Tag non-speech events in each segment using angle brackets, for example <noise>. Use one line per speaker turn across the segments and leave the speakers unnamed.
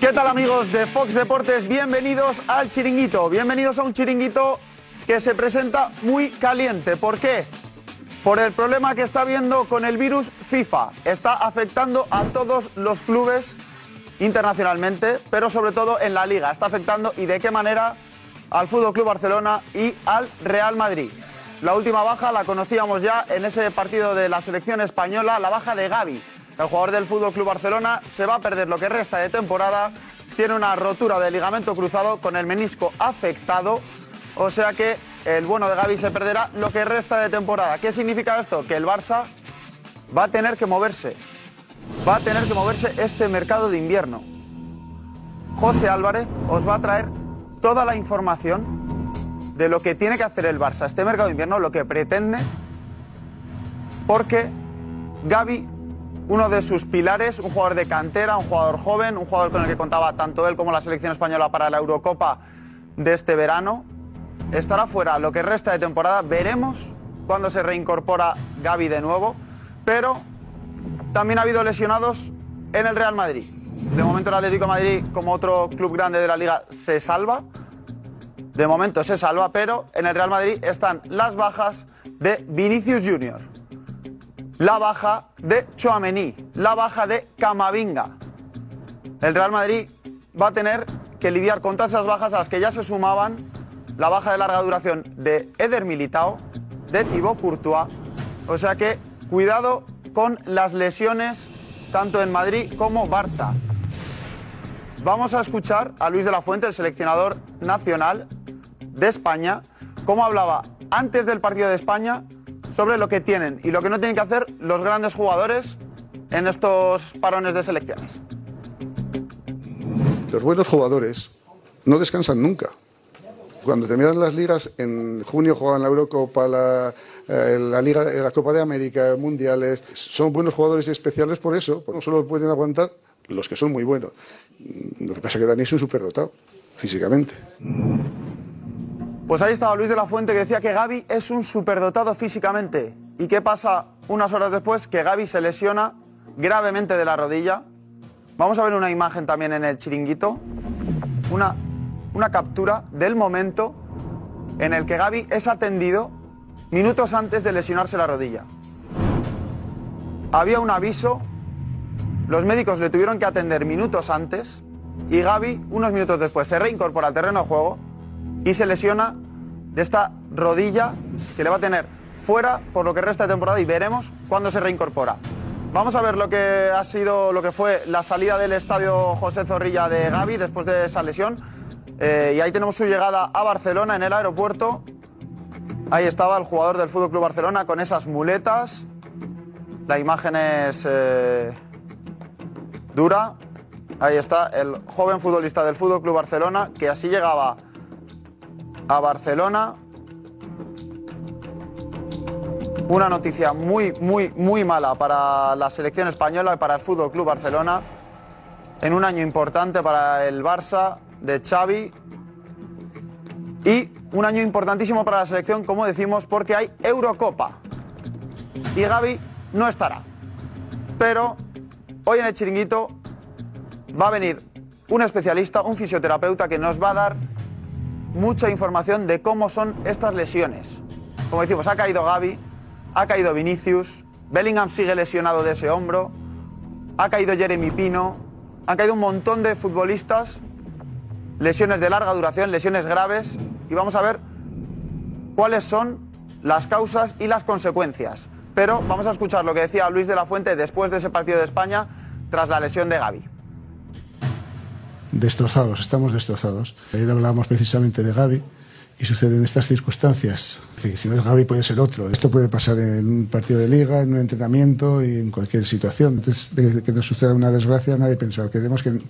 ¿Qué tal amigos de Fox Deportes? Bienvenidos al chiringuito. Bienvenidos a un chiringuito que se presenta muy caliente. ¿Por qué? Por el problema que está habiendo con el virus FIFA. Está afectando a todos los clubes internacionalmente, pero sobre todo en la liga. Está afectando y de qué manera al Fútbol Club Barcelona y al Real Madrid. La última baja la conocíamos ya en ese partido de la selección española, la baja de Gaby. El jugador del Fútbol Club Barcelona se va a perder lo que resta de temporada. Tiene una rotura de ligamento cruzado con el menisco afectado. O sea que el bueno de Gaby se perderá lo que resta de temporada. ¿Qué significa esto? Que el Barça va a tener que moverse. Va a tener que moverse este mercado de invierno. José Álvarez os va a traer toda la información de lo que tiene que hacer el Barça este mercado de invierno, lo que pretende, porque Gaby uno de sus pilares, un jugador de cantera, un jugador joven, un jugador con el que contaba tanto él como la selección española para la Eurocopa de este verano. Estará fuera lo que resta de temporada. Veremos cuándo se reincorpora Gaby de nuevo. Pero también ha habido lesionados en el Real Madrid. De momento el Atlético de Madrid, como otro club grande de la liga, se salva. De momento se salva, pero en el Real Madrid están las bajas de Vinicius Junior, la baja de Chouameni, la baja de Camavinga. El Real Madrid va a tener que lidiar con todas esas bajas a las que ya se sumaban la baja de larga duración de Eder Militao, de Thibaut Courtois. O sea que cuidado con las lesiones tanto en Madrid como Barça. Vamos a escuchar a Luis de la Fuente, el seleccionador nacional de España, cómo hablaba antes del partido de España sobre lo que tienen y lo que no tienen que hacer los grandes jugadores en estos parones de selecciones.
Los buenos jugadores no descansan nunca. Cuando terminan las ligas, en junio juegan la Eurocopa, la, eh, la, Liga, la Copa de América, Mundiales. Son buenos jugadores especiales por eso, porque solo pueden aguantar los que son muy buenos. Lo que pasa es que Dani es un superdotado, físicamente.
Pues ahí estaba Luis de la Fuente que decía que Gaby es un superdotado físicamente. ¿Y qué pasa unas horas después? Que Gaby se lesiona gravemente de la rodilla. Vamos a ver una imagen también en el chiringuito. Una, una captura del momento en el que Gaby es atendido minutos antes de lesionarse la rodilla. Había un aviso, los médicos le tuvieron que atender minutos antes y Gaby unos minutos después se reincorpora al terreno de juego y se lesiona de esta rodilla que le va a tener fuera por lo que resta de temporada y veremos cuándo se reincorpora. Vamos a ver lo que ha sido, lo que fue la salida del estadio José Zorrilla de Gaby después de esa lesión. Eh, y ahí tenemos su llegada a Barcelona en el aeropuerto. Ahí estaba el jugador del Fútbol Club Barcelona con esas muletas. La imagen es eh, dura. Ahí está el joven futbolista del Fútbol Club Barcelona que así llegaba a Barcelona. Una noticia muy, muy, muy mala para la selección española y para el Fútbol Club Barcelona. En un año importante para el Barça de Xavi. Y un año importantísimo para la selección, como decimos, porque hay Eurocopa. Y Gaby no estará. Pero hoy en el chiringuito va a venir un especialista, un fisioterapeuta que nos va a dar mucha información de cómo son estas lesiones. Como decimos, ha caído Gaby, ha caído Vinicius, Bellingham sigue lesionado de ese hombro, ha caído Jeremy Pino, han caído un montón de futbolistas, lesiones de larga duración, lesiones graves, y vamos a ver cuáles son las causas y las consecuencias. Pero vamos a escuchar lo que decía Luis de la Fuente después de ese partido de España tras la lesión de Gaby
destrozados, estamos destrozados. Ayer hablábamos precisamente de Gaby
y sucede en estas circunstancias. Es decir, si no es Gaby puede ser otro. Esto puede pasar en un partido de liga, en un entrenamiento y en cualquier situación. Antes de que nos suceda una desgracia nadie pensaba. Creemos que,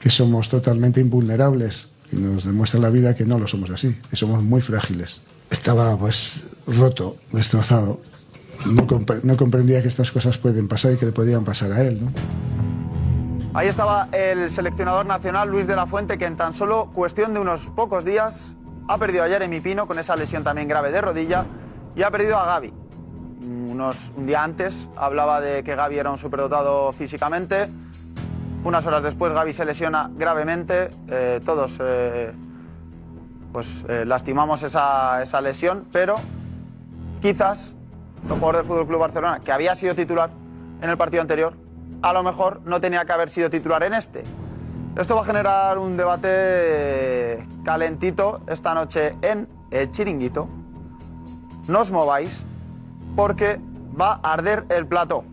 que somos totalmente invulnerables y nos demuestra la vida que no lo somos así, que somos muy frágiles. Estaba pues roto, destrozado. No, compre no comprendía que estas cosas pueden pasar y que le podían pasar a él. ¿no?
Ahí estaba el seleccionador nacional Luis de la Fuente, que en tan solo cuestión de unos pocos días ha perdido a Jeremy Pino con esa lesión también grave de rodilla y ha perdido a Gaby. Unos, un día antes hablaba de que Gaby era un superdotado físicamente. Unas horas después Gaby se lesiona gravemente. Eh, todos eh, pues, eh, lastimamos esa, esa lesión, pero quizás el jugador del Fútbol Club Barcelona, que había sido titular en el partido anterior, a lo mejor no tenía que haber sido titular en este. Esto va a generar un debate calentito esta noche en el chiringuito. No os mováis porque va a arder el plato.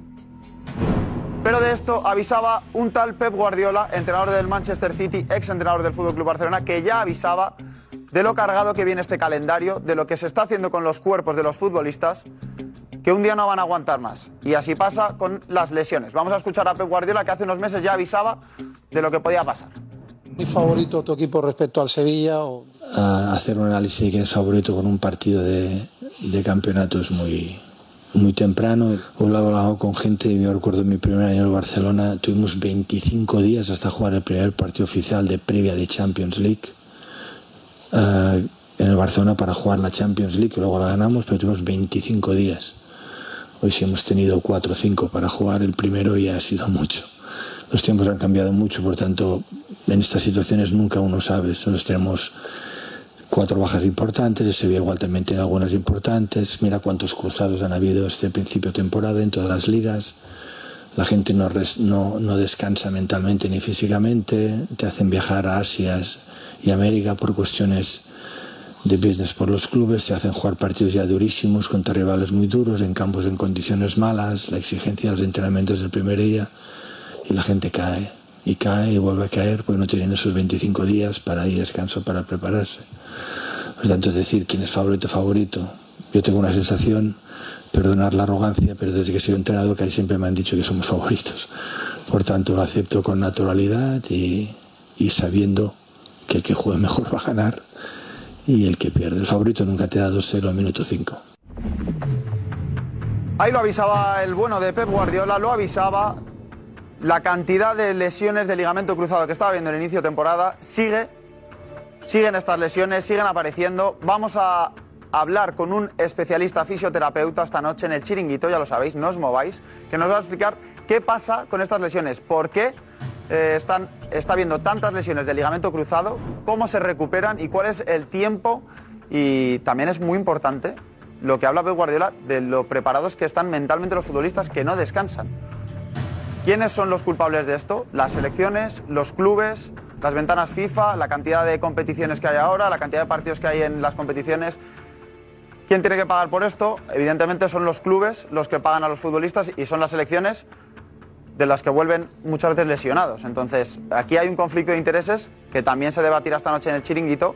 Pero de esto avisaba un tal Pep Guardiola, entrenador del Manchester City, ex entrenador del Fútbol Club Barcelona, que ya avisaba de lo cargado que viene este calendario, de lo que se está haciendo con los cuerpos de los futbolistas, que un día no van a aguantar más. Y así pasa con las lesiones. Vamos a escuchar a Pep Guardiola, que hace unos meses ya avisaba de lo que podía pasar.
¿Mi favorito tu equipo respecto al Sevilla? O...
A hacer un análisis de quién es favorito con un partido de, de campeonato es muy, muy temprano. He hablado con gente, yo recuerdo mi primer año en Barcelona, tuvimos 25 días hasta jugar el primer partido oficial de previa de Champions League. Uh, en el Barcelona para jugar la Champions League, que luego la ganamos, pero tuvimos 25 días. Hoy sí hemos tenido 4 o 5 para jugar, el primero ya ha sido mucho. Los tiempos han cambiado mucho, por tanto, en estas situaciones nunca uno sabe. Nosotros tenemos cuatro bajas importantes, el Sevilla igual también tiene algunas importantes. Mira cuántos cruzados han habido este principio de temporada en todas las ligas. La gente no, res, no, no descansa mentalmente ni físicamente, te hacen viajar a Asia, y América por cuestiones de business por los clubes, se hacen jugar partidos ya durísimos contra rivales muy duros, en campos en condiciones malas, la exigencia de los entrenamientos del primer día y la gente cae y cae y vuelve a caer porque no tienen esos 25 días para ir descanso para prepararse. Por tanto, Pues decir quién es favorito, favorito. Yo tengo una sensación, perdonar la arrogancia, pero desde que soy entrenador casi siempre me han dicho que somos favoritos. Por tanto, lo acepto con naturalidad y, y sabiendo que el que juegue mejor va a ganar y el que pierde. El favorito nunca te da 2-0 al minuto 5.
Ahí lo avisaba el bueno de Pep Guardiola, lo avisaba. La cantidad de lesiones de ligamento cruzado que estaba viendo en el inicio de temporada sigue. Siguen estas lesiones, siguen apareciendo. Vamos a hablar con un especialista fisioterapeuta esta noche en el chiringuito, ya lo sabéis, no os mováis, que nos va a explicar qué pasa con estas lesiones, por qué eh, están, está viendo tantas lesiones de ligamento cruzado, cómo se recuperan y cuál es el tiempo. Y también es muy importante lo que habla Pep Guardiola de lo preparados que están mentalmente los futbolistas que no descansan. ¿Quiénes son los culpables de esto? Las selecciones, los clubes, las ventanas FIFA, la cantidad de competiciones que hay ahora, la cantidad de partidos que hay en las competiciones. ¿Quién tiene que pagar por esto? Evidentemente son los clubes los que pagan a los futbolistas y son las selecciones de las que vuelven muchas veces lesionados. Entonces, aquí hay un conflicto de intereses que también se debatirá esta noche en el chiringuito,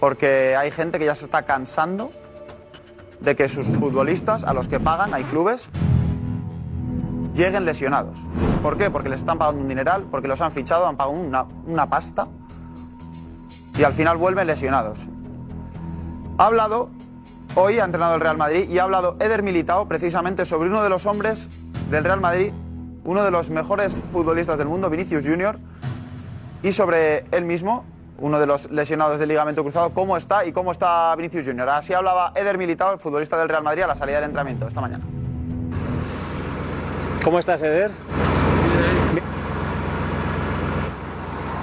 porque hay gente que ya se está cansando de que sus futbolistas, a los que pagan, hay clubes, lleguen lesionados. ¿Por qué? Porque les están pagando un dineral, porque los han fichado, han pagado una, una pasta y al final vuelven lesionados. Ha hablado, hoy ha entrenado el Real Madrid y ha hablado Eder Militao precisamente sobre uno de los hombres del Real Madrid uno de los mejores futbolistas del mundo, Vinicius Junior, y sobre él mismo, uno de los lesionados del ligamento cruzado, cómo está y cómo está Vinicius Junior. Así hablaba Eder Militao, el futbolista del Real Madrid, a la salida del entrenamiento esta mañana.
¿Cómo estás, Eder? Bien.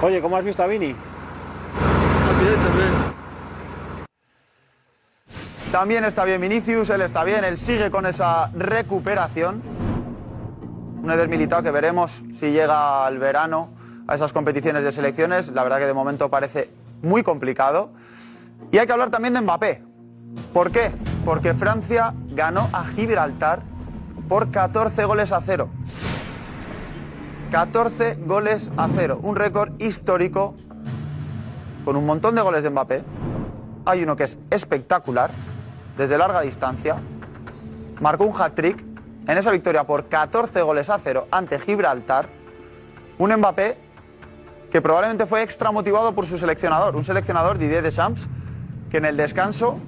Oye, ¿cómo has visto a Vini?
También, también.
También está bien Vinicius, él está bien, él sigue con esa recuperación un Eder Militao que veremos si llega al verano a esas competiciones de selecciones. La verdad que de momento parece muy complicado. Y hay que hablar también de Mbappé. ¿Por qué? Porque Francia ganó a Gibraltar por 14 goles a cero. 14 goles a cero. Un récord histórico con un montón de goles de Mbappé. hay uno que es espectacular, desde larga distancia. Marcó un hat-trick en esa victoria por 14 goles a 0 ante Gibraltar. Un Mbappé que probablemente fue extra motivado por su seleccionador, un seleccionador Didier Deschamps, que en el descanso,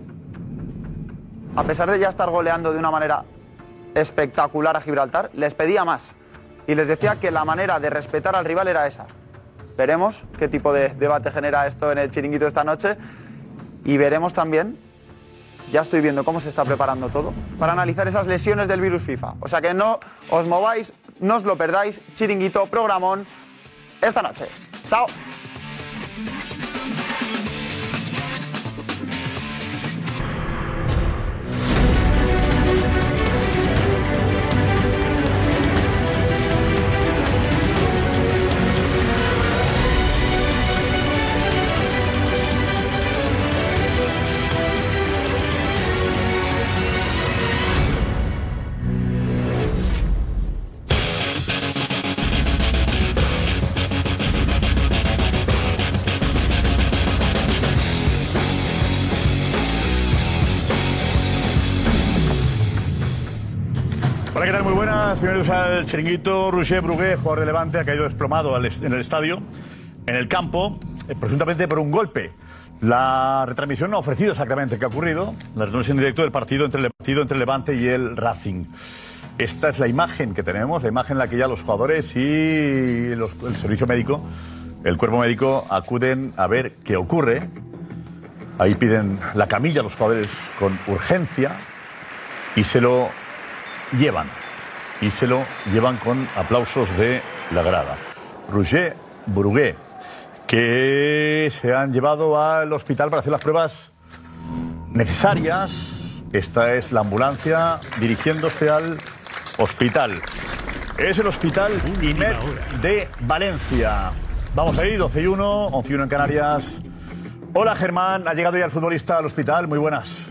a pesar de ya estar goleando de una manera espectacular a Gibraltar, les pedía más y les decía que la manera de respetar al rival era esa. Veremos qué tipo de debate genera esto en el chiringuito esta noche y veremos también, ya estoy viendo cómo se está preparando todo, para analizar esas lesiones del virus FIFA. O sea que no os mováis, no os lo perdáis, chiringuito, programón, esta noche. Chao.
Hola, ¿qué tal? Muy buenas. Bienvenidos al chiringuito. Roger Brugué, jugador de Levante, ha caído desplomado al est- en el estadio, en el campo, eh, presuntamente por un golpe. La retransmisión no ha ofrecido exactamente qué ha ocurrido. La retransmisión en directo del partido entre, el partido entre Levante y el Racing. Esta es la imagen que tenemos, la imagen en la que ya los jugadores y los- el servicio médico, el cuerpo médico, acuden a ver qué ocurre. Ahí piden la camilla a los jugadores con urgencia y se lo llevan. Y se lo llevan con aplausos de la grada. Roger Brugué, que se han llevado al hospital para hacer las pruebas necesarias. Esta es la ambulancia dirigiéndose al hospital. Es el hospital IMED de Valencia. Vamos ahí, 12 y 1, 11 y 1 en Canarias. Hola Germán, ha llegado ya el futbolista al hospital, muy buenas.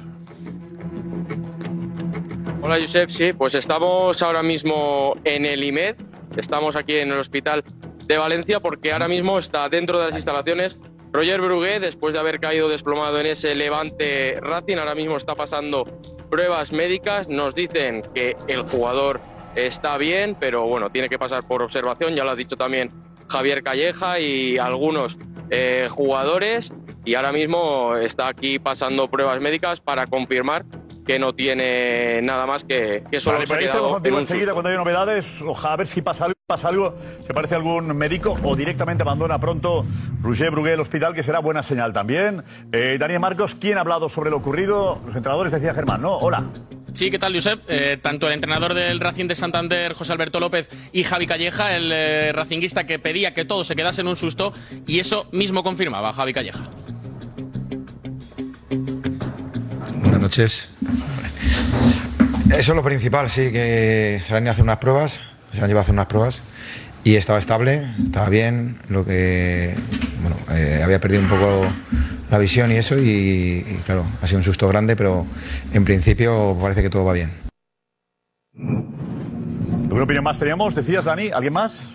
Hola, Josep. Sí, pues estamos ahora mismo en el IMED. Estamos aquí en el Hospital de Valencia porque ahora mismo está dentro de las instalaciones Roger Brugué, después de haber caído desplomado en ese levante Racing. Ahora mismo está pasando pruebas médicas. Nos dicen que el jugador está bien, pero bueno, tiene que pasar por observación. Ya lo ha dicho también Javier Calleja y algunos eh, jugadores. Y ahora mismo está aquí pasando pruebas médicas para confirmar que no tiene nada más que, que solo
Vale,
se ha
pero ahí estamos
quedado en
contigo
un
enseguida
susto.
cuando haya novedades. Ojalá a ver si pasa algo, pasa algo, se parece a algún médico o directamente abandona pronto Roger Brugué el hospital, que será buena señal también. Eh, Daniel Marcos, ¿quién ha hablado sobre lo ocurrido? Los entrenadores decía Germán, ¿no? Hola.
Sí, ¿qué tal, Josep? Eh, tanto el entrenador del Racing de Santander, José Alberto López, y Javi Calleja, el eh, racinguista que pedía que todos se quedasen un susto, y eso mismo confirmaba Javi Calleja.
Buenas noches. Eso es lo principal, sí, que se han ido a hacer unas pruebas, se han llevado a hacer unas pruebas y estaba estable, estaba bien, lo que, bueno, eh, había perdido un poco la visión y eso y, y claro, ha sido un susto grande, pero en principio parece que todo va bien.
¿Qué opinión más teníamos? ¿Decías, Dani? ¿Alguien más?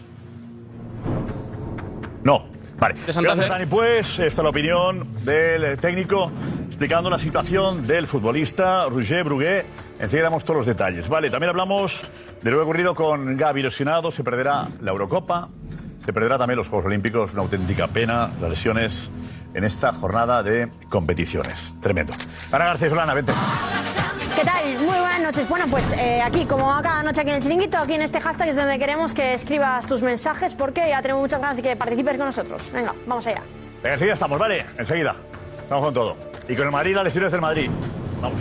No. Vale. Gracias, Dani. Pues esta es la opinión del eh, técnico explicando la situación del futbolista Roger Brugué. Enseguida damos todos los detalles. Vale, también hablamos de lo que ha ocurrido con Gaby lesionado. Se perderá la Eurocopa. Se perderá también los Juegos Olímpicos. Una auténtica pena las lesiones en esta jornada de competiciones. Tremendo. Ana García Solana, vente.
¿Qué tal? Muy buenas noches. Bueno, pues eh, aquí, como va cada noche aquí en el chiringuito, aquí en este hashtag es donde queremos que escribas tus mensajes porque ya tenemos muchas ganas de que participes con nosotros. Venga, vamos allá.
Venga, enseguida estamos, vale, enseguida. Estamos con todo. Y con el Madrid, las lesiones del Madrid. Vamos.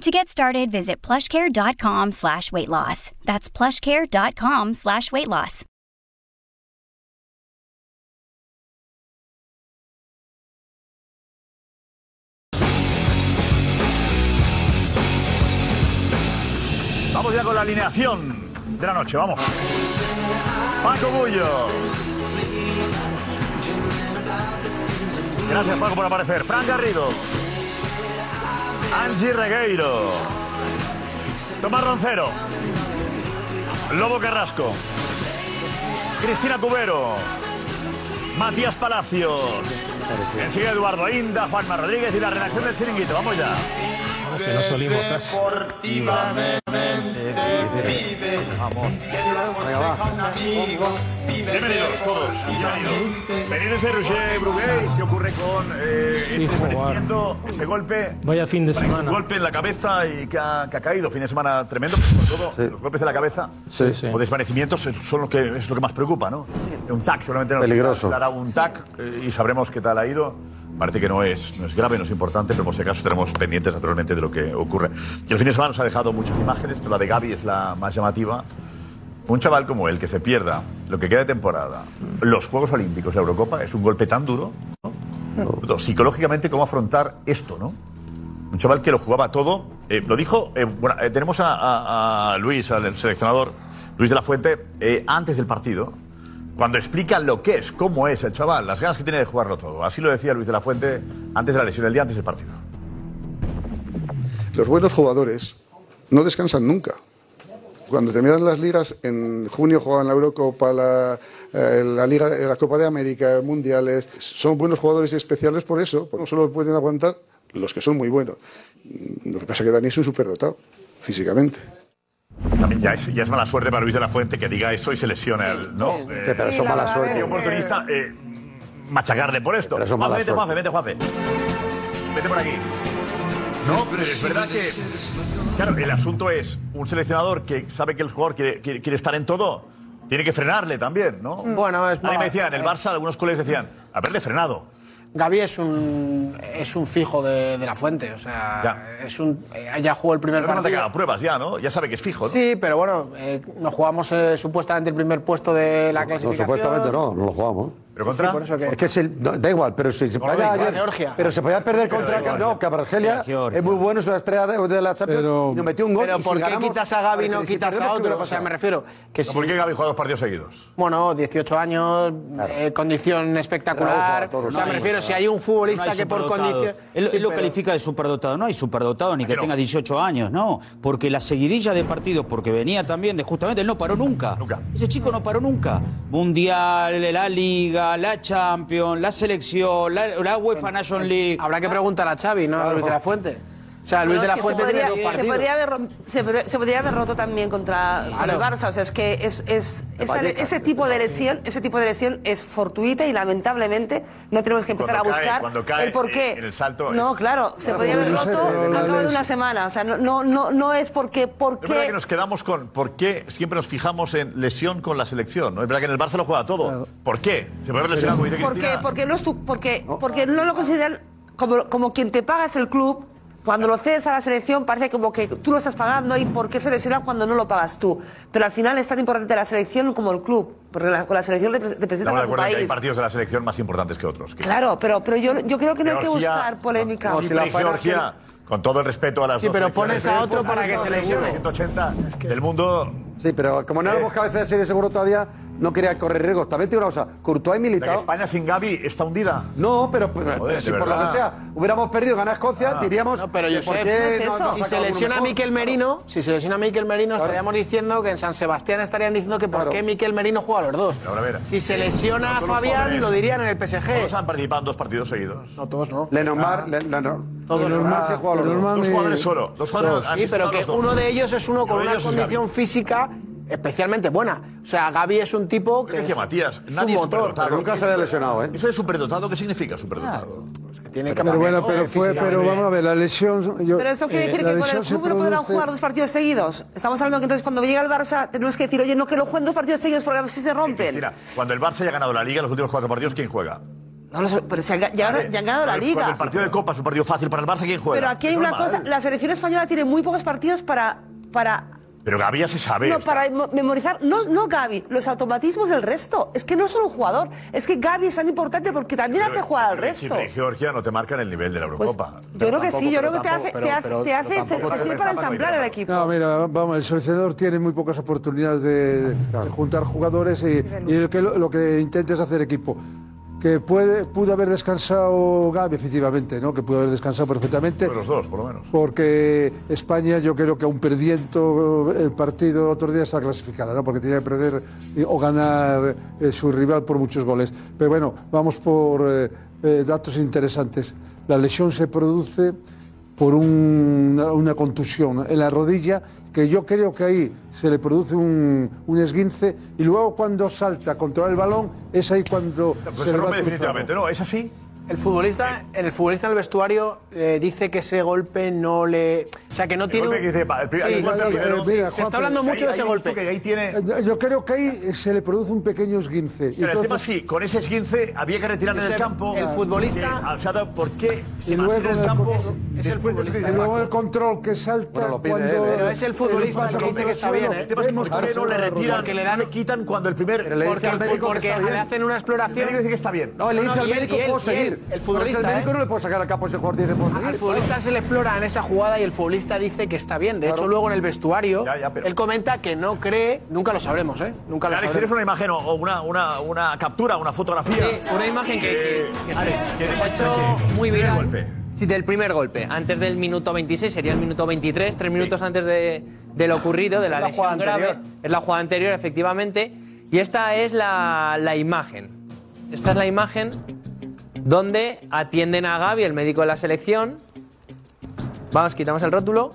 To get started, visit plushcare.com slash weight loss. That's plushcare.com slash weight loss.
Vamos ya con la alineación de la noche, vamos. Paco Bullo. Gracias Paco por aparecer. Fran Garrido. Angie Regueiro. Tomás Roncero. Lobo Carrasco. Cristina Cubero. Matías Palacio. Enseguida Eduardo Inda, Juanma Rodríguez y la redacción del Chiringuito. Vamos ya.
Que no solimos, Fran.
Bienvenidos todos. Bienvenidos. Benítez de Roger Brugué, ¿qué ocurre con eh, este
Hijo,
fallecimiento, ese golpe?
Vaya fin de
Parece
semana.
Un golpe en la cabeza y que ha, que ha caído. Fin de semana tremendo, sobre todo los golpes de la cabeza o desvanecimientos eh, son los que, es lo que más preocupa, ¿no? Un TAC, seguramente nos
Peligroso.
dará un TAC eh, y sabremos qué tal ha ido. Parece que no es, no es grave, no es importante, pero por si acaso tenemos pendientes naturalmente de lo que ocurre. Y el fin de semana nos ha dejado muchas imágenes, pero la de Gaby es la más llamativa. Un chaval como él que se pierda lo que queda de temporada, los Juegos Olímpicos, la Eurocopa, es un golpe tan duro. ¿no? Sobre todo, Psicológicamente, ¿cómo afrontar esto, no? Un chaval que lo jugaba todo. eh, lo dijo, eh, bueno, eh, tenemos a, a- a Luis, al seleccionador, Luis de la Fuente, eh, antes del partido, cuando explica lo que es, cómo es el chaval, las ganas que tiene de jugarlo todo. Así lo decía Luis de la Fuente antes de la lesión, el día antes del partido.
Los buenos jugadores no descansan nunca. Cuando terminan las ligas, en junio juegan la Eurocopa, la, eh, la, Liga, la Copa de América, mundiales. Son buenos jugadores y especiales por eso, porque solo pueden aguantar los que son muy buenos. Mm, Lo que pasa es que Dani es un superdotado, físicamente.
También ya es, ya es mala suerte para Luis de la Fuente que diga eso y se lesione. el- ¿no? Eh,
Sí, pero eso es mala suerte.
Y oportunista eh, machacarle por esto.
Pero eso es mala
Juanfe, vete,
suerte.
Juanfe, vete, Juanfe. Vete por aquí. No, pero es verdad que. Claro, el asunto es un seleccionador que sabe que el jugador quiere, quiere- quiere estar en todo. Tiene que frenarle también, ¿no? Bueno, es Alguien me decía, en el Barça, algunos colegas decían, haberle frenado.
Gaby es un, es un fijo de, de la fuente, o sea, es un, eh, ya jugó el primer
Pero no te
partido.
quedan pruebas ya, ¿no? Ya sabe que es fijo, ¿no?
Sí, pero bueno, eh, nos jugamos eh, supuestamente el primer puesto de la
No,
clasificación.
supuestamente no, no lo jugamos.
¿Pero
contra? Sí, por eso que-
Es que es el- no, da igual, pero si se
No,
podía
da igual,
ayer-
Georgia.
Pero se podía perder
Pero da
contra
igual.
no, que Argelia
Georgia.
es muy bueno, es una estrella de, de la Champions y nos metió un gol.
Pero
y si
¿por qué
ganamos-
quitas a Gaby y no
Porque si
quitas a
perdemos, ¿qué
otro?
hubiera
O sea,
pasado?
me refiero que si-
¿Por qué Gaby juega dos partidos seguidos?
Bueno, 18 años, eh, condición espectacular.
Claro,
o sea,
no
me
hay-
refiero, si hay un futbolista
No hay
que por
superdotado.
condición...
Él,
Sí,
él lo
pero-
califica de superdotado. No hay superdotado ni que tenga 18 años, no. Porque la seguidilla de partidos, porque venía también de justamente, él no paró nunca. Ese chico no paró nunca. Mundial, la Liga, la Champions, la Selección, la, la UEFA Nation League.
eh, Habrá que preguntar a Xavi, ¿no? A Luis de la Fuente. O sea, Luis
Bueno,
de la
es que
Fuente
se podría,
tiene dos
se
partidos.
podría haber rom- se podría- se podría haber roto también contra, contra el Barça. O sea, es que es, es-
El
esa-
Vallecas,
ese tipo de lesión, ese tipo de lesión es fortuita y lamentablemente no tenemos que empezar
Cuando
a
cae-
buscar
cuando cae
el porqué.
en el salto
No,
es-
claro, se
Claro,
podría haber
pero no sé,
roto
pero
al
la
cabo de
les-
una semana. O sea, no, no, no, no es porque,
Es verdad
porque
que nos quedamos con por qué siempre nos fijamos en lesión con la selección. ¿no? Es verdad que en el Barça lo juega todo. ¿Por qué? Se puede haber lesionado, como dice
porque,
Cristina.
porque no es tu- porque, porque no lo consideran como, como quien te pagas el club. Cuando lo cedes a la selección parece como que tú lo estás pagando y por qué se lesiona cuando no lo pagas tú. Pero al final es tan importante la selección como el club, porque la- con la selección repre- representas
Estamos de
a tu
acuerdo en que hay
país.
partidos de la selección más importantes que otros. Que
Claro, pero, pero yo, yo creo que no hay que
Georgia-
buscar polémica.
Chipre y Georgia, con todo el respeto a las
Sí,
dos
pero
selecciones,
pones a
eh,
otro
pues,
para que se
seguro,
lesione.
180 del mundo. eh,
Sí, pero como no lo hemos cabeza de serie seguro todavía, no quería correr riesgos. También te digo una cosa, Courtois y
La que
Militao...
España sin Gaby está hundida.
No, pero, pero-
Joder,
pero
de
si por lo
verdad.
que sea hubiéramos perdido, ganado
Ah.
Escocia, diríamos...
No, pero
que
yo
¿por qué no- no ha
si se
sacado
lesiona a
alguno
Miquel
mejor?
Merino, si se lesiona a Miquel Merino, estaríamos diciendo que en San Sebastián estarían diciendo que por qué Miquel Merino juega a los dos. Si se lesiona a
Todos los
Fabián,
jugadores-
lo dirían en el PSG.
Todos han participado en dos partidos seguidos.
No, todos no.
Lenormand, Le- Lenor-
Ah. Todos
Lenormand se juega a Ah. los dos.
Dos jugadores solo. Dos jugadores. han
Sí, pero
disputado
que
los dos.
uno de ellos es uno con
de
una
ellos es
condición física especialmente buena. O sea, Gaby es un tipo que
Decía
es,
Matías,
es un
nadie es
motor.
superdotado.
nunca se había lesionado, ¿eh?
¿Eso de superdotado qué significa superdotado?
tiene
Pero bueno, pero fue, pero vamos a ver, la lesión. yo-
Pero esto
eh,
quiere decir
la
que con el
lesión se
club no podrán
produce-
jugar dos partidos seguidos. Estamos hablando que entonces cuando llega el Barça tenemos que decir, oye, no que lo jueguen dos partidos seguidos porque a ver si se rompen.
Cristina, cuando el Barça haya ganado la Liga, los últimos cuatro partidos, ¿quién juega?
No, los- pero si han, ga- ya,
Vale,
ya han ganado la
cuando
liga.
El partido de Copa es un partido fácil para el Barça, ¿quién juega?
Pero aquí hay
Es
una
normal.
cosa, la selección española tiene muy pocos partidos para para
Pero Gaby ya se sabe.
no, para mo- memorizar, no, no Gaby, los automatismos del resto. Es que no es solo un jugador, es que Gaby es tan importante porque también hace jugar al resto.
Chipre y Georgia no te marcan el nivel de la Eurocopa.
Yo creo que sí, yo creo que te hace, te hace, te hace te sirve para ensamblar al equipo.
No, mira, vamos, el seleccionador tiene muy pocas oportunidades de, de juntar jugadores y, y el que lo, lo que intenta es hacer equipo. Que puede, pudo haber descansado Gaby, efectivamente, ¿no? Que pudo haber descansado perfectamente.
Los dos, por lo menos.
Porque España, yo creo que aún perdiendo el partido el otro día está clasificada, ¿no? Porque tenía que perder eh, o ganar eh, su rival por muchos goles. Pero bueno, vamos por eh, eh, datos interesantes. La lesión se produce por un- una, una contusión en la rodilla, que yo creo que ahí se le produce un, un esguince, y luego cuando salta a controlar el balón, es ahí cuando
Pues
le va
se rompe
cruzando.
definitivamente, ¿no? ¿Es así?
El futbolista, el futbolista en el vestuario eh, dice que ese golpe no le. O sea, que no tiene.
golpe
un-
que dice, va, el primer-
Sí,
el golpe
sí, eh,
primero.
sí,
Mira,
se
Juanfe,
está hablando mucho de ese golpe.
Eh, Yo creo que ahí se le produce un pequeño esguince.
Pero el tema sí, con ese 15 había que retirar en
Ese-
el campo.
el futbolista-
Eh, Alzada, ¿por qué se
Y luego
mantiene en el
el
campo?
es- es el
después de
futbolista.
su-
Y luego el control que salta cuando...
Pero es el futbolista el que dice que está bien. ¿eh?
El tema es que Mosquera no le retiran, que le dan, le quitan cuando el primer.
le dice al médico que está bien.
El médico dice que está bien.
No, le dice al
y él-
médico,
y él-
puedo
y él,
seguir.
El
Pero si
futbolista.
el médico
¿eh? Ah,
no le puede sacar a capo a ese jugador y dice, "Pues, puedo seguir.
Al futbolista se le explora en esa jugada y el futbolista dice que está bien. De hecho, luego en el vestuario, él comenta que no cree, nunca lo sabremos, ¿eh? Nunca lo
Alex,
sabremos.
¿tienes una imagen o- o una, una, una captura, una fotografía?
Sí, una imagen que, que- que se- que se ha hecho muy viral. Sí, del primer golpe. Antes del minuto 26, sería el minuto 23, tres minutos antes de, de lo ocurrido, de la,
Es la
lesión
jugada
grave.
anterior.
Es la jugada anterior, efectivamente. Y esta es la, la imagen. Esta es la imagen donde atienden a Gaby, el médico de la selección. Vamos, quitamos el rótulo.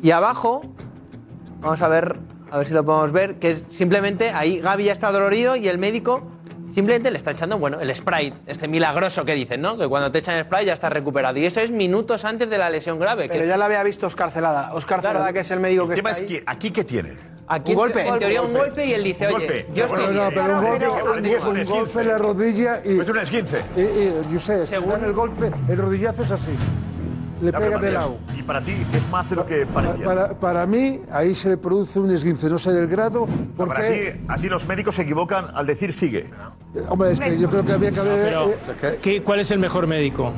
Y abajo, vamos a ver, a ver si lo podemos ver, que es simplemente ahí Gaby ya está dolorido y el médico simplemente le está echando, bueno, el Sprite, este milagroso que dicen, ¿no? Que cuando te echan Sprite ya estás recuperado. Y eso es minutos antes de la lesión grave.
Pero
que
ya la había visto Oscar Celada. Oscar Celada, que es el médico que
tema
está
es
ahí.
¿Aquí qué tiene?
Aquí,
un golpe.
En teoría un golpe y él dice,
Un
oye,
golpe.
yo
Bueno,
estoy...
No, no, pero un golpe,
Pero-
un, golpe- un golpe en la rodilla y...
Es un esguince.
Y, y, yo sé, si dan el golpe, el rodillazo es así. Le
Ya,
pega
pero,
de
Matías,
lado.
Y para ti es más de lo que parecía.
Para, para mí, ahí se le produce un esguince, no sé del grado, porque...
Para ti, así los médicos se equivocan al decir sigue.
Eh, Hombre, es que yo creo que había que haber...
Pero, ¿qué- ¿cuál es el mejor médico?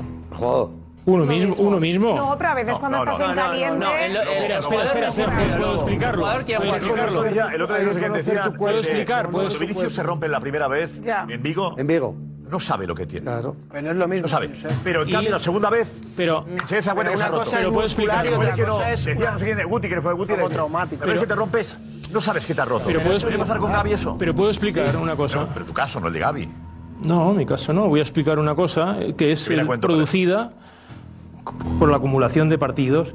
Uno mismo. Uno mismo.
No, pero a veces cuando
no,
estás
no,
en
no, no,
caliente...
no, el- el- Espera, espera, espera, Sergio, ¿puedo explicarlo? ¿Puedo explicarlo?
El otro día no sé quién decía.
Puedo
eh,
explicar, puedo
Cuando Vinicius se rompe la primera vez en Vigo. En Vigo. No sabe lo que tiene. Claro.
Pero no es lo mismo.
No sabe. Pero en
Y-
cambio, la segunda vez.
Pero.
Se da cuenta
pero
que se
una
ha roto.
cosa es Pero puedo muscular y explicar. otra
Igual que no,
cosa es
Decía no sé quién, de Guti, que no fue Guti.
Algo
de-
traumático.
La vez
Pero-
que te rompes, no sabes que te has roto.
Pero puedo
¿Puede
explicar-
pasar con Gaby eso?
Pero puedo explicar una cosa.
Pero tu caso, no el de Gaby.
No, en mi caso no. Voy a explicar una cosa eh, que es
Mira,
el-
cuento,
producida por la acumulación de partidos.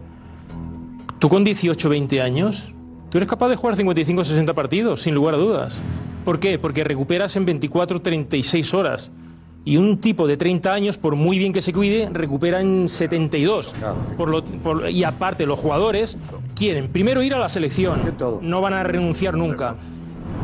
Tú con 18, 20 años, tú eres capaz de jugar 55, 60 partidos, sin lugar a dudas. ¿Por qué? Porque recuperas en 24, 36 horas. Y un tipo de 30 años, por muy bien que se cuide, recupera en 72. Por lo- por- y aparte, los jugadores quieren primero ir a la selección. No van a renunciar nunca.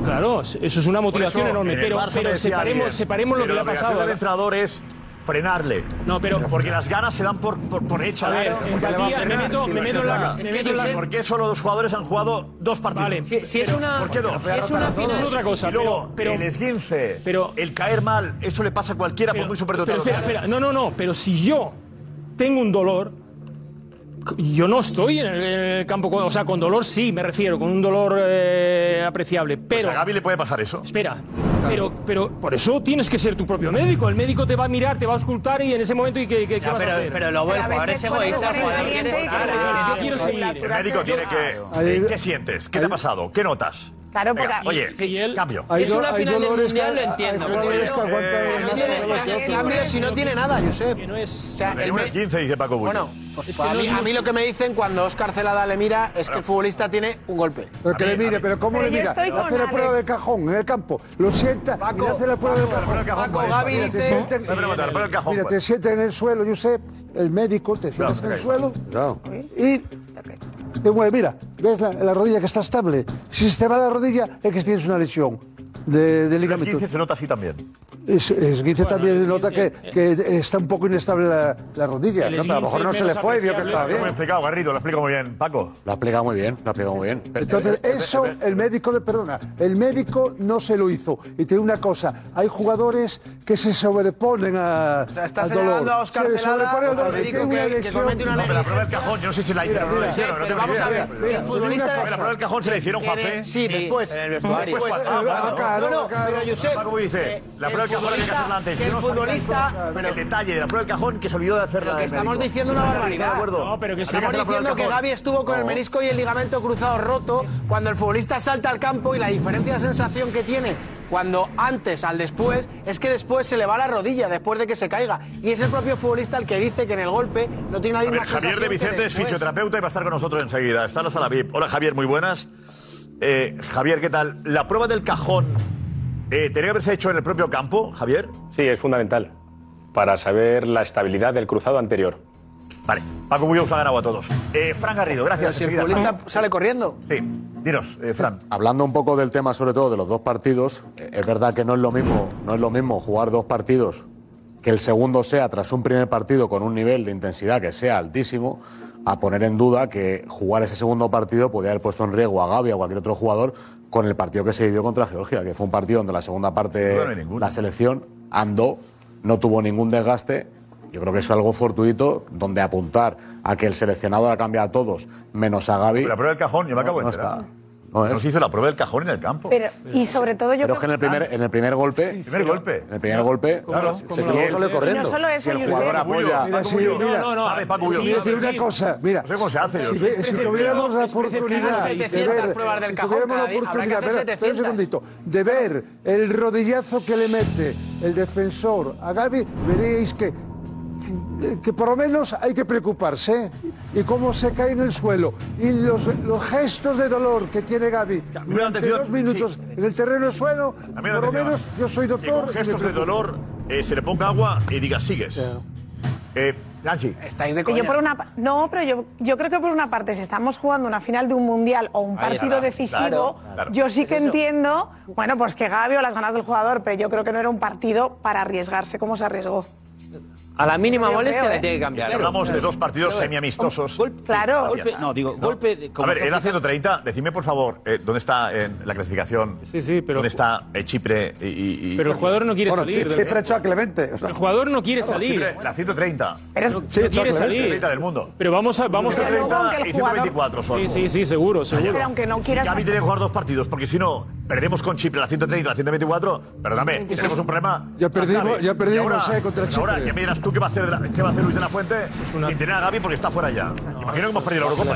Claro, eso es una motivación
Por eso,
enorme.
en el
Pero,
Barça me
pero
decía alguien,
separemos, separemos lo que
pero
le ha
la obligación
pasado.
del entrenador es frenarle.
No, pero.
Porque las ganas se dan por, por, por hechas.
A ver,
Porque le va a
empatía, me
frenar,
meto-
si
me
no
meto
se
en la-
saca.
me meto en la-
¿Por qué solo dos jugadores han jugado dos partidos?
Vale, si- si es
Pero,
una-
¿Por qué dos?
si es una actitud- es otra cosa,
Y luego,
pero-
el
pero-
esguince,
pero-
el caer mal, eso le pasa a cualquiera, por muy
Pero
superdotado.
espera, espera, no, no, no, pero si yo tengo un dolor, yo no estoy en el, en el campo, con- o sea, con dolor sí, me refiero, con un dolor eh, apreciable,
Pues
pero...
a Gaby le puede pasar eso.
Espera, pero, pero por eso tienes que ser tu propio médico, el médico te va a mirar, te va a auscultar y en ese momento, ¿y qué, qué- qué vas
pero-
a hacer?
pero lo bueno, el Pero a jugador veces es cuando egoísta, estás el jugador
Ah,
caliente, quiere- claro,
Yo quiero seguir.
eh, El médico tiene que. ¿Qué sientes? ¿Qué te ha pasado? ¿Qué notas?
Claro, porque.
Venga, oye, cambio.
Hay
Es una
do- hay
final del
dolores
Mundial,
que-
lo entiendo,
hay
pero-
dolores que aguantan
Eh,
más
tiene-
o menos
tiene-
dos cambio si no tiene nada, Josep. O sea,
El
el
lunes
mes-
15, dice Paco Bullo.
Bueno, pues
Es que
a,
no
mí,
es
a mí lo que me dicen cuando Oscar Celada le mira es que el futbolista tiene un golpe.
Pero que le mire, pero ¿cómo
Pero
le
yo
mira?
estoy con
Hace la
Alex.
prueba del cajón en el campo. Lo sienta y hace la prueba del cajón.
Paco, Gaby
Mira, te
dice-
sienta-
Sí, Espera, espera, espera, el cajón,
Mira, te
pues.
sienta en el suelo, Josep, el médico, te
Claro,
sientas en el
ok.
suelo y te mueve. Mira, ves la, la rodilla que está estable. Si se te va la rodilla es que tienes una lesión de, de
El
ligamento.
15 se nota así también.
Es, esguince también nota que, que está un poco inestable la, la rodilla.
El
¿no? Pero a lo mejor no
esguince
se le
menos
fue y vio que
apreciable.
estaba
Lo he
bien.
explicado, Garrido, lo explica muy bien. Paco.
Lo ha plegado muy bien, lo ha plegado muy bien. Pero-
Entonces, eso el médico, de, perdona, el médico no se lo hizo. Y te digo una cosa, hay jugadores que se sobreponen a,
sea, está
al
señalando
dolor.
a Óscar
Se
Celada,
sobrepone al
al
dolor,
médico
tiene
que-
una
que
lesión.
comete una
No, pero la prueba del cajón, yo no sé si la hicieron o no la
Mira,
hicieron.
mira,
no
pero
tengo ni
vamos
idea.
a ver, el futbolista
Pero La
de-
prueba del cajón se la hicieron,
tiene-
Juanfe.
Sí, después.
en el vestuario.
Después,
Después,
ah,
ah,
ah,
ah,
no, no,
ah,
pero Josep,
Paco dice,
eh,
la prueba del cajón hay que hacerla antes.
que
Yo
el
no sabía
futbolista...
esto, El detalle de la prueba del cajón que se olvidó de hacerla.
Pero que
el
estamos
médico.
diciendo una
¿Está de
barbaridad.
acuerdo? Habría
estamos
hacer la prueba
diciendo
del
que
cajón.
Gaby estuvo con el
No.
menisco y el ligamento cruzado roto cuando el futbolista salta al campo y la diferencia de sensación que tiene cuando antes al después es que después se le va la rodilla después de que se caiga y es el propio futbolista el que dice que en el golpe no tiene la
A
misma
ver, Javier de
sensación que
Vicente es
después.
fisioterapeuta y va a estar con nosotros enseguida. Está en la sala VIP. Hola, Javier, muy buenas. Eh, Javier, ¿qué tal? La prueba del cajón, eh, ¿tenía que haberse hecho en el propio campo, Javier?
Sí, es fundamental para saber la estabilidad del cruzado anterior.
Vale, Paco Bullo os ha ganado a todos. Eh, Fran Garrido,
Pero
gracias.
si el
enseguida.
futbolista sale corriendo
Sí, dinos, eh, Fran.
Hablando un poco del tema, sobre todo de los dos partidos, eh, es verdad que no es lo mismo, no es lo mismo jugar dos partidos que el segundo sea tras un primer partido con un nivel de intensidad que sea altísimo, a poner en duda que jugar ese segundo partido podía haber puesto en riesgo a Gavi o a cualquier otro jugador con el partido que se vivió contra Georgia, que fue un partido donde la segunda parte
Duda no hay ninguna.
la selección andó, no tuvo ningún desgaste. Yo creo que eso es algo fortuito, donde apuntar a que el seleccionador ha cambiado a todos, menos a Gavi.
La prueba del cajón, yo me acabo de
no
enterar.
está. No es.
eh, Nos hizo la prueba del cajón en el campo. Ah,
Pero, y sobre todo yo ah,
Pero es que en el primer, en el primer golpe.
primer golpe.
En el primer golpe.
Claro,
se
como
se
la-
luego sale
No
corriendo.
solo eso,
si el
Josep.
jugador
Paco Bullo,
apoya.
Paco Bullo. ¿Sabes, Paco Bullo?
Mira, decir una cosa, mira,
No sé cómo se hace.
si,
yo
ve-
sé.
si tuviéramos la oportunidad de
700
ver,
pruebas del
si
cajón
tuviéramos
cada
la
día, habrá que
oportunidad,
hacer
espera, espera un
700.
segundito, de ver el rodillazo que le mete el defensor a Gaby, veréis que que por lo menos hay que preocuparse ¿eh? y cómo se cae en el suelo y los, los gestos de dolor que tiene Gaby durante
atención,
dos minutos en el terreno de suelo
A mí me da
por lo
atención.
menos yo soy
Que con
doctor y me
gestos de
preocupo.
dolor eh, se le ponga agua y diga, sigues. Eh, Angie.
Estáis de
Que yo por una pa- no, pero yo, yo creo que por una parte, si estamos jugando una final de un mundial o un
Ahí
partido
está,
decisivo,
claro, claro.
yo sí que
Es eso.
entiendo, bueno, pues que Gabi o las ganas del jugador, pero yo creo que no era un partido para arriesgarse como se arriesgó.
A la mínima
Yo
molestia
creo,
le
¿eh?
tiene que cambiar.
Es que hablamos de dos partidos semiamistosos.
Claro.
Golpe- no,
digo, golpe de-
A
como
ver,
tú
era
dices-
130. Decime, por favor, eh, ¿dónde está eh, la clasificación? Sí, sí, pero... ¿Dónde está eh, Chipre y, y- y-
Pero el jugador no quiere
Bueno,
salir.
Chi-
del-
Chipre-
hecho a Clemente. o sea.
El jugador no quiere
Claro,
salir.
Chipre, La 130.
No- no quiere salir.
130 del mundo.
Pero vamos a. Vamos a
130 y 124 son.
Sí, sí, sí, seguro, seguro.
Pero aunque no
Si
quieras-
Gaby tiene que jugar dos partidos, porque si no, perdemos con Chipre la 130 la 124. Perdóname, tenemos un problema.
Ya perdimos-
Gaby.
ya perdimos,
Y ahora,
eh, contra
pero Ahora,
Chipre.
ya me dirás tú qué va a hacer, qué va a hacer Luis de la Fuente sin tener a Gaby porque está fuera ya. Imagino que hemos perdido la Eurocopa.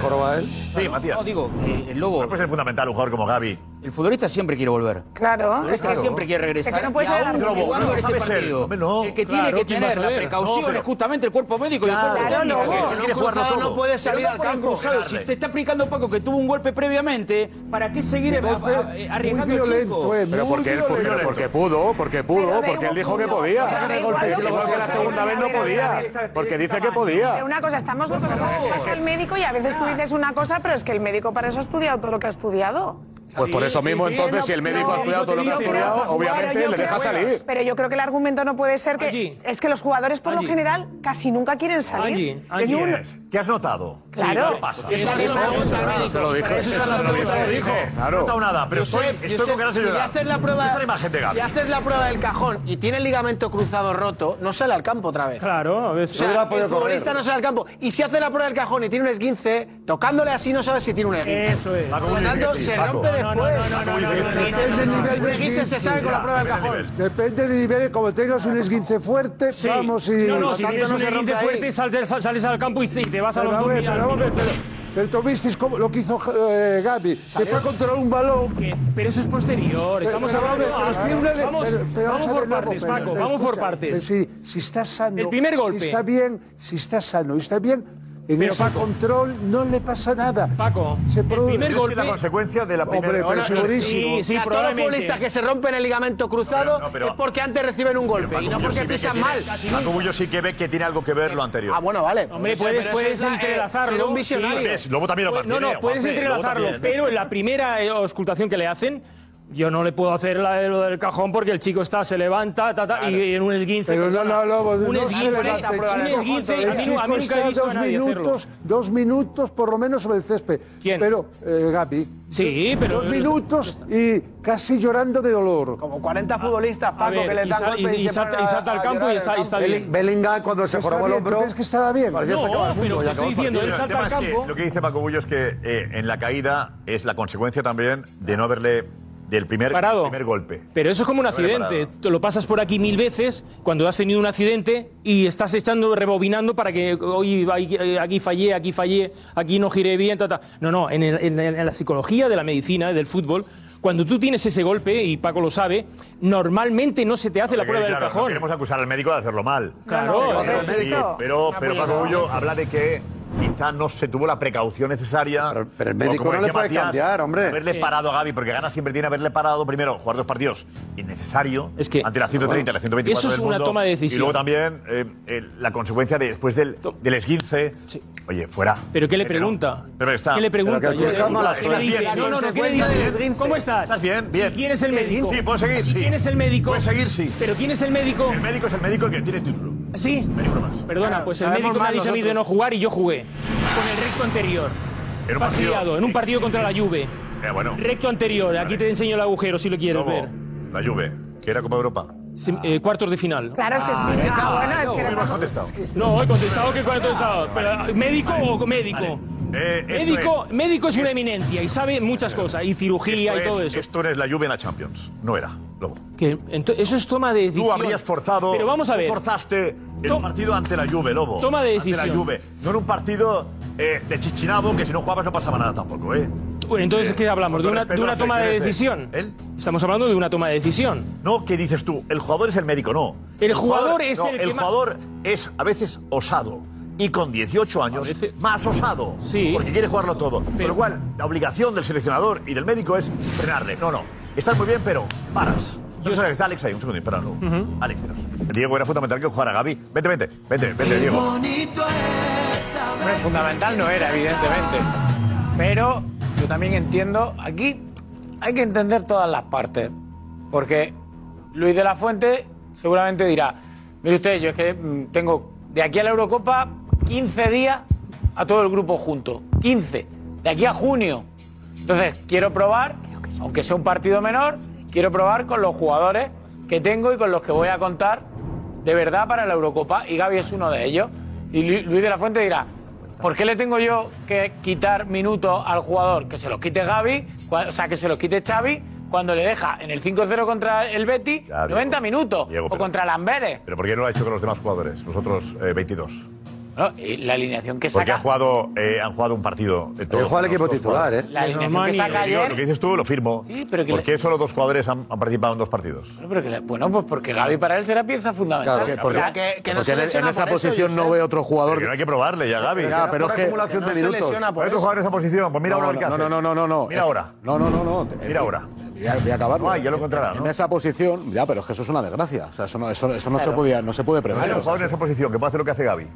Sí, Matías.
No, digo, eh, el Lobo.
Puede ser fundamental un jugador como Gaby.
El futbolista siempre quiere volver.
Claro.
Es este que siempre quiere regresar.
Es que no puede
Y
ser
aún
el árbitro.
jugando
No,
este
sabe
ser.
partido,
Hombre, no.
El que
Claro,
tiene que
¿quién va a
tener la
saber?
precaución
No, pero-
es justamente el cuerpo médico y el cuerpo
Claro, no.
técnico. que
Quiere
un
jugarlo
cruzado
todo.
no puede salir
Pero
al
no puede
campo.
cruzarle.
Claro, Si te está explicando Paco que tuvo un golpe previamente, ¿para qué seguir eh, arriesgando
muy
el
violento,
chico?
eh,
Pero
muy
porque, él,
violento.
pero porque pudo, porque pudo, porque él dijo que podía. Pero si luego que la segunda vez no podía. Porque dice que podía.
Pero una cosa, estamos con vas al médico y a veces tú dices una cosa, pero es que el médico para eso ha estudiado todo lo que ha estudiado.
Pues por eso mismo,
Sí, sí,
entonces,
no,
si el médico
no,
ha estudiado todo lo que ha
pero-
estudiado, obviamente
pero
le
yo
deja
creo-
salir.
Pero yo creo que el argumento no puede ser que
Angie.
es que los jugadores por
Angie.
lo general casi nunca quieren salir.
Angie,
Ni uno.
eres? ¿Qué has notado?
Claro.
¿Qué pasa?
Eso es lo que pregunta el médico.
Se lo dije.
Pero eso es
Se
lo
lo
que
dije.
pregunta el
dijo.
médico.
No he notado nada, pero
Josep,
estoy, estoy
Josep,
con ganas de
si le
llorar.
haces la prueba,
Esta es la imagen de Gaby.
Si haces la prueba del cajón y tiene el ligamento cruzado roto, no sale al campo otra vez.
Claro, a ver.
O sea,
Hubiera
el
podido correr.
futbolista no sale al campo. Y si hace la prueba del cajón y tiene un esguince, tocándole así no sabes si tiene un esguince.
Eso es.
Por lo tanto, se rompe después.
Depende del nivel
Un esguince se sabe con la prueba del cajón.
Depende del nivel, como tengas un esguince fuerte, vamos y...
No, no, si
Tanto
tienes
no
un
se rompe
esguince
ahí.
fuerte, sales, sales al campo y, sí, te vas a
Pero,
los
a ver,
mundiales.
pero, a ver, pero- Pero visteis cómo- lo que hizo eh, Gaby, que fue contra un balón.
Pero eso es posterior. Estamos hablando. Vamos, vamos por partes, Paco. Vamos por partes.
Si, si está sano.
El primer golpe.
Si está bien, si está sano y está bien, en
Pero,
ese
Paco.
control no le pasa nada. Paco, se
El primer
Es que la consecuencia de la primera
Hombre, pero segurísimo.
O sea, todos los futbolistas que se rompen el ligamento cruzado
Pero no, pero-
es porque antes reciben un golpe y no porque pisan mal.
Paco Bullo sí que ve que tiene algo que ver lo anterior.
Ah, bueno, vale.
Hombre,
Eso-
puedes,
pero eso
puedes
es la- eh,
entrelazarlo.
ser un visionario.
Ves, Lobo también lo
Pues, No,
mantiene,
no, puedes
Juanfe,
entrelazarlo,
Lobo también.
pero en la primera eh, auscultación que le hacen. Yo no le puedo hacer la, lo del cajón porque el chico está, se levanta, ta, ta, y en un esguince.
Pero no, no, no,
un
no se
esguince,
levanta,
un
chico.
esguince,
El
a mí,
chico
no- a mí nunca he
está
visto a
dos
nadie hacerlo.
minutos, dos minutos por lo menos sobre el césped. ¿Quién? Pero, eh, Gaby.
Sí, pero-
Dos minutos y casi llorando de dolor.
Como 40 futbolistas,
A
Paco,
ver,
que le
y
dan
sa-
golpe
y- y
y, se
salta-
ponen
y
a-
salta al
a
campo y
llorar
está-
en el
y está
campo.
bien.
Bellingham cuando se
Está
formó el
bien, ¿tú
hombro.
crees que estaba bien?
parecía que se acababa el mundo, ya acabó el partido.
Pero el tema es que lo que dice Paco Bullo es que eh, en la caída es la consecuencia también de no haberle del primer, primer golpe.
Pero eso es como un
No me he
accidente.
parado.
Tú lo pasas por aquí mil veces cuando has tenido un accidente y estás echando, rebobinando para que hoy aquí fallé, aquí fallé, aquí no giré bien, ta, ta. No, no, en, el- en- en la psicología de la medicina, del fútbol, cuando tú tienes ese golpe, y Paco lo sabe, normalmente no se te hace la
Porque,
prueba del
claro, No
cajón.
queremos acusar al médico de hacerlo mal.
Claro, No, no,
pero,
el
sí,
médico-
pero,
Una
pero Paco
puñalada.
Bullo habla de que quizá no se tuvo la precaución necesaria. Pero, el
médico no le puede cambiar, hombre.
Haberle
Sí.
parado a Gaby, porque Gana siempre tiene haberle parado primero, jugar dos partidos innecesario ante la 130, la 124
eso es
del
una
mundo,
toma de decisión.
Y luego también eh, el- la consecuencia de- después del, del esguince. Oye, fuera.
Pero ¿qué le
Pero no.
pregunta?
Pero está.
¿Qué le pregunta?
Pero que
Yo-
está mala
¿Qué
suerte.
le dice?
Bien,
No, no, no, ¿qué le
bien.
dice? ¿Cómo estás?
¿Estás bien? Bien.
¿Y ¿Quién es el médico?
Sí, puedo seguir,
¿Y
sí.
¿Quién es el médico?
Puedes seguir, sí.
¿Pero quién es el médico?
El médico es el médico el que tiene título.
Sí. Perdona, pues el
sabemos
médico me ha
más
dicho a mí
nosotros.
de no jugar y yo jugué. Con el recto anterior.
En un
Fastidiado,
partido-
en un partido contra la Juve.
Eh, bueno,
Recto anterior, aquí te enseño el agujero si lo quieres
Lobo,
ver.
la Juve, que era Copa Europa.
Sí, eh, cuartos de final.
Claro, es que sí. Ah, bueno, es que
Muy
eres
mal contestado.
No, he contestado que cuarto he
Ah,
estado. Pero, ¿Médico o médico?
Eh, esto
médico,
es-
médico es una eminencia y sabe muchas cosas, y cirugía
esto
y todo
es-
eso.
Esto es la Juve en la Champions. No era, Lobo.
Que, ento- eso es toma de decisión.
Tú habrías forzado.
Pero vamos a
tú
ver.
forzaste el partido ante la Juve, Lobo.
Toma de
Ante la
decisión.
Juve. No era un partido eh, de chichinabo que si no jugabas no pasaba nada tampoco, ¿eh?
Tú- Entonces,
Eh,
¿qué hablamos?
con
¿De
todo
una,
respeto
de
a
una
las
toma de
elecciones de-
decisión? Estamos hablando de una toma de decisión.
¿eh? No, ¿qué dices tú? El jugador es el médico, no.
El jugador es
no,
el que más-
jugador es a veces osado. Y con 18 años, más osado. Porque quiere jugarlo todo. Por lo cual, la obligación del seleccionador y del médico es frenarle. No, no. Estás muy bien, pero paras. Yo sé que está Alex ahí, un segundo, espéralo. Alex, dinos. Diego, era fundamental que jugara Gaby. Vete, vete, vete, vete, Diego.
Hombre, fundamental no era, evidentemente. Pero yo también entiendo, aquí hay que entender todas las partes. Porque Luis de la Fuente seguramente dirá, mire usted, yo es que mm, tengo de aquí a la Eurocopa 15 días a todo el grupo junto. 15. De aquí a junio. Entonces, quiero probar, aunque sea un partido menor, quiero probar con los jugadores que tengo y con los que voy a contar de verdad para la Eurocopa. Y Gaby es uno de ellos. Y Lu- Luis de la Fuente dirá, ¿por qué le tengo yo que quitar minutos al jugador? Que se los quite Gaby, cua- o sea, que se los quite Xavi cuando le deja en el 5-0 contra el Betty 90 minutos. o contra Lamberes.
Pero ¿por qué no lo ha hecho con los demás jugadores? Nosotros, eh, 22.
Bueno, y la alineación que
Porque
saca...
han jugado, eh, han jugado un partido. eh, todos,
juega el
los
equipo
dos
titular,
jugadores.
¿eh? La alineación que
Lo
saca
que digo-
ayer-
Lo que dices tú lo firmo.
pero que
¿Por
le-
qué solo dos jugadores han, han participado en dos partidos?
Bueno, pero que le- bueno, pues porque Gaby para él será pieza fundamental.
Claro, que- porque-
Ah, Ya que- que no
porque
se
en- en
lesiona
esa
por eso,
posición
Josep.
no
ve otro jugador.
Pero hay que probarle ya, Gaby.
Ya, pero es que- Que no se lesiona por
Hay otro
eso.
jugador en esa posición. Pues
no,
mira ahora
no,
el que hace.
no, no, no, no, no.
Mira ahora.
No, no, no, no.
Mira ahora.
Voy a, voy a acabarlo.
Ah, ya lo encontrarás,
En esa posición, ya, pero es que eso es una desgracia. O sea, eso no, eso, eso no se podía, no se puede prever.
Hay un jugador en esa posición que puede hacer lo que hace Gaby.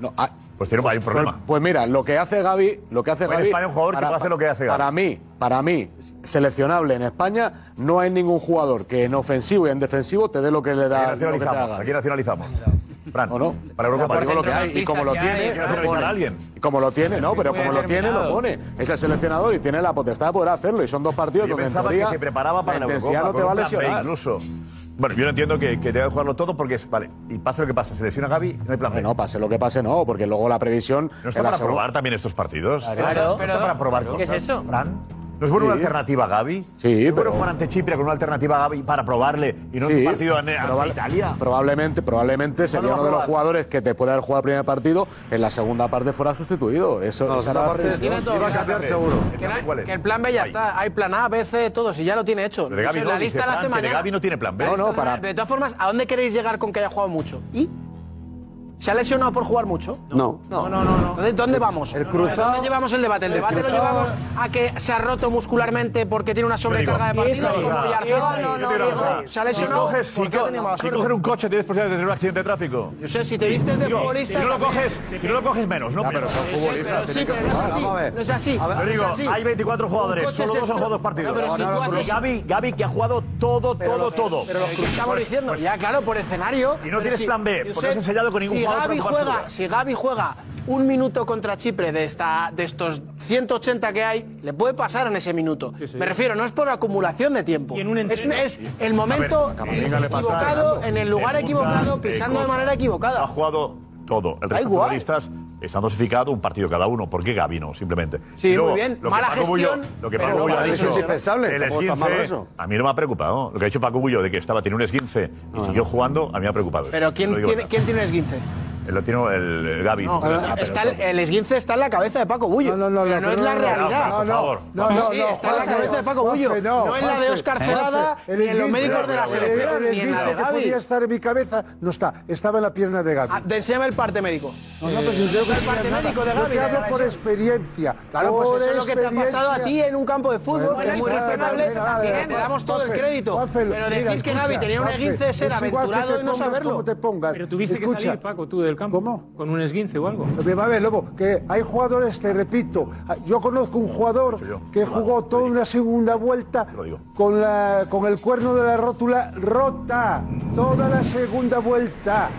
pues tiene, hay un problema.
Pues, pues mira, lo que hace Gaby, lo que hace
Bueno,
Gavi,
España es un jugador que puede hacer lo que hace Gavi.
Para mí, para mí, seleccionable en España, no hay ningún jugador que en ofensivo y en defensivo te dé lo que le
Aquí
da. lo que te da
nacionalizamos.
Gavi.
Aquí nacionalizamos. Fran, ¿o no? Para
Europa
Europa
pues, digo lo que hay y como lo tiene,
Quiere nacionalizar a alguien.
Y como lo tiene, no, pero como lo tiene lo pone. Es el seleccionador y tiene la potestad de poder hacerlo y son dos partidos
Yo
donde en
pensaba que
teoría
se preparaba para la
la intensidad
Eurocopa,
no te
con
va a
un plan B
lesionar.
Incluso. Bueno, yo no entiendo que, que tenga que jugarlo todo porque es. Vale, y pase lo que pase. Se lesiona Gaby, no hay plan B.
No, pase lo que pase, no, porque luego la previsión.
¿No está para probar también estos partidos?
Claro.
¿No está para probar
¿Qué es
cosas,
eso?
Fran? ¿No es buena una
Sí.
alternativa a Gaby?
Sí,
¿No es bueno
pero-
jugar ante Chipre con una alternativa a Gaby para probarle y no en
Sí,
un partido en, ante
probable-
Italia?
Probablemente, probablemente sería
va a
uno de los
probar?
jugadores que te puede haber jugado el primer partido, en la segunda parte fuera sustituido. Eso
No,
esa
la
era la
parte-
previsión.
Tiene todo
Iba a
claro.
cambiar seguro.
Que, no hay- que el plan B ya está. Hay plan A, B, C, todo. Si ya lo tiene hecho.
Lo de Gaby
Eso,
no,
la
dice
lista la hace
Fran, que de
mañana.
Gaby no tiene plan B.
La lista la- De todas formas, ¿a dónde queréis llegar con que haya jugado mucho? ¿Y? ¿Se ha lesionado por jugar mucho?
No.
No, no, no. Entonces, ¿dónde vamos? El
cruzado-
¿Dónde llevamos el debate? El
el
debate lo
cruzado-
llevamos a que se ha roto muscularmente porque tiene una sobrecarga de
Yo digo,
partidos
esa
como
cosa.
Yarzábal.
Esa es. Yo digo una cosa.
Se ha
Si
lesionado.
coges, si
porque ha
co-
tenido mala
si
suerte.
coges un coche tienes posibilidad de tener un accidente de tráfico.
Yo sé, si te vistes de
Digo,
futbolista
Si no lo
también.
coges, si no lo coges menos, ¿no?
Ya, pero son
Menos.
futbolistas,
Sí, pero no es así. No es así.
A ver,
no
yo
es
digo,
así.
hay 24
Un
jugadores,
coche
solo
se
dos han jugado dos
estra-
partidos.
No, pero si tú haces-
Gaby, Gaby que ha jugado todo,
Pero
todo,
lo-
todo.
Pero lo que
Pues-
estamos diciendo,
pues-
ya claro, por
Y
escenario.
no
pero
tienes plan B, porque
Josep,
no has ensayado con ningún
si
jugador
Gaby
para jugar
juega,
fuera.
Si Gaby juega un minuto contra Chipre de, esta, de estos 180 que hay, le puede pasar en ese minuto. Me refiero, no es por acumulación de tiempo. es, es el momento
A ver, Camavinga le pasa
equivocado,
ganando.
en el lugar
Se
equivocado,
juntan, eh,
pisando de
cosas.
manera equivocada.
Ha jugado todo. El resto de
igual.
futbolistas están dosificados un partido cada uno. ¿Por qué Gaby no? Simplemente.
Sí,
Y luego,
muy bien.
lo que
Mala
Paco Bullo-
gestión,
Lo que
pero
Paco
no
Bullo ha
mala
dicho.
gestión. Es indispensable,
El
tampoco está
esguince.
malo eso.
A mí no me ha preocupado. Lo que ha dicho Paco Bullo de que estaba teniendo un esguince y siguió jugando, a mí me ha preocupado.
Pero ¿quién tiene, ¿quién tiene esguince?
El latino, Eh, el, el Gaby.
No,
Pero-
está-
ah, pero
está
eso-
el, el esguince está en la cabeza de Paco Bullo. pero no, es la realidad.
No, por favor.
Sí, sí, está en la cabeza de Paco Bullo. No, es la de
Eh,
Oscar Celada, ni en los médicos de la selección,
El
ni en
esguince
la de
eh, que podía
Gaby.
estar en mi cabeza no está. Estaba en la pierna de Gaby.
Ah, Enséñame el parte médico. Eh,
No, no, pero yo tengo que
el parte
nada.
médico de
Yo
Gaby.
te
de
hablo
la
por
lesión.
experiencia.
Claro, pues
por
eso es lo que te ha pasado a ti
experiencia.
en un campo de fútbol,
Bueno,
que es muy
Juanfe,
respetable,
Juanfe, nada,
y que te
Juanfe,
damos todo el
Juanfe,
crédito.
Juanfe,
Pero
mira,
decir que
escucha,
Gaby tenía un
Juanfe,
esguince es ser
es igual que te
aventurado y no
pongas
saberlo.
como te pongas.
Pero tuviste que
Escucha.
salir, Paco, tú del campo. ¿Cómo? Con un esguince o algo.
Pero A ver, Lobo, que hay jugadores, te repito, yo conozco un jugador que jugó toda una segunda vuelta con, la, con el cuerno de la rótula rota. Toda la segunda vuelta.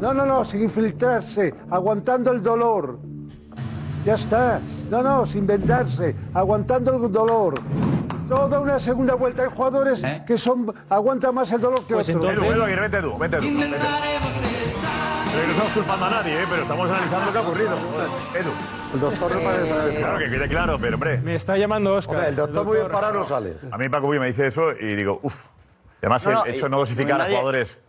No, no, no, sin infiltrarse, aguantando el dolor. Ya está. No, no, sin vendarse, aguantando el dolor. Toda una segunda vuelta. Hay jugadores que son aguantan más el dolor que
¿Eh? Pues
otros.
entonces... Edu, Edu, Aguirre, vete Edu, vete Edu. vete. Pero no estamos culpando a nadie, ¿eh? pero estamos analizando lo que ha ocurrido. Joder, Edu.
El doctor no parece saber.
Claro que quede claro, pero hombre.
Me está llamando Oscar.
Hombre, el doctor muy bien parado
no
sale. A mí Paco Bullo me dice eso y digo, uff. Además,
No, no,
el hecho de no
y-
dosificar
no
a
hay nadie.
jugadores.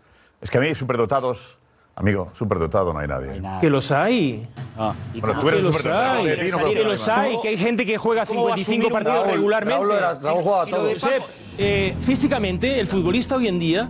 Es que a mí, superdotados, amigo, superdotado no hay nadie.
Que los hay.
Bueno, tú eres
que los
superdotado.
hay,
de ti no
que
creo
los
haya
hay,
problema.
que hay gente que juega
¿Cómo va a
55
asumir un
partidos
Raúl?
regularmente.
Raúl era- Raúl jugaba
Si lo
todo.
de Pep, eh, físicamente, el futbolista hoy en día,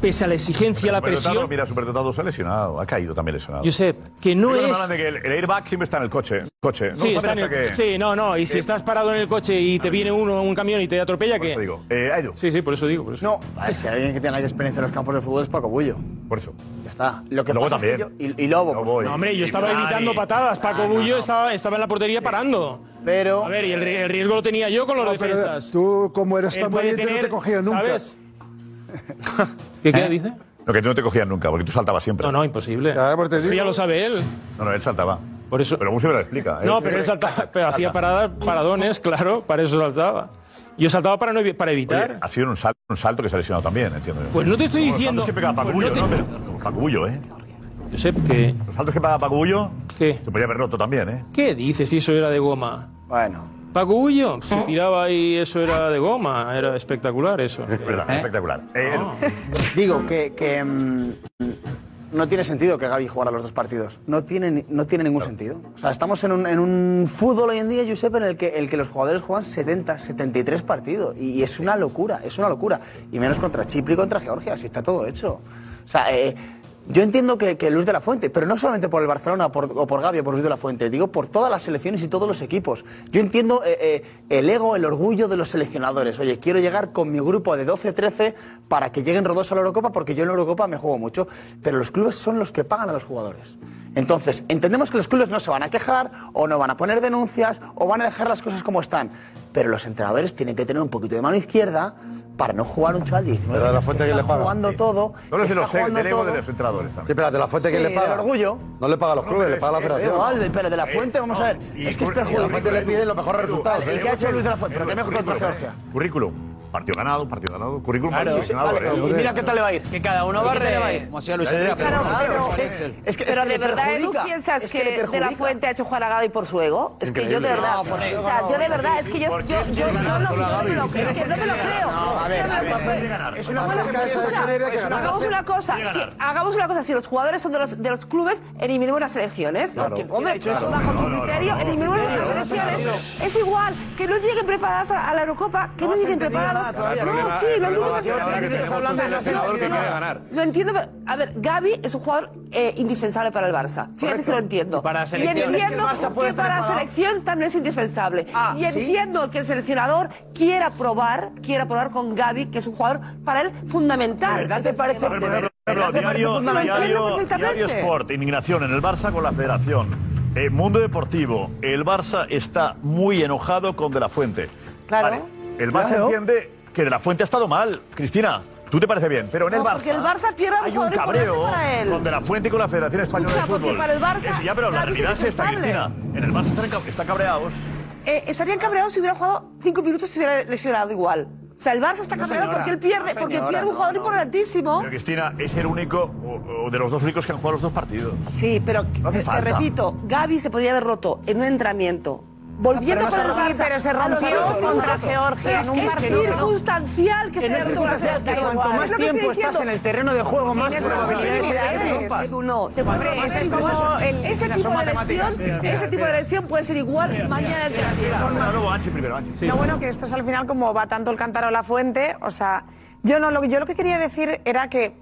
pese a la exigencia, la
Superdotado,
presión,
Mira, superdotado se ha lesionado, ha caído también lesionado.
Josep, que no
Primero me
es-
hablan de que el, el airbag siempre está en el coche. coche. No
sí,
saben
está en
hasta
el-
que-
sí, no, no. Y si
Eh,
estás parado en el coche y te viene uno, un camión y te atropella, ¿qué?
digo. Eh, Edu.
Sí, sí, por eso digo. Por eso.
No, a ver, si hay alguien que tiene experiencia en los campos de fútbol es Paco Bullo.
Por eso.
Ya está. Lo que
Luego
pasa es que
también.
yo- y, y Lobo.
Lobo,
por
y-
supuesto.
No, hombre, yo estaba evitando patadas. Paco Bullo Estaba, estaba en la portería parando.
Pero.
A ver, y el, ri- el riesgo lo tenía yo con los
No, pero
defensas.
Tú, como eres
Él
tan
puede
valiente, no te
tener,
cogía nunca.
¿sabes? ¿Qué, qué dice?
No, que tú no te cogían nunca, porque tú saltabas siempre.
No, no, imposible. Eso ya lo sabe él.
No, no, él saltaba.
Por eso.
Pero siempre lo explica. ¿eh?
No, pero él saltaba, pero hacía paradas, paradones, claro, para eso saltaba. Yo saltaba para, no, evi- para evitar.
Oye, ha sido un salto, un salto que se ha lesionado también, entiendo yo.
Pues no te estoy
Como los
diciendo-
saltos que pegaba Paco
pues
Bullo,
no
¿no?
te-
Pero Paco Bullo, ¿eh?
Yo sé que.
Los saltos que pegaba Paco Bullo.
¿Qué?
Se podía haber roto también, ¿eh?
¿Qué dices si eso era de goma? Bueno. Paco Bullo
¿Eh?
se tiraba y eso era de goma. Era espectacular eso.
verdad,
¿Eh?
espectacular.
Digo que, que, mm, no tiene sentido que Gaby jugara los dos partidos. No tiene, ni- no tiene ningún sentido. O sea, estamos en un, en un fútbol hoy en día, Josep, en el que, el que los jugadores juegan 70, 73 partidos. Y, y es una locura, es una locura. Y menos contra Chipre y contra Georgia, si está todo hecho. O sea, eh, yo entiendo que, que Luis de la Fuente, pero no solamente por el Barcelona por- o por Gaby o por Luis de la Fuente, digo por todas las selecciones y todos los equipos. Yo entiendo eh, eh, el ego, el orgullo de los seleccionadores. Oye, quiero llegar con mi grupo de 12-13 para que lleguen rodos a la Eurocopa porque yo en la Eurocopa me juego mucho. Pero los clubes son los que pagan a los jugadores. Entonces, entendemos que los clubes no se van a quejar o no van a poner denuncias o van a dejar las cosas como están. Pero los entrenadores tienen que tener un poquito de mano izquierda para no jugar un chaval de 19
Pero de la
años
Fuente,
que
¿quién
está
le paga?
jugando todo.
No lo sé,
que está
lo sé,
jugando
del ego
todo.
de los entrenadores también.
Sí, pero de la fuente que
Sí,
le paga.
del orgullo.
No le paga a los
No,
clubes,
pero
le paga a la
es- es
federación. Eh,
igual, de- pero de la Fuente, vamos a ver, es que es perjudicial.
La fuente le pide los mejores resultados. ¿eh?
¿El que ha hecho Luis de la Fuente? ¿Pero qué mejor contra Georgia?
Currículum. Partido ganado, partido ganado. Currículum
Claro.
seleccionado.
Vale,
¿eh?
y mira qué tal le va a ir.
Que cada uno
¿Y qué
barre-
tal le va a ir?
Como hacía Luis
Ya, ya,
Enrique.
pero-
Claro,
pero-
claro.
Es que- es
pero de
que le
verdad, Edu,
perjudica,
piensas
es que
que,
le
De La
perjudica.
Fuente ha hecho jugar a Gaby por su ego. Es, que yo de
increíble.
verdad.
No, por
o
ego
sea,
no.
yo de verdad, es que yo, yo, yo no lo- yo no me lo creo. Es que no me lo creo.
No, a ver,
Es que no
a
me lo
ver.
creo.
Es una
Bueno,
marca
escucha,
extraordinaria que
escucha,
ganar.
Hagamos una cosa,
Quiere
si,
ganar.
hagamos una cosa, si los jugadores son de los, de los clubes, eliminemos las selecciones.
Claro.
Porque, hombre,
¿Quién ha dicho eso?
bajo
No,
tu
no, no,
criterio,
no, no,
eliminemos
no, no, no,
las
no.
selecciones. Es igual, que no lleguen preparadas a a la Eurocopa, que no lleguen preparados. No, sí, lo único que Lo entiendo, pero, a ver, Gaby es un jugador eh, indispensable para el Barça. Fíjate si lo entiendo.
para la
Y
selección.
entiendo
Es que el Barça puede
que
estar
para la
enfadado.
selección también es indispensable. y
¿sí?
entiendo que el seleccionador quiera probar, quiera probar con Gaby, que es un jugador para él fundamental. ¿Verdad te parece?
Ejemplo, diario, diario, diario Sport, indignación en el Barça con la federación. Eh, Mundo Deportivo, el Barça está muy enojado con De La Fuente.
Claro.
El Barça
Claro.
entiende que De La Fuente ha estado mal. Cristina, tú te parece bien, pero en el
No,
Barça
porque el Barça pierde a un
hay un
jugador
cabreo
importante para él.
con De La Fuente y con la Federación Española
Escucha,
de
porque
Fútbol.
para el Barça,
Es- ya, pero la
Gavi es
realidad es esta, Cristina.
indispensable.
En el Barça están ca- están cabreados.
Eh, estarían cabreados si hubiera jugado cinco minutos y se hubiera lesionado igual. O sea, el Barça está cabreado
señora.
porque él pierde,
No,
porque
señora,
pierde un
no,
jugador importantísimo.
Pero Cristina es el único, o, o de los dos únicos que han jugado los dos partidos.
Sí, pero te, te
falta.
repito, Gaby se podía haber roto en un entrenamiento. Volviendo
Ah,
con
Pero no se
el
rompió,
Barça,
pero se
a los
rompió
dos
contra
minutos.
Georgia
Es
en un
que
partido,
Es
¿no?
circunstancial que
Que
se
no
haya
es
roto con
circunstancial,
la
que cuanto
igual.
más
Es lo que estoy
tiempo estás
diciendo. este
en el terreno de juego, más
Tienes
probabilidades
razón,
hay de que
Edu,
rompas.
Edu, no, eh, te
Hombre,
pongo-
es
es
como
como-
el-
Ese
la
tipo
suma
de
matemática.
lesión,
eh,
Mira,
ese tipo de
mira.
lesión puede ser igual mañana en el
Ah, luego Anchi primero, Anchi.
Lo bueno que esto es al final como va tanto el cántaro a la fuente, o sea, yo no lo yo lo que quería decir era que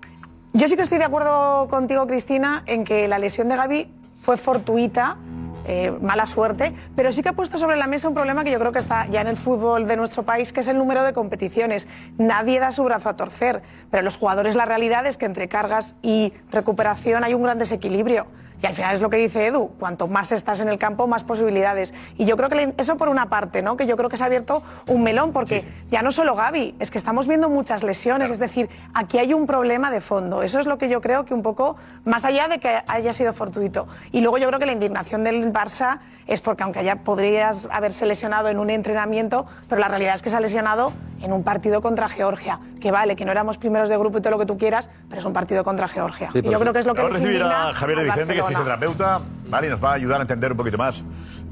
yo sí que estoy de acuerdo contigo Cristina en que la lesión de Gaby fue fortuita, eh, mala suerte, pero sí que ha puesto sobre la mesa un problema que yo creo que está ya en el fútbol de nuestro país, que es el número de competiciones. Nadie da su brazo a torcer, pero los jugadores la realidad es que entre cargas y recuperación hay un gran desequilibrio. Y al final es lo que dice Edu, cuanto más estás en el campo, más posibilidades. Y yo creo que le- eso por una parte, ¿no? Que yo creo que se ha abierto un melón, porque ya no solo Gaby, es que estamos viendo muchas lesiones, es decir, aquí hay un problema de fondo. Eso es lo que yo creo que un poco, más allá de que haya sido fortuito. Y luego yo creo que la indignación del Barça es porque aunque haya, podrías haberse lesionado en un entrenamiento, pero la realidad es que se ha lesionado en un partido contra Georgia. Que vale, que no éramos primeros de grupo y todo lo que tú quieras, pero es un partido contra Georgia.
Sí,
y yo
pero
creo que es lo que...
Vamos a
les
recibir
indigna
a Javier de
al
Vicente, que es
Barcelona.
fisioterapeuta, ¿vale? y nos va a ayudar a entender un poquito más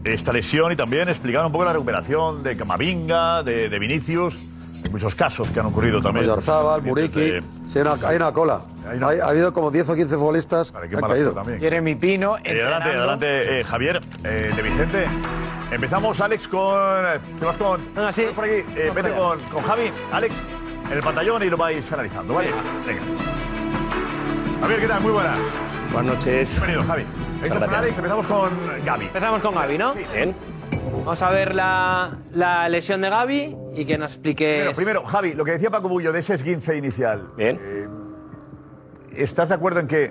esta lesión y también explicar un poco la recuperación de Camavinga, de, de Vinicius. Hay muchos casos que han ocurrido también.
Oyarzábal, Muriqui. Sí, hay, una, hay una cola. Hay- ha habido como 10 o 15 futbolistas que
qué
han
mala
caído.
suerte también.
Jeremy Pino.
Eh, adelante,
entrenando.
adelante, eh, Javier eh, de Vicente. Empezamos, Alex, con. eh, ¿Te vas con.? vas por aquí. Eh, vete con, con Javi, Alex, en el pantallón y lo vais analizando, ¿vale? Venga. Javier, ¿qué tal? Muy buenas.
Pues- Buenas noches.
Bienvenido, Javi. Este es
Gracias.
Alex, empezamos con Gaby.
Empezamos con Gaby, ¿no? Vamos a ver la, la lesión de Gaby y que nos explique.
Primero, primero, Javi, lo que decía Paco Bullo de ese esguince inicial. Eh, ¿Estás de acuerdo en que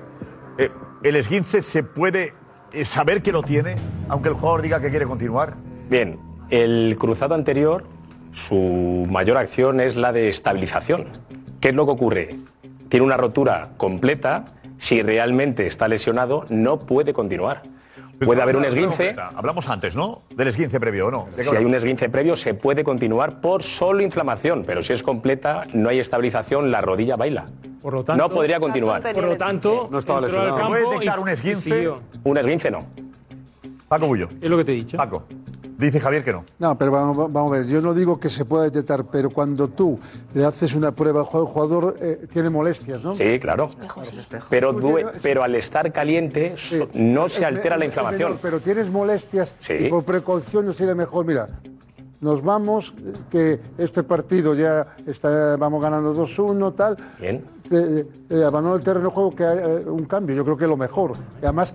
eh, el esguince se puede eh, saber que lo tiene, aunque el jugador diga que quiere continuar?
Bien, el cruzado anterior, su mayor acción es la de estabilización. ¿Qué es lo que ocurre? Tiene una rotura completa, si realmente está lesionado, no puede continuar. Puede haber un
Vamos a la
esguince.
completa. Hablamos antes, ¿no? Del esguince previo, ¿o no? ¿De qué
Si hay
hablamos?
un esguince previo, se puede continuar por solo inflamación, pero si es completa, no hay estabilización, la rodilla baila.
Por lo tanto,
no podría continuar.
Por lo tanto, entró al campo
¿Puede detectar
y-
un
y
esguince?
siguió.
Un esguince no.
Paco Bullo.
Es lo que te he dicho.
Paco. Dice Javier que no.
No, pero vamos, vamos a ver, yo no digo que se pueda detectar, pero cuando tú le haces una prueba al jugador, el jugador eh, tiene molestias, ¿no?
Sí, claro. Pero, due- pero al estar caliente so- no se
Es
altera
me-
la
es menor,
inflamación.
pero tienes molestias y por precaución no sería mejor. Mira, nos vamos, eh, que este partido ya está, vamos ganando 2-1, tal.
Bien.
Eh, eh, abandona el terreno de juego que haya eh, un cambio, yo creo que es lo mejor. Y además,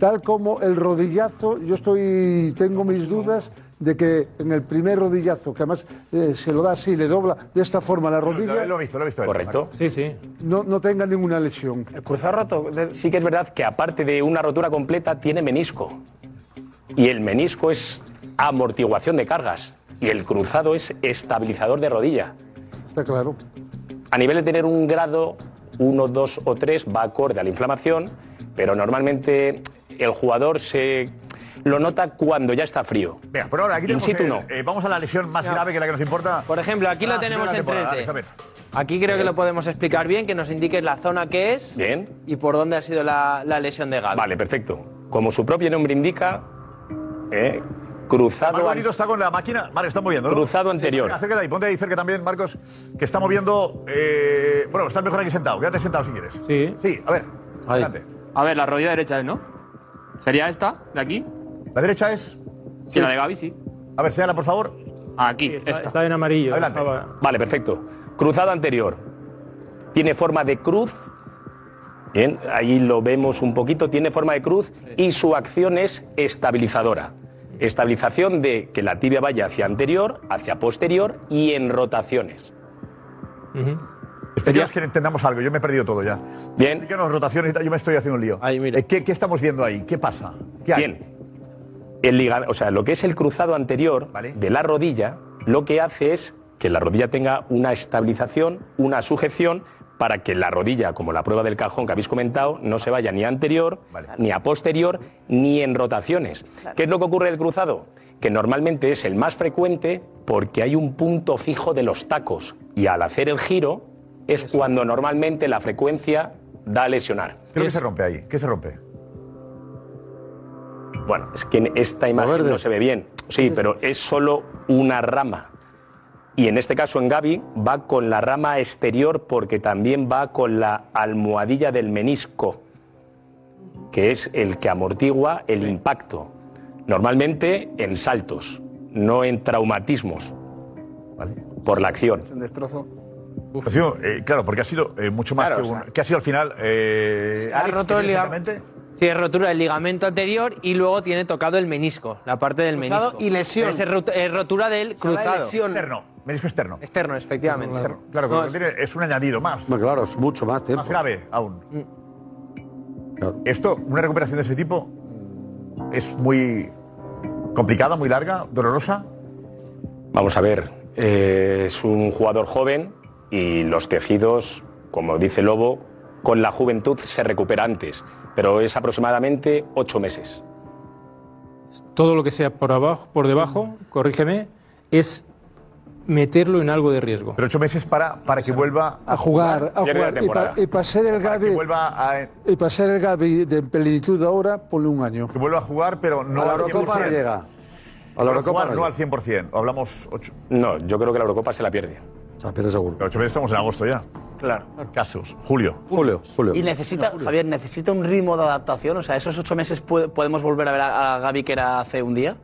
tal como el rodillazo, yo estoy tengo mis dudas de que en el primer rodillazo, que además eh, se lo da así, le dobla de esta forma la rodilla,
Lo he visto, lo he visto.
Correcto.
Sí, sí.
no, no tenga ninguna lesión.
cruzado roto. Sí que es verdad que aparte de una rotura completa tiene menisco. Y el menisco es amortiguación de cargas. Y el cruzado es estabilizador de rodilla.
Está claro.
A nivel de tener un grado 1, 2 o 3 va acorde a la inflamación, pero normalmente el jugador se lo nota cuando ya está frío.
Venga, por ahora aquí
In
tenemos
situ
el-
no.
eh, vamos a la lesión más
Ya.
grave que la que nos importa.
Por
ejemplo, aquí lo
Ah,
tenemos
primera
en
temporada, Alex,
3D.
a ver.
Aquí creo que lo podemos explicar bien, que nos indiques la zona que es y por dónde ha sido la, la lesión de Gaby.
Vale, perfecto. Como su propio nombre indica, eh, cruzado.
Marco Benito está con la máquina. Vale, está moviéndolo.
Cruzado anterior.
Acércate ahí, ponte ahí cerca también, Marcos, que está moviendo. eh, bueno, estás mejor aquí sentado. Quédate sentado si quieres. Sí. Sí, a ver. Adelante.
A ver, la rodilla derecha es, ¿no? ¿Sería esta, de aquí?
¿La derecha es?
Sí, la de Gaby, sí.
A ver, séala, por favor.
Aquí, esta.
Está en amarillo.
Adelante. Vale, perfecto. Cruzado anterior. Tiene forma de cruz. Bien, ahí lo vemos un poquito. Tiene forma de cruz y su acción es estabilizadora. Estabilización de que la tibia vaya hacia anterior, hacia posterior y en rotaciones.
Esperemos Este, que entendamos algo. Yo me he perdido todo ya.
Bien.
Explícanos rotaciones y tal. Yo me estoy haciendo un lío. Eh, ¿Qué, qué estamos viendo ahí? ¿Qué pasa?
Bien. El liga- o sea, lo que es el cruzado anterior de la rodilla, lo que hace es que la rodilla tenga una estabilización, una sujeción, para que la rodilla, como la prueba del cajón que habéis comentado, no se vaya ni a anterior, ni a posterior, ni en rotaciones. ¿Qué es lo que ocurre en el cruzado? Que normalmente es el más frecuente porque hay un punto fijo de los tacos y al hacer el giro es cuando normalmente la frecuencia da a lesionar.
Creo que se rompe ahí. ¿Qué se rompe?
Bueno, es que en esta imagen no se ve bien. Sí, pero es solo una rama. Y en este caso en Gaby va con la rama exterior porque también va con la almohadilla del menisco, que es el que amortigua el impacto. Normalmente en saltos, no en traumatismos. Por la acción.
Es un destrozo.
Ha sido, eh, claro, porque ha sido eh, mucho más
Claro,
que
o
un.
sea-
¿Qué ha sido al final? Eh,
Ha
Alex,
roto
¿qué piensas
el ligamento.
realmente?
Sí, es rotura del ligamento anterior y luego tiene tocado el menisco, la parte del
Cruzado
menisco.
y lesión.
Pero Es rot- es rotura del
Se habla de
cruzado.
lesión.
Externo, menisco externo.
Externo, efectivamente.
Claro,
No,
porque
es-
tiene- es un añadido más.
No, claro, es mucho más tiempo.
Más grave aún. Esto, una recuperación de ese tipo, es muy complicada, muy larga, dolorosa.
Vamos a ver, eh, es un jugador joven y los tejidos, como dice Lobo, con la juventud se recupera antes, pero es aproximadamente ocho meses.
Todo lo que sea por abajo, por debajo, corrígeme, es meterlo en algo de riesgo.
Pero ocho meses para, para que vuelva
a
jugar, a jugar. Y, pa- y para ser el Gavi y para ser el Gavi de plenitud ahora, ponle un año.
Que vuelva a jugar, pero no
A la
al
Eurocopa
100%.
no llega.
A la Eurocopa
no
no, al 100%. o Hablamos 8.
No, yo creo que la Eurocopa se la pierde.
Se la pierde seguro.
8 meses estamos en agosto ya. Claro. Casos. Julio.
Julio, Julio.
Y necesita, Javier, necesita un ritmo de adaptación. O sea, esos ocho meses pu- podemos volver a ver a, a Gaby que era hace un día.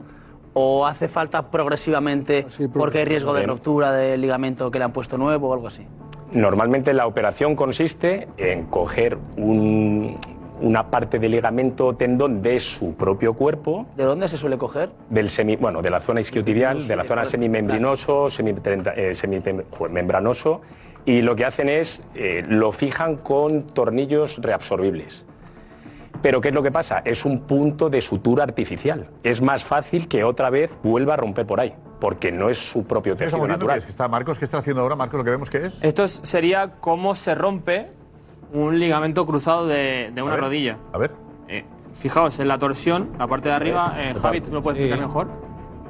¿O hace falta progresivamente porque hay riesgo de
Bien.
ruptura de ligamento que le han puesto nuevo o algo así?
Normalmente la operación consiste en coger un- una parte del ligamento o tendón de su propio cuerpo,
¿De dónde se suele coger?
del semi, bueno, de la zona isquiotibial, de la zona semimembranoso, semitrenta- eh, semitem- jo, membranoso, y lo que hacen es eh, lo fijan con tornillos reabsorbibles. Pero ¿qué es lo que pasa? Es un punto de sutura artificial. Es más fácil que otra vez vuelva a romper por ahí, porque no es su propio
¿Qué
tejido
estamos viendo? ¿Qué
natural.
es? ¿Qué está Marcos? ¿Qué está haciendo ahora, Marcos? Lo que vemos que es.
Esto es- sería cómo se rompe un ligamento cruzado de, de una
ver,
rodilla. Eh,
A ver.
fijaos, en la torsión, la parte de
Eso
arriba,
es,
eh,
total.
Javi, ¿tú lo puedes explicar
Sí.
mejor?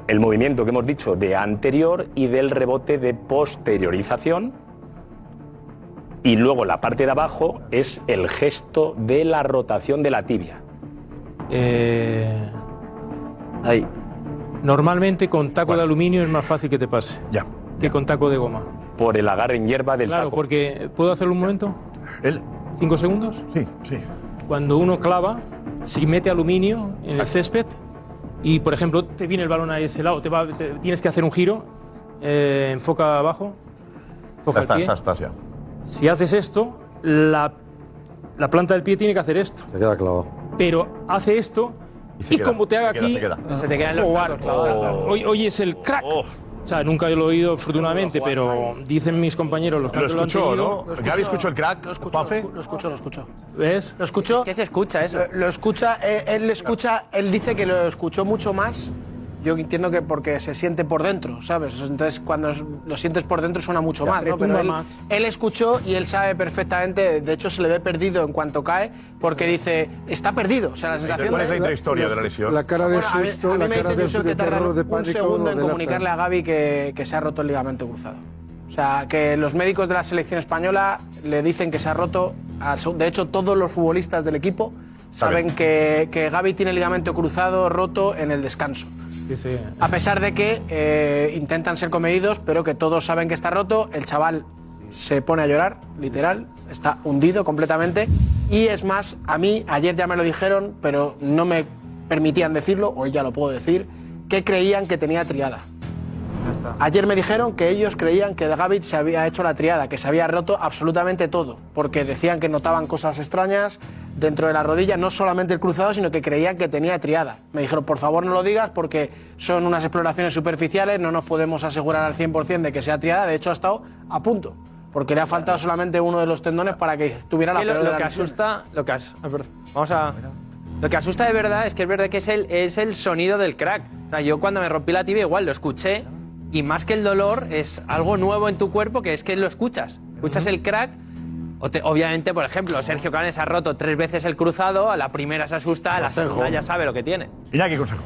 El movimiento que hemos dicho de anterior y del rebote de posteriorización. Y luego la parte de abajo es el gesto de la rotación de la tibia.
Ahí.
Eh, Normalmente con taco de aluminio es más fácil que te pase.
Ya.
Que con taco de goma.
Por el agarre en hierba del
Claro,
taco.
porque ¿puedo hacerlo un momento?
¿El?
¿Cinco segundos?
Sí, sí.
Cuando uno clava, si mete aluminio en el césped y, por ejemplo, te viene el balón a ese lado, te va- te- tienes que hacer un giro, eh, enfoca abajo,
Ya
enfoca el
está,
pie.
está, está, ya.
Si haces esto, la, la planta del pie tiene que hacer esto.
Se queda clavado.
Pero hace esto
Y
y,
se queda,
como te haga
se queda,
aquí,
se queda. Ah. Se te
quedan
quedan los
jugar.
tacos clavados.
Hoy, hoy es el crack. O sea, nunca lo he oído afortunadamente, pero dicen mis compañeros los que
Lo
lo han
escuchó,
tenido-
¿no? Gaby escuchó el crack. Juanfe.
Lo escucho, lo escucho.
¿Ves?
¿Lo escuchó?
¿Qué se escucha eso?
Lo, lo escucha, eh, él, lo escucha, él dice que lo escuchó mucho más Yo entiendo que porque se siente por dentro, ¿sabes? Entonces, cuando es- lo sientes por dentro suena mucho
Ya,
mal, ¿no?
retumba
Pero él,
más.
él escuchó y él sabe perfectamente, de hecho se le ve perdido en cuanto cae, porque dice, está perdido. O sea, la sensación
¿Cuál es la intrahistoria de la lesión?
La cara de
Bueno, a mí-
susto,
a mí
la
me
cara
dice
de,
Josep
de
que tardan
terror, de
un
pánico.
segundo
lo
en
delatan.
comunicarle a Gaby que, que se ha roto el ligamento cruzado. O sea, que los médicos de la selección española le dicen que se ha roto. al seg- De hecho, todos los futbolistas del equipo saben que, que Gaby tiene el ligamento cruzado roto en el descanso. A pesar de que eh, intentan ser comedidos, pero que todos saben que está roto, el chaval se pone a llorar, literal, está hundido completamente. Y es más, a mí ayer ya me lo dijeron, pero no me permitían decirlo, hoy ya lo puedo decir, que creían que tenía triada. Ayer me dijeron que ellos creían que Gavit se había hecho la triada, que se había roto absolutamente todo, porque decían que notaban cosas extrañas dentro de la rodilla, no solamente el cruzado, sino que creían que tenía triada. Me dijeron, por favor no lo digas porque son unas exploraciones superficiales, no nos podemos asegurar al 100% de que sea triada, de hecho ha estado a punto, porque le ha faltado solamente uno de los tendones para que tuviera
Es
la
que lo-
peor de
lo,
las
que
lesiones.
asusta, lo que as- ah, perdón. vamos a lo que asusta de verdad es que es verdad que es el es el sonido del crack. O sea, yo cuando me rompí la tibia igual lo escuché y más que el dolor es algo nuevo en tu cuerpo que es que lo escuchas. Escuchas el crack o te- obviamente, por ejemplo, Sergio Canes ha roto tres veces el cruzado, a la primera se asusta, a la segunda ya sabe lo que tiene.
Iñaki, consejo.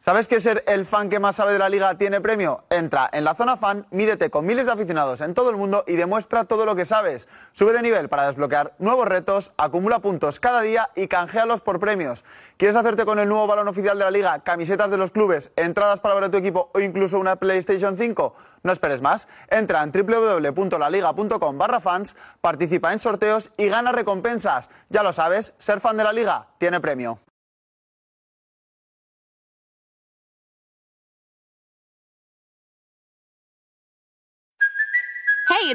¿Sabes que ser el fan que más sabe de la liga tiene premio? Entra en la zona fan, mídete con miles de aficionados en todo el mundo y demuestra todo lo que sabes. Sube de nivel para desbloquear nuevos retos, acumula puntos cada día y canjealos por premios. ¿Quieres hacerte con el nuevo balón oficial de la liga, camisetas de los clubes, entradas para ver a tu equipo o incluso una PlayStation 5? No esperes más. Entra en www.laliga.com barra fans, participa en sorteos y gana recompensas. Ya lo sabes, ser fan de la liga tiene premio.
Hey,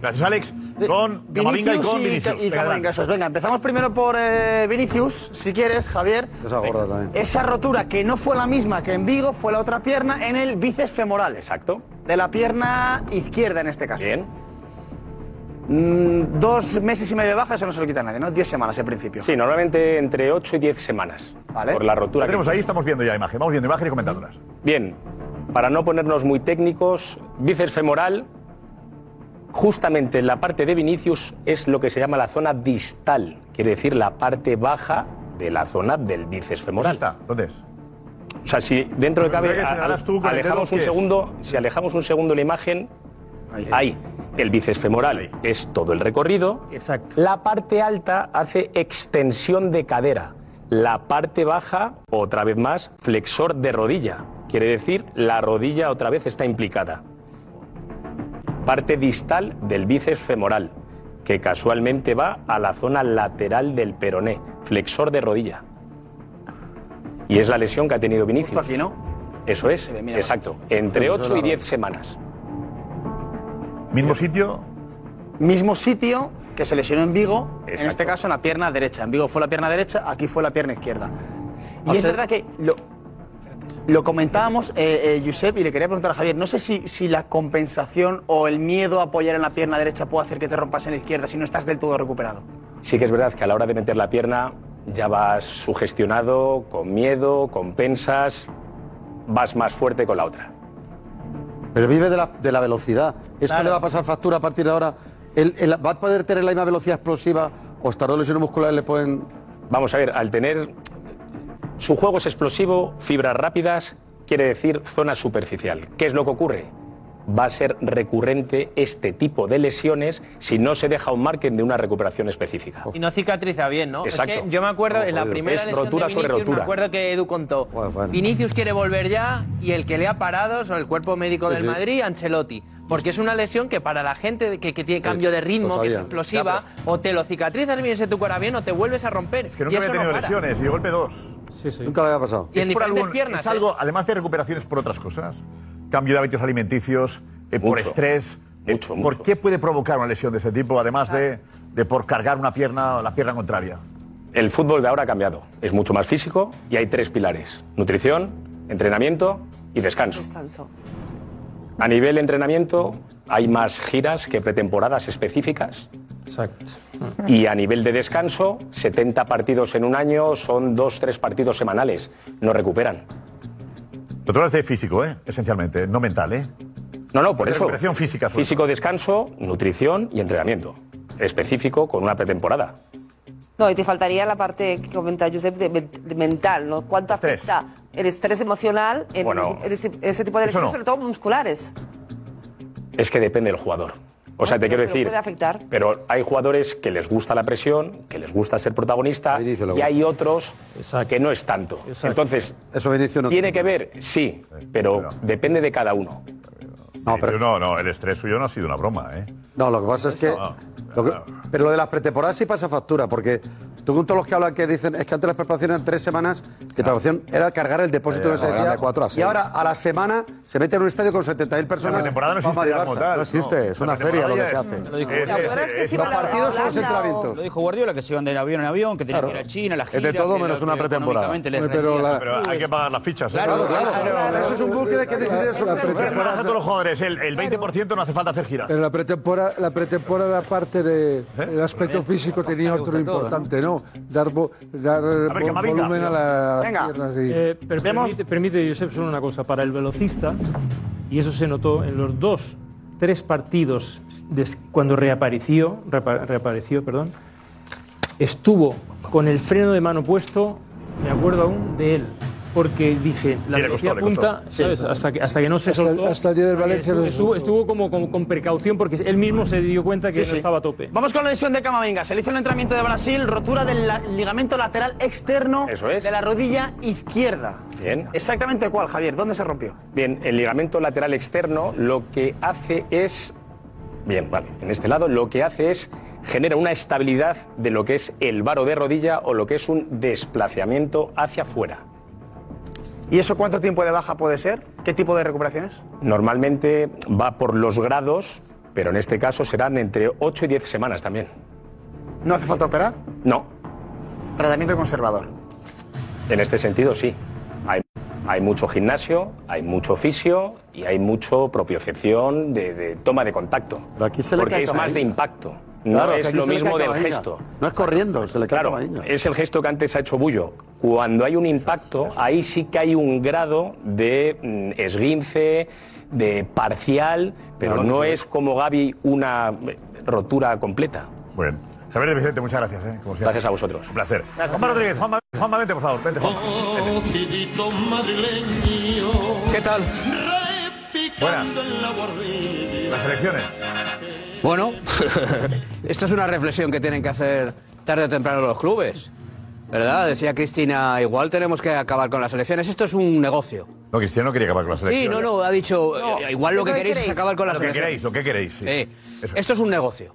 Gracias, Alex. Con Camavinga y con Vinicius.
y
Venga,
Camavinga,
adelante.
eso es. Venga, empezamos primero por eh, Vinicius, si quieres, Javier.
Esa gorda también.
Esa rotura que no fue la misma que en Vigo, fue la otra pierna en el bíceps femoral.
Exacto.
De la pierna izquierda en este caso.
Bien.
Mm, dos meses y medio de baja, eso no se lo quita a nadie, ¿no? Diez semanas en principio.
Sí, normalmente entre 8 y 10 semanas. Por la rotura.
La tenemos
que-
ahí, estamos viendo ya imagen. Vamos viendo imagen y comentándolas.
Bien, para no ponernos muy técnicos, bíceps femoral, justamente en la parte de Vinicius es lo que se llama la zona distal, quiere decir la parte baja de la zona del bíceps femoral.
Pues está? ¿Dónde es?
O sea, si dentro de
Me gustaría
cabe
que señalas tú con el dedo
alejamos
qué
un
es.
segundo, si alejamos un segundo la imagen, ahí, el bíceps femoral es todo el recorrido. Exacto. La parte alta hace extensión de cadera. La parte baja, otra vez más, flexor de rodilla. Quiere decir, la rodilla otra vez está implicada. Parte distal del bíceps femoral, que casualmente va a la zona lateral del peroné, flexor de rodilla. Y es la lesión que ha tenido Vinicius. aquí,
¿no?
Eso es, exacto. Entre
Justo
8 y
la
10 semanas.
¿Mismo sitio?
Mismo sitio que se lesionó en Vigo, en este caso en la pierna derecha. En Vigo fue la pierna derecha, aquí fue la pierna izquierda. Y es verdad que lo, lo comentábamos, eh, eh, Josep, y le quería preguntar a Javier, no sé si, si la compensación o el miedo a apoyar en la pierna derecha puede hacer que te rompas en la izquierda si no estás del todo recuperado.
Sí que es verdad que a la hora de meter la pierna ya vas sugestionado, con miedo, compensas, vas más fuerte con la otra.
Pero vive de la, de la velocidad. ¿Esto le va a pasar factura a partir de ahora? ¿El, el- va a poder tener la misma velocidad explosiva o estará lesiones musculares le pueden...?
Vamos a ver, al tener... Su juego es explosivo, fibras rápidas, quiere decir zona superficial. ¿Qué es lo que ocurre? Va a ser recurrente este tipo de lesiones si no se deja un margen de una recuperación específica.
Y no cicatriza bien, ¿no? Es
Exacto.
que yo me acuerdo,
Vamos,
en la
jodido.
primera
Es
lesión
rotura
de
sobre
Vinicius, me
rotura.
acuerdo que Edu contó,
Bueno, bueno.
Vinicius quiere volver ya y el que le ha parado son el cuerpo médico
Sí,
del
sí.
Madrid, Ancelotti. Porque es una lesión que para la gente que, que tiene cambio de ritmo,
lo
que es
sabía.
explosiva,
Ya,
o te lo cicatrizas bien, se tu cuerda bien, o te vuelves a romper.
Que nunca
y eso
había tenido
no para.
lesiones y de golpe dos.
Sí, sí.
Nunca le había pasado.
Y en diferentes piernas,
Es algo, además de recuperaciones por otras cosas, cambio de hábitos alimenticios, eh, por
Mucho.
estrés. eh, ¿Por qué puede provocar una lesión de ese tipo, además de, de por cargar una pierna o la pierna contraria?
El fútbol de ahora ha cambiado. Es mucho más físico y hay tres pilares. Nutrición, entrenamiento y descanso. A nivel entrenamiento hay más giras que pretemporadas específicas.
Exacto.
Y a nivel de descanso, 70 partidos en un año son 2-3 partidos semanales. No recuperan.
Lo otro es de físico, ¿eh? esencialmente, no mental. ¿eh?
No, no, por
De
eso.
recuperación física, sobre
Físico, descanso, nutrición y entrenamiento. Específico con una pretemporada.
No, y te faltaría la parte que comenta Josep de, men- de mental, ¿no? ¿Cuánto afecta el estrés emocional en,
Bueno,
en ese, ese tipo de
eso
lesiones,
no.
sobre todo musculares?
Es que depende del jugador. O sea, te quiero
Pero
decir,
puede afectar.
Pero hay jugadores que les gusta la presión, que les gusta ser protagonista, y hay otros que no es tanto. Entonces, tiene que ver, sí, pero depende de cada uno.
No, no, no, el estrés suyo no ha sido una broma. ¿eh?
No, lo que pasa es que, lo que- Pero lo de las pretemporadas sí pasa factura, porque tú con todos los que hablan que dicen es que antes las preparaciones eran tres semanas, que preparación era Eh, cargar el depósito Ya, de ese ahora día, de cuatro a Y seis. ahora a la semana se mete en un estadio con 70.000 personas. La pretemporada no para existe ya Madrid-Barça. como tal, No existe, no. es una La feria lo que se pretemporada hace. ya
Lo dijo
Es-
Guardiola.
es- es- Los partidos son los entrenamientos.
Lo dijo Guardiola, que se iban de avión en avión, que tenían que ir a China, la
Es
gira...
de todo
que
menos
lo-
una
que
pretemporada.
económicamente les
Pero
rendía.
la-
Pero hay que pagar las fichas. ¿eh?
Claro, claro. Eso es un bucle que decide sobre la
Pero
pretemporada.
a todos los jugadores, el, el 20% no hace falta hacer giras.
Pero la pretemporada, la pretemporada aparte
¿Eh?
del aspecto físico, tenía otro
gusta todo,
importante, ¿no? Dar, vo- dar
que
vol-
Camavinga.
volumen a, la- a las
Venga.
piernas. y-
Eh, pero permite, permite, Josep, solo una cosa. Para el velocista, y eso se notó en los dos, tres partidos des- cuando reapareció, reapa- reapareció, perdón, estuvo con el freno de mano puesto, me acuerdo aún, de él. Porque dije, la
Y le costó,
velocidad
le costó.
punta, ¿sabes?
Sí.
Hasta, que, hasta que no se soltó. eh,
hasta el día del Valencia
estuvo,
no se
estuvo- estuvo como, como con precaución porque él mismo se dio cuenta
Sí,
que no
sí.
estaba a tope.
Vamos con la lesión de Camavinga. Se le hizo el entrenamiento de Brasil, rotura del la- ligamento lateral externo
Eso es.
de la rodilla izquierda.
Bien.
¿Exactamente cuál, Javier? ¿Dónde se rompió?
Bien, el ligamento lateral externo lo que hace es. Bien, vale, en este lado lo que hace es genera una estabilidad de lo que es el varo de rodilla o lo que es un desplazamiento hacia afuera.
¿Y eso cuánto tiempo de baja puede ser? ¿Qué tipo de recuperaciones?
Normalmente va por los grados, pero en este caso serán entre 8 y 10 semanas también.
¿No hace falta operar?
No,
Tratamiento conservador.
en este sentido sí. Hay, hay mucho gimnasio, hay mucho fisio y hay mucho propiocepción de, de toma de contacto.
se le
porque
cae
es
Camavinga.
más de impacto. No
Claro, que
es
aquí
lo
se le
mismo
cae
del
Camavinga.
gesto.
No es corriendo, se le cae
Claro,
Camavinga.
es el gesto que antes ha hecho Bullo. Cuando hay un impacto, ahí sí que hay un grado de mm, esguince, de parcial, pero
Claro que
no
sí.
es como Gaby una eh, rotura completa.
Muy bien. Javier de Vicente, muchas gracias. ¿eh? Como siempre.
Gracias a vosotros.
Un placer. Juanma Rodríguez, Juanma, Juanma, vente, por favor. Vente, Juanma.
¿Qué tal?
Buenas. Las elecciones.
Bueno, <laughs> esta es una reflexión que tienen que hacer tarde o temprano los clubes. ¿Verdad? Decía Cristina, igual tenemos que acabar con las elecciones. Esto es un negocio.
No, Cristiano quería acabar con las
Sí,
elecciones.
no, no, ha dicho, eh, igual lo
¿Lo
que
que
queréis es
queréis?
acabar con las
Lo que
elecciones.
queréis, lo que queréis, sí,
Eh, Esto es un negocio.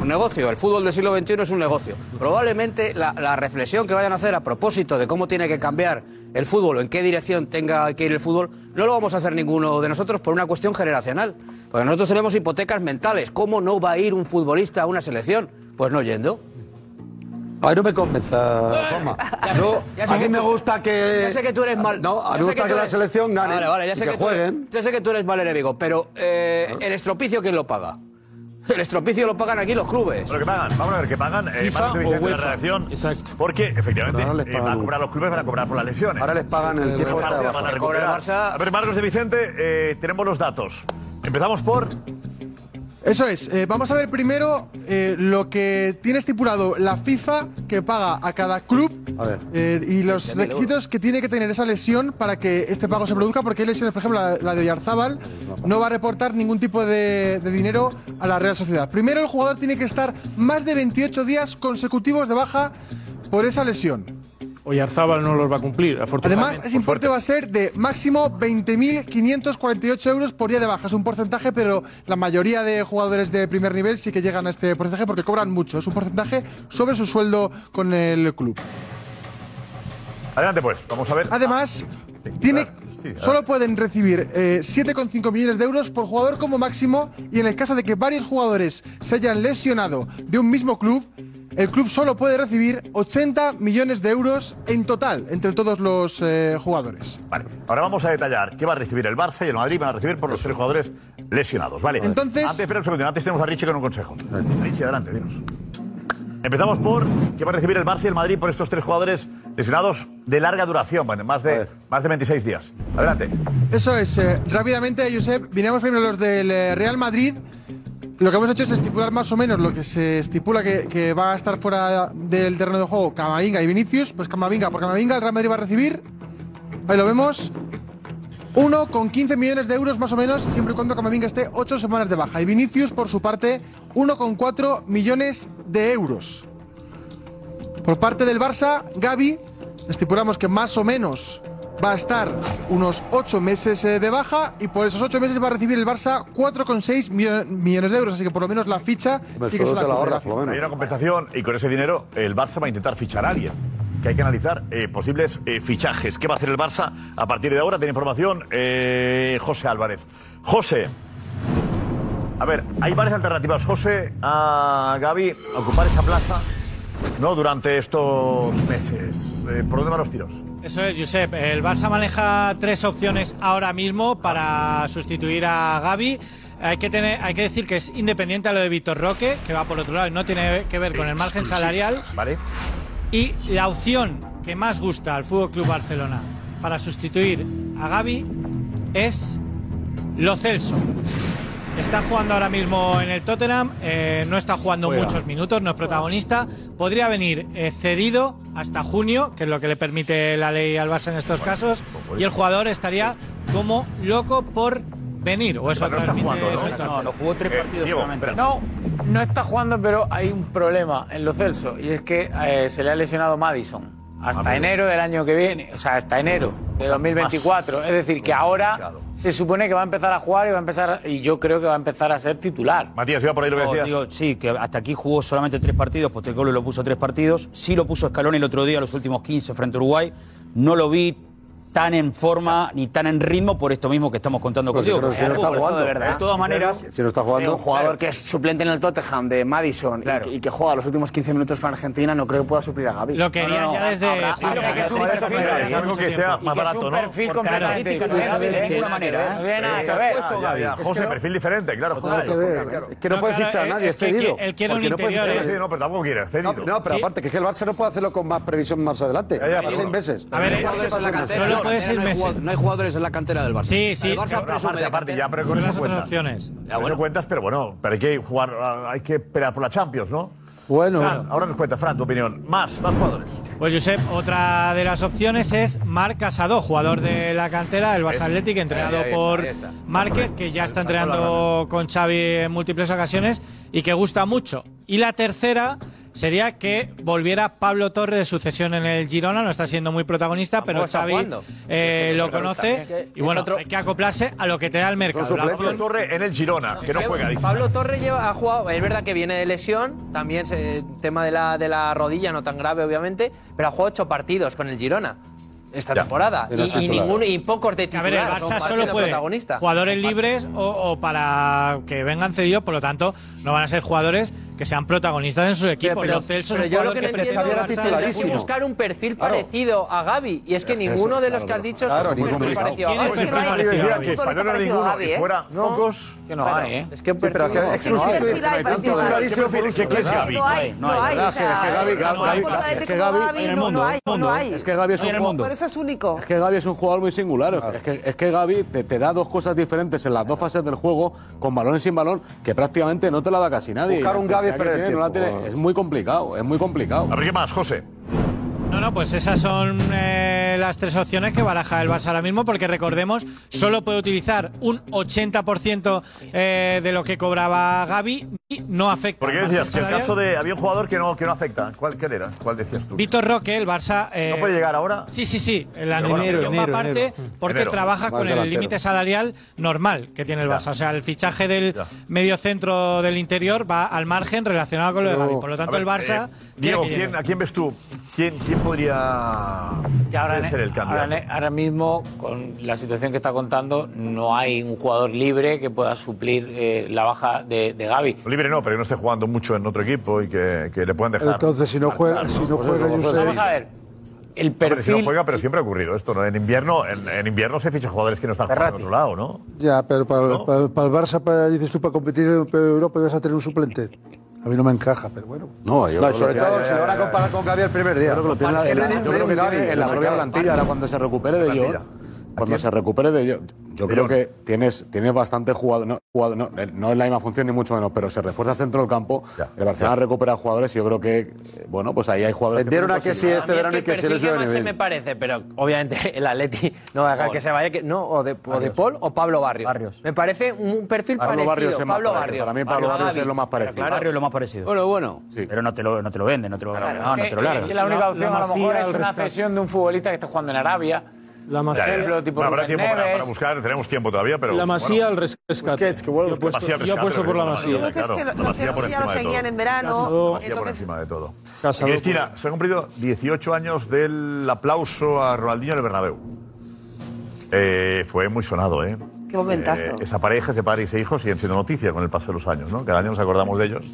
Un negocio, el fútbol del siglo XXI es un negocio. Probablemente la, la reflexión que vayan a hacer a propósito de cómo tiene que cambiar el fútbol o en qué dirección tenga que ir el fútbol, no lo vamos a hacer ninguno de nosotros por una cuestión generacional. Porque nosotros tenemos hipotecas mentales. ¿Cómo no va a ir un futbolista a una selección? Pues no yendo.
Ay, no me convenza, Juanma. Yo-
ya sé
a
que
mí me
tú-
gusta que...
Ya sé que tú eres mal.
No, a mí me
ya sé
gusta que,
tú
la
eres-
selección gane
Vale, vale, ya
y
sé
que,
que, tú eres-
jueguen.
ya sé que tú eres mal enemigo, pero eh, el estropicio, ¿quién lo paga? El estropicio lo pagan aquí los clubes.
Lo que pagan, vamos a ver qué pagan. Eh,
FIFA
Manuel
o
Vicente de la
UEFA.
redacción. Porque, efectivamente,
Pero ahora les
eh,
pagan
van a
un-
cobrar los clubes, van a cobrar por las lesiones.
Ahora les pagan el
Eh,
tiempo
los
este de
partidos
abajo.
van a
Que cobra el
recuperar.
Barça.
A ver, Marcos de Vicente, eh, tenemos los datos. Empezamos por.
Eso es. eh, vamos a ver primero eh, lo que tiene estipulado la FIFA que paga a cada club eh, y los requisitos que tiene que tener esa lesión para que este pago se produzca, porque hay lesiones, por ejemplo, la, la de Oyarzábal no va a reportar ningún tipo de, de dinero a la Real Sociedad. Primero, el jugador tiene que estar más de 28 días consecutivos de baja por esa lesión.
Oyarzábal no los va a cumplir, afortunadamente.
Además, ese importe va a ser de máximo 20.548 euros por día de baja. Es un porcentaje, pero la mayoría de jugadores de primer nivel sí que llegan a este porcentaje porque cobran mucho. Es un porcentaje sobre su sueldo con el club.
Adelante, pues, vamos a ver.
Además, tiene, solo pueden recibir eh, 7,5 millones de euros por jugador como máximo y en el caso de que varios jugadores se hayan lesionado de un mismo club, el club solo puede recibir 80 millones de euros en total entre todos los eh, jugadores.
Vale, ahora vamos a detallar qué va a recibir el Barça y el Madrid van a recibir por los tres jugadores lesionados, ¿vale?
Entonces-
Antes, espera un segundo, antes tenemos a Richie con un consejo. Richie, adelante, dinos. Empezamos por qué va a recibir el Barça y el Madrid por estos tres jugadores lesionados de larga duración, bueno, más de, más de 26 días. Adelante.
Eso es, eh, rápidamente, Josep, miramos primero los del eh, Real Madrid. Lo que hemos hecho es estipular más o menos lo que se estipula que, que va a estar fuera del terreno de juego Camavinga y Vinicius. Pues Camavinga, por Camavinga el Real Madrid va a recibir, ahí lo vemos, uno con 15 millones de euros más o menos, siempre y cuando Camavinga esté 8 semanas de baja. Y Vinicius, por su parte, 1,4 millones de euros. Por parte del Barça, Gaby, estipulamos que más o menos va a estar unos 8 meses eh, de baja y por esos 8 meses va a recibir el Barça 4,6 millo- millones de euros. Así que por lo menos la ficha sí que se la cubre.
Hay una compensación y con ese dinero el Barça va a intentar fichar a alguien. Que hay que analizar eh, posibles eh, fichajes. ¿Qué va a hacer el Barça a partir de ahora? Tiene información eh, José Álvarez. José, a ver, hay varias alternativas. José a Gaby a ocupar esa plaza no durante estos meses. Eh, ¿Por dónde van los tiros?
Eso es, Josep. El Barça maneja tres opciones ahora mismo para sustituir a Gaby. Hay que, tener, hay que decir que es independiente a lo de Víctor Roque, que va por otro lado y no tiene que ver con el margen salarial.
Vale.
Y la opción que más gusta al Fútbol Club Barcelona para sustituir a Gaby es Lo Celso. Está jugando ahora mismo en el Tottenham, eh, no está jugando
Juega.
muchos minutos, no es protagonista. Podría venir eh, cedido hasta junio, que es lo que le permite la ley al Barça en estos casos, y el jugador estaría como loco por venir. O eso transmite su entorno. jugó tres
Eh,
partidos solamente.
No, no está jugando, pero hay un problema en los Celso y es que eh, se le ha lesionado Madison
Ah,
hasta Amigo. enero del año que viene, o sea, hasta enero O de sea, 2024. más Es decir, que ahora se supone que va a empezar a jugar y va a empezar a- y yo creo que va a empezar a ser titular.
Matías, iba por ahí lo
que
No,
decías.
digo, sí, que hasta aquí jugó solamente tres partidos, Postecoglou lo puso tres partidos, sí lo puso Escalón el otro día, los últimos 15 frente a Uruguay, no lo vi tan en forma ni tan en ritmo por esto mismo que estamos contando
Pues
contigo.
yo creo que sí, no está
Fútbol,
jugando.
de verdad. De todas maneras,
Si no está jugando.
un jugador que es suplente en el Tottenham de Madison y que- y, que juega los últimos 15 minutos con Argentina, no creo que pueda suplir a Gaby.
Lo querían
No, no, no.
ya desde
Habrá-
junio.
habrá que jugar esa manera, es algo que sea más barato, ¿no?
perfil
Porque la
completamente
crítica
diferente,
no es
¿eh?
de ninguna manera, ¿eh?
No tiene nada que
Eh,
ver.
puesto,
Ah, ya,
Gaby.
ya.
Es que
José,
no- Pues
perfil diferente, claro.
Nada que ver, es que no, puede fichar
eh,
a nadie, es cedido. Porque no puede fichar a nadie.
No, pero tampoco quiere, cedido.
No, no, pero aparte, que es que el Barça no puede hacerlo con más previsión más adelante.
Ya, ya,
Para
pero
seis
bueno.
meses.
A ver,
No puede
eh, solo
pasar
puede
meses.
ser la cantera,
no hay jugad- no hay jugadores en la cantera del Barça.
Sí,
El Barça
Pero
presume
aparte,
de
aparte, ya, pero con
Son
eso
las
cuentas.
opciones.
Con eso cuentas, pero bueno, pero hay que jugar, ah, hay que esperar por la Champions, ¿no?
Bueno.
Fran, ahora nos cuenta, Fran, tu opinión. Más, más jugadores.
Pues Josep, otra de las opciones es Marc Casado, jugador de la cantera del Barça Athletic, entrenado
Ahí, ahí,
por
ahí está.
Márquez, que ya está entrenando con Xavi en múltiples ocasiones y que gusta mucho. Y la tercera sería que volviera Pablo Torre de sucesión en el Girona, no está siendo muy protagonista, pero
está
Xavi
jugando.
eh,
Eso
lo
es verdad
conoce
también.
y bueno,
Es otro-
hay que acoplarse a lo que te da el mercado. La opción-
Torre en el
Ah,
Girona, que no juega, dice.
Pablo Torre lleva, ha jugado, es verdad que viene de lesión, también se- tema de la, de la rodilla, no tan grave obviamente, pero ha jugado ocho partidos con el Girona esta temporada
Y
y,
no
y
es titular.
ninguno, y pocos de
A
titular,
ver, el
son
Barça
parte
solo
de
puede
protagonista.
jugadores libres o, o para que vengan cedidos, por lo tanto, no van a ser jugadores que sean protagonistas en sus equipos.
pero-
Los Celso es
pero
un
yo lo
jugador
que no
que
entiendo
prestaba
es
al Barça
que
desde junio.
buscar un perfil parecido a Gaby y es que
Es
ninguno
eso,
de los
claro,
que has dicho
claro,
es un
ningún
perfil
complicado.
parecido a ¿eh?
¿Quién es perfil
Gaby.
Pues que no hay parecido a Gaby?
Español no era ninguno, y fuera pocos.
Que no hay, ¿eh?
Es que
Pero que-
perfil-
es que no hay.
perfil hay,
Tanto
perfil hay.
clarísimo
¿Qué
por
perfil- ¿Qué es
uso,
Gaby?
¿verdad? No hay,
No hay, ¿verdad? o sea, Es que Gabi- no hay Gabi- jugadores es que como Gabi- Gabi, no, no hay, no hay. Es que Gaby es No hay en un el mundo. fondo.
Por eso es único.
Es que Gaby es un jugador muy singular. Es, que, es que Gaby te, te da dos cosas diferentes en las dos fases del juego, con balón y sin balón, que prácticamente no te la da casi nadie. Buscar Y la un Gabi intensidad es que perder tiene, el no la tiempo. tiene. Es muy complicado, es muy complicado.
A ver, ¿qué más, José?
No, no, pues esas son eh, de las tres opciones que baraja el Barça ahora mismo, porque recordemos, solo puede utilizar un 80% eh, de lo que cobraba Gavi y no afecta.
¿Por qué
al
decías? Que el
salarial.
caso de. Había un jugador que no, que no afecta. ¿Cuál qué era? ¿Cuál decías tú?
Víctor Roque, el Barça. eh,
¿No puede llegar ahora?
Sí, sí, sí. La
Pero bueno,
negociación
enero,
va aparte
enero.
porque
Enero.
trabaja
Más
con el
delantero.
límite salarial normal que tiene el Barça. O sea, el fichaje del mediocentro del interior va al margen relacionado con lo de
No.
Gavi. Por lo tanto,
Oh. A ver,
el Barça.
eh,
tiene
Diego,
que
¿quién,
llegar.
¿a quién ves tú? ¿Quién, quién podría
ahora,
puede ser el
ahora-
candidato?
ahora mismo, con la situación que está contando, no hay un jugador libre que pueda suplir eh, la baja de, de Gaby.
Libre no, pero que no esté jugando mucho en otro equipo y que, que le puedan dejar.
Entonces, si no juega, si no
Pues
juega
eso,
Josep-
Josep.
El
perfil... si no juega, pero siempre ha ocurrido esto, ¿no? En invierno, en, en invierno se fichan jugadores que no están jugando en otro lado, ¿no?
Ya, pero para, para- para el Barça, para, dices tú, para competir en Europa vas a tener un suplente. A mí no me encaja, pero bueno.
No,
yo
yo
creo
sobre
que-
todo
ya, ya,
si lo van a
ya, ya.
comparar con Gaby el primer día.
Yo creo que lo tiene
Parece
en la-
que
yo creo que
Gavi
tiene
en la propia
plantilla, ahora cuando se recupere de Jong. Cuando se recupere de Jong. Yo creo que tienes, tienes bastante jugador, no, jugador- no, eh, no es la misma función ni mucho menos, pero se refuerza el centro del campo. el Barcelona recupera jugadores y yo creo que, eh, bueno, pues ahí hay jugadores. tienen
este
posibilidades.
pues A mí es el perfil que más se me parece, pero obviamente <laughs> el Atleti no va a dejar que se vaya, que, no, o de, o de Paul o Pablo Barrios. Me parece un perfil
Pablo
parecido.
Barrios es más
Pablo Barrios.
parecido. Para mí Pablo Barrios
Gavi.
es lo más parecido.
Claro.
Barrio es lo más parecido.
Bueno, bueno.
Pero no te lo, no te lo venden, no te lo, no,
Claro,
no
es
te lo
que-
largan.
es La única
La-
opción
la
a lo
Masía
mejor
al
es una
respecto.
cesión de un futbolista que está jugando en Arabia.
La
Ya, ya, ya.
Ejemplo, tipo
Bueno, habrá
Rubén
tiempo para,
Neves.
para buscar, tenemos tiempo todavía, pero.
La Masía pues,
bueno.
al res- rescate.
Busquets, que vuelve
yo apuesto-
Masía al
yo apuesto
rescate,
por la
lo que
Masía.
digo, claro,
Es que lo-
la Masía por
lo
encima de
seguían
todo.
en verano,
La Masía por
entonces-
encima de todo.
Casado
Cristina, se han cumplido 18 años del aplauso a Ronaldinho en el Bernabéu. Eh, fue muy sonado, ¿eh?
Qué momentazo.
Eh, esa pareja, ese padre y ese hijo siguen siendo noticia con el paso de los años, ¿no? Cada año nos acordamos de ellos.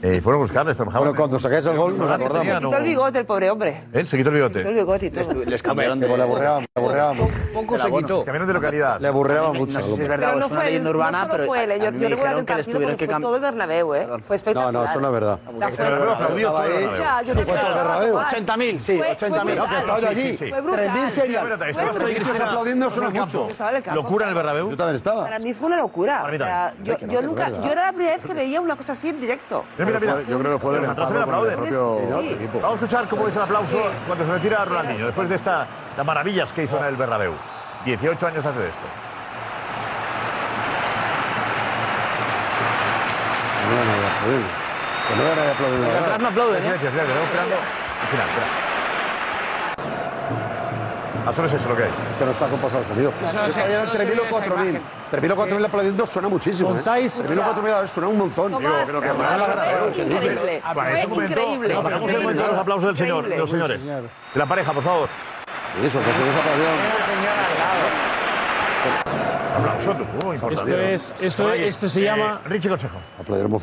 Eh, y fueron a buscarles, trabajaban. Bueno, cuando
sacáis el gol
nos
Se quitó el bigote, el pobre hombre.
Él ¿Eh? se quitó
Se quitó
el bigote.
el bigote y todo.
Les cambiaron
este, pues,
de. Le aburreaban, le aburreaban.
Poco se quitó.
Cambiaron de localidad.
Le aburreaban
No
mucho.
sé si es verdad
Pero
o
no
es una
fue él,
leyenda urbana,
no solo
pero
fue él,
a mí
ellos-
me
yo recuerdo
dijeron
el
que les
partido
tuvieron
porque
que
fue
cambiar.
todo
el Bernabéu, ¿eh? Fue
espectacular.
No, no, eso no es verdad.
O sea, fue- Bernabéu aplaudió todo el Estaba ahí. Bernabéu. Ya, yo Se no fue sé, todo el Bernabéu.
80.000, sí,
Fue- fue
80.000.
brutal. No, que estaba yo allí.
Sí, sí.
3.000 sería- Fue brutal.
Cristina,
aplaudiendo suena
en el campo.
mucho. Estaba en el campo.
Locura en el Bernabéu. Yo también estaba.
Para mí fue una locura.
Para
O
mí
sea,
también.
yo,
Que no,
yo
que no,
nunca,
que no.
yo era la primera vez que veía una cosa así en directo.
Mira, mira, mira.
Yo creo que fue del
Atrás se le
enfado con el
aplauden.
propio Sí. equipo.
Vamos a escuchar cómo es el aplauso cuando se retira Ronaldinho, después de esta, las maravillas que hizo en el Bernabéu. 18 años hace de esto.
No era nadie aplaudido. Que no era nadie aplaudido.
Pero atrás no aplauden, ¿eh?
Silencio,
silencio, estamos esperando el final, espera. Ah, solo es eso lo que hay.
Que no está compasado el sonido. Eso no Yo sé, todavía eran eso no se 3.000 o ve esa 4.000. imagen. 3.000 o 4.000 aplaudiendo suena muchísimo. ¿eh? Contáis- 3.000 o 4.000 suena un montón. Tomás, Digo, creo que Tomás, más. fue increíble,
Qué difícil.
fue
Para ese momento,
increíble.
apagamos el momento de los aplausos del señor, de los señores. De la pareja, por favor.
Eso, que se desapareció.
Aplauso, tú, muy importante.
Esto es- esto es-
Oye,
esto se
eh,
llama-
Richie Consejo.
Aplaudiremos.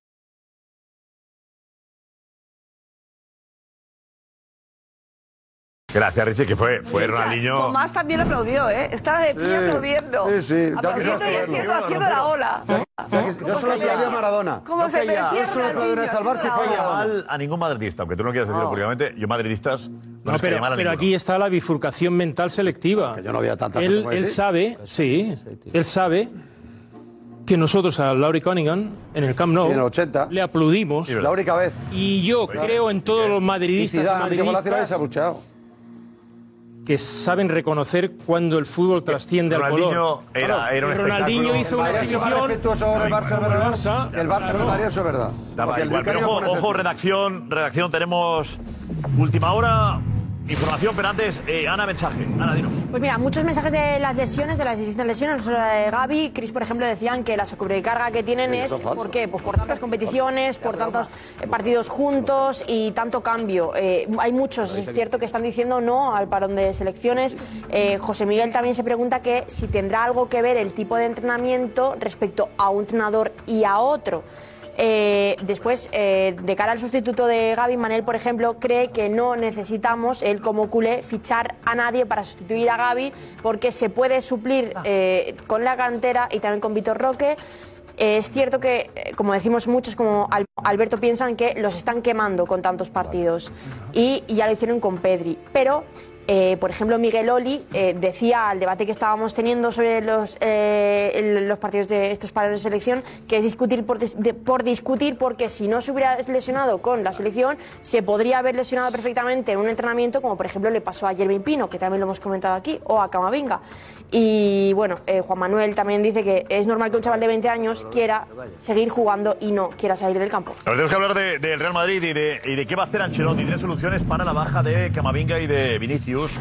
Gracias, Richie, que fue, fue Ronaldinho.
Tomás también lo aplaudió, ¿eh? Estaba de pie
Sí,
aplaudiendo.
sí, sí. Ya
Aplaudiendo
quisieras
y haciendo,
verlo.
haciendo la ola.
Yo solo aplaudí a Maradona.
¿Cómo se merecía
Yo solo aplaudí una vez al Barça y fue a
No
Maradona.
mal a ningún madridista, aunque tú no quieras decirlo públicamente. Yo, madridistas, no,
No,
les quería
pero,
mal a
pero
ninguno.
aquí está la bifurcación mental selectiva.
yo no había tanta gente
él,
como
él
decir.
sabe, sí, él sabe que nosotros a Laurie Cunningham en el Camp Nou
En el 80.
le aplaudimos.
La única vez.
Y yo creo en todos los
Y
madridistas y
Zidane, que con la Zidane se ha
madridistas
buchado.
que saben reconocer cuando el fútbol trasciende al color.
Ronaldinho
era- era un
Ronaldinho
espectáculo.
hizo
El
una
Bayern se va
exhibición
Respetuoso ahora el Barça, ¿verdad? El Barça me María, eso es verdad.
Da
Porque el
igual,
Vicario
pero
fue
ojo,
una
ojo, redacción, redacción, tenemos última hora Información, pero antes, eh, Ana, mensaje. Ana, dinos.
Pues mira, muchos mensajes de las lesiones, de las distintas lesiones. Lo de Gaby, Chris, por ejemplo, decían que la sobrecarga que tienen
Sí,
es.
eso es falso.
¿Por qué? Pues por tantas competiciones, por tantos eh, partidos juntos y tanto cambio. Eh, hay muchos, es cierto, que están diciendo no al parón de selecciones. Eh, José Miguel también se pregunta que si tendrá algo que ver el tipo de entrenamiento respecto a un entrenador y a otro. Eh, después, eh, de cara al sustituto de Gaby Manel, por ejemplo, cree que no necesitamos, él como culé, fichar a nadie para sustituir a Gaby, porque se puede suplir eh, con la cantera y también con Vitor Roque. Eh, es cierto que, eh, como decimos muchos, como Al- Alberto, piensan que los están quemando con tantos partidos. Y, y ya lo hicieron con Pedri. Pero, eh, por ejemplo, Miguel Oli eh, decía al debate que estábamos teniendo sobre los, eh, el- los partidos de estos parones de selección, que es discutir por, dis- de- por discutir, porque si no se hubiera lesionado con la selección, se podría haber lesionado perfectamente en un entrenamiento, como por ejemplo le pasó a Jervin Pino, que también lo hemos comentado aquí, o a Camavinga. Y bueno, eh, Juan Manuel también dice que es normal que un chaval de 20 años quiera seguir jugando y no quiera salir del campo.
A ver, tenemos que hablar de- del Real Madrid y de, y de qué va a hacer Ancelotti. Tiene soluciones para la baja de Camavinga y de Vinicius.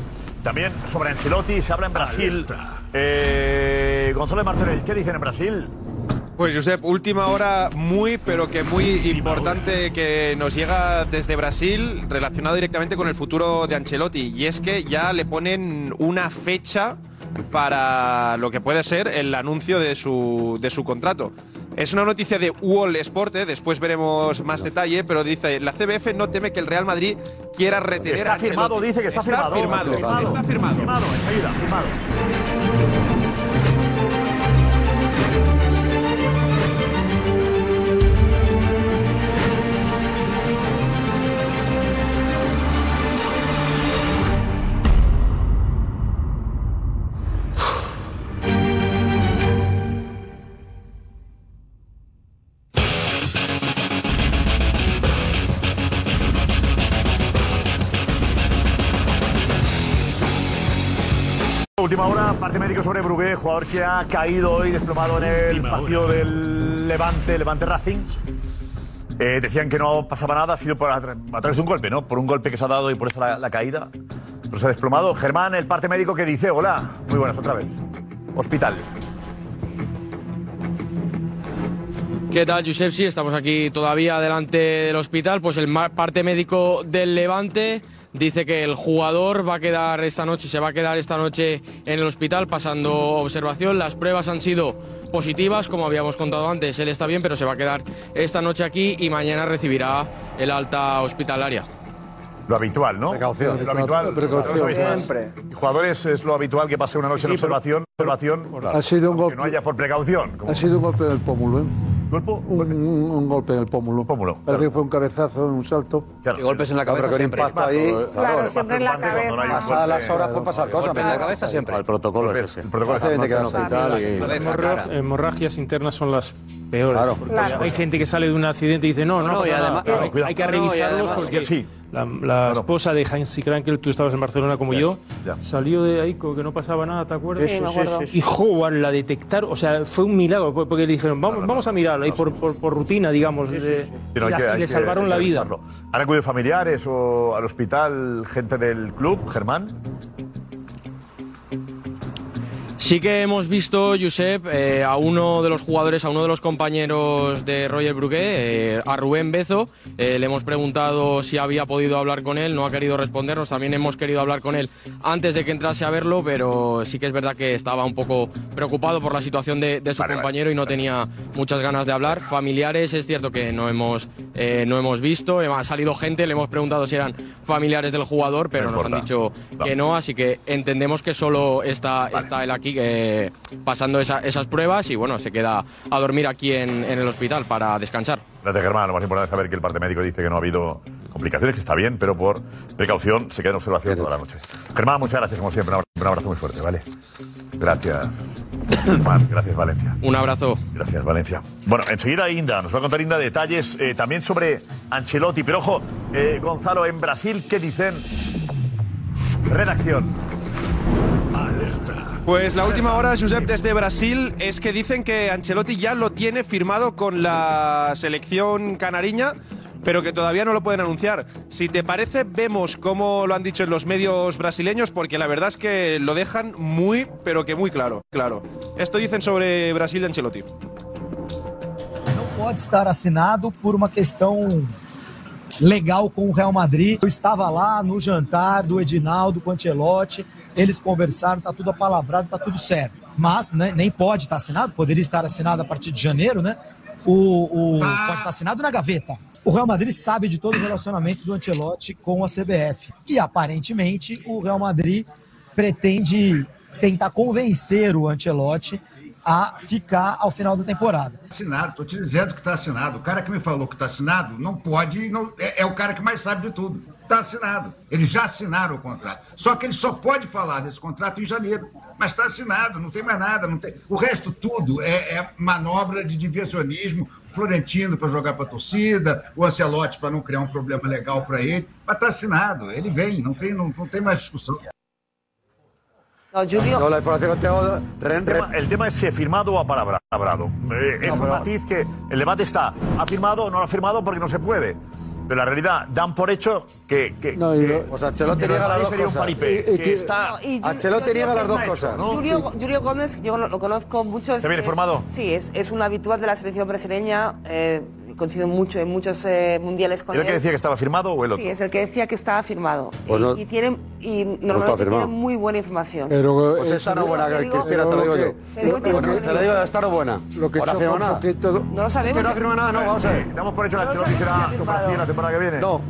También sobre Ancelotti se habla en Brasil. Eh, Gonzalo Martínez, ¿qué dicen en Brasil?
Pues Josep, última hora muy pero que muy importante que nos llega desde Brasil relacionado directamente con el futuro de Ancelotti y es que ya le ponen una fecha para lo que puede ser el anuncio de su, de su contrato. Es una noticia de Wall Sporte, después veremos más detalle, pero dice, la CBF no teme que el Real Madrid quiera retener a
Está
Ancelotti".
firmado, dice que está, firmado.
firmado.
Está firmado. Firmado, enseguida, firmado. Última hora, parte médico sobre Brugué, jugador que ha caído hoy desplomado en el partido del Levante, Levante Racing. Eh, decían que no pasaba nada, ha sido por, a tra- a través de un golpe, ¿no? Por un golpe que se ha dado y por eso la, la caída. Pero se ha desplomado. Germán, el parte médico que dice, hola, muy buenas otra vez. Hospital.
¿Qué tal, Josep? Sí, estamos aquí todavía delante del hospital. Pues el ma- parte médico del Levante dice que el jugador va a quedar esta noche, se va a quedar esta noche en el hospital pasando observación. Las pruebas han sido positivas, como habíamos contado antes. Él está bien, pero se va a quedar esta noche aquí y mañana recibirá el alta hospitalaria.
Lo habitual, ¿no? Precaución. Lo habitual.
Precaución.
lo habitual.
Siempre.
Y Jugadores es lo habitual que pase una noche en observación. observación
Ha sido un
aunque
golpe.
no haya por precaución.
Ha sido un golpe en el pómulo, ¿eh? Un, un- un golpe en el pómulo. Parece que fue un cabezazo, un salto.
Y golpes en la cabeza
Claro, pero
siempre.
con impacto ahí, Claro, claro, siempre en la cabeza. Pasadas las horas pueden pasar cosas,
Golpe en la
pero-
cabeza siempre.
El protocolo es ese. El
protocolo
es ese. Tiene que
en hospital y-
Las eh, hemorra- hemorragias internas son las peores. porque
Claro.
Hay gente que sale de un accidente y dice, no, no,
No, no,
pasa
y
nada.
además-
Pero
Claro,
hay-
cuidado.
hay que
No, no, y
revisarlos
además-
porque
Sí.
la, la esposa de Hansi Krankel, tú estabas en Barcelona como yo, salió de ahí como que no pasaba nada, ¿te acuerdas?
Sí, Sí, me sí, acuerdo. sí, sí.
Y Juan la detectaron, o sea, fue un milagro, po- porque le dijeron, vamos, vamos a mirarla, y por, por, por rutina, digamos, de-
Pero hay
y
que-
la-
hay
le
que-
salvaron
hay
la
que
vida.
revisarlo. ¿Han acudido familiares o al hospital gente del club, Germán?
Sí que hemos visto, Josep, eh, a uno de los jugadores, a uno de los compañeros de Roger Brugué, eh, a Rubén Bezo. Eh, le hemos preguntado si había podido hablar con él, no ha querido respondernos. También hemos querido hablar con él antes de que entrase a verlo, pero sí que es verdad que estaba un poco preocupado por la situación de, de su compañero y no tenía muchas ganas de hablar. Familiares, es cierto que no hemos, eh, no hemos visto, eh, ha salido gente, le hemos preguntado si eran familiares del jugador, pero nos han dicho que no, así que entendemos que solo está, está él aquí eh, pasando esa- esas pruebas y bueno, se queda a dormir aquí en, en el hospital para descansar.
Gracias, Germán. Lo más importante es saber que el parte médico dice que no ha habido complicaciones, que está bien, pero por precaución se queda en observación toda la noche. Germán, muchas gracias, como siempre. Un abra- un abrazo muy fuerte, ¿vale? Gracias, Germán. Gracias, Valencia.
Un abrazo.
Gracias, Valencia. Bueno, enseguida Inda. Nos va a contar Inda detalles eh, también sobre Ancelotti. Pero ojo, eh, Gonzalo, en Brasil, ¿qué dicen? Redacción.
Pues la última hora, Josep, desde Brasil, es que dicen que Ancelotti ya lo tiene firmado con la selección canariña pero que todavía no lo pueden anunciar. Si te parece, vemos cómo lo han dicho en los medios brasileños, porque la verdad es que lo dejan muy, pero que muy claro. Claro. Esto dicen sobre Brasil de Ancelotti.
pode estar assinado por uma questão legal com o Real Madrid. Eu estava lá no jantar do Edinaldo com o Ancelotti, eles conversaram, tá tudo apalavrado, tá tudo certo. Mas né, nem pode estar assinado, poderia estar assinado a partir de janeiro, né? O, o- pode estar assinado na gaveta. O Real Madrid sabe de todo o relacionamento do Ancelotti com a CBF. E aparentemente o Real Madrid pretende tentar convencer o Ancelotti a ficar ao final da temporada.
Assinado, tô te dizendo que tá assinado. O cara que me falou que tá assinado não pode, não- é, é o cara que mais sabe de tudo. Tá assinado. Eles já assinaram o contrato. Só que ele só pode falar desse contrato em janeiro. Mas tá assinado, não tem mais nada. Não tem... O resto tudo é, é manobra de diversionismo. Florentino para jogar para torcida, o Ancelotti para não criar um problema legal para ele. Mas tá assinado, ele vem, não tem, não, não tem mais discussão.
No, Julio.
la información que tengo. El tema, el tema es si firmado o apalabrado. Eh, Es un matiz que el debate está: ¿ha firmado o no lo ha firmado? Porque no se puede. Pero la realidad, dan por hecho que. que que-
o sea, Ancelotti
que
niega
Madrid
las dos
sería un
cosas.
paripé,
Y- y
que
que-
está-
No, y yo- Ancelotti yo- yo niega las dos
Está hecho,
cosas.
¿no?
Julio, Julio Gómez, yo lo, lo conozco mucho.
¿Está bien
es-
informado?
Sí, es, es un habitual de la selección brasileña. eh, coincido mucho en muchos eh, mundiales con
¿Era el que
él.
decía que estaba firmado o el otro?
Sí, es el que decía que estaba firmado.
Pues
y,
no-
y tiene, y
está
normalmente
firmado.
tiene muy buena información.
Pero, pues esta no es buena,
Te digo-
Cristina, te lo digo yo.
Te digo- te digo-
Porque Te lo digo, esta no es buena. Lo que Ahora choca firma un nada. poquito-
No lo sabemos.
Que no ha firmado nada, no, vamos a ver.
Damos por hecho
la
Ancelotti será Brasil la temporada que viene.
No.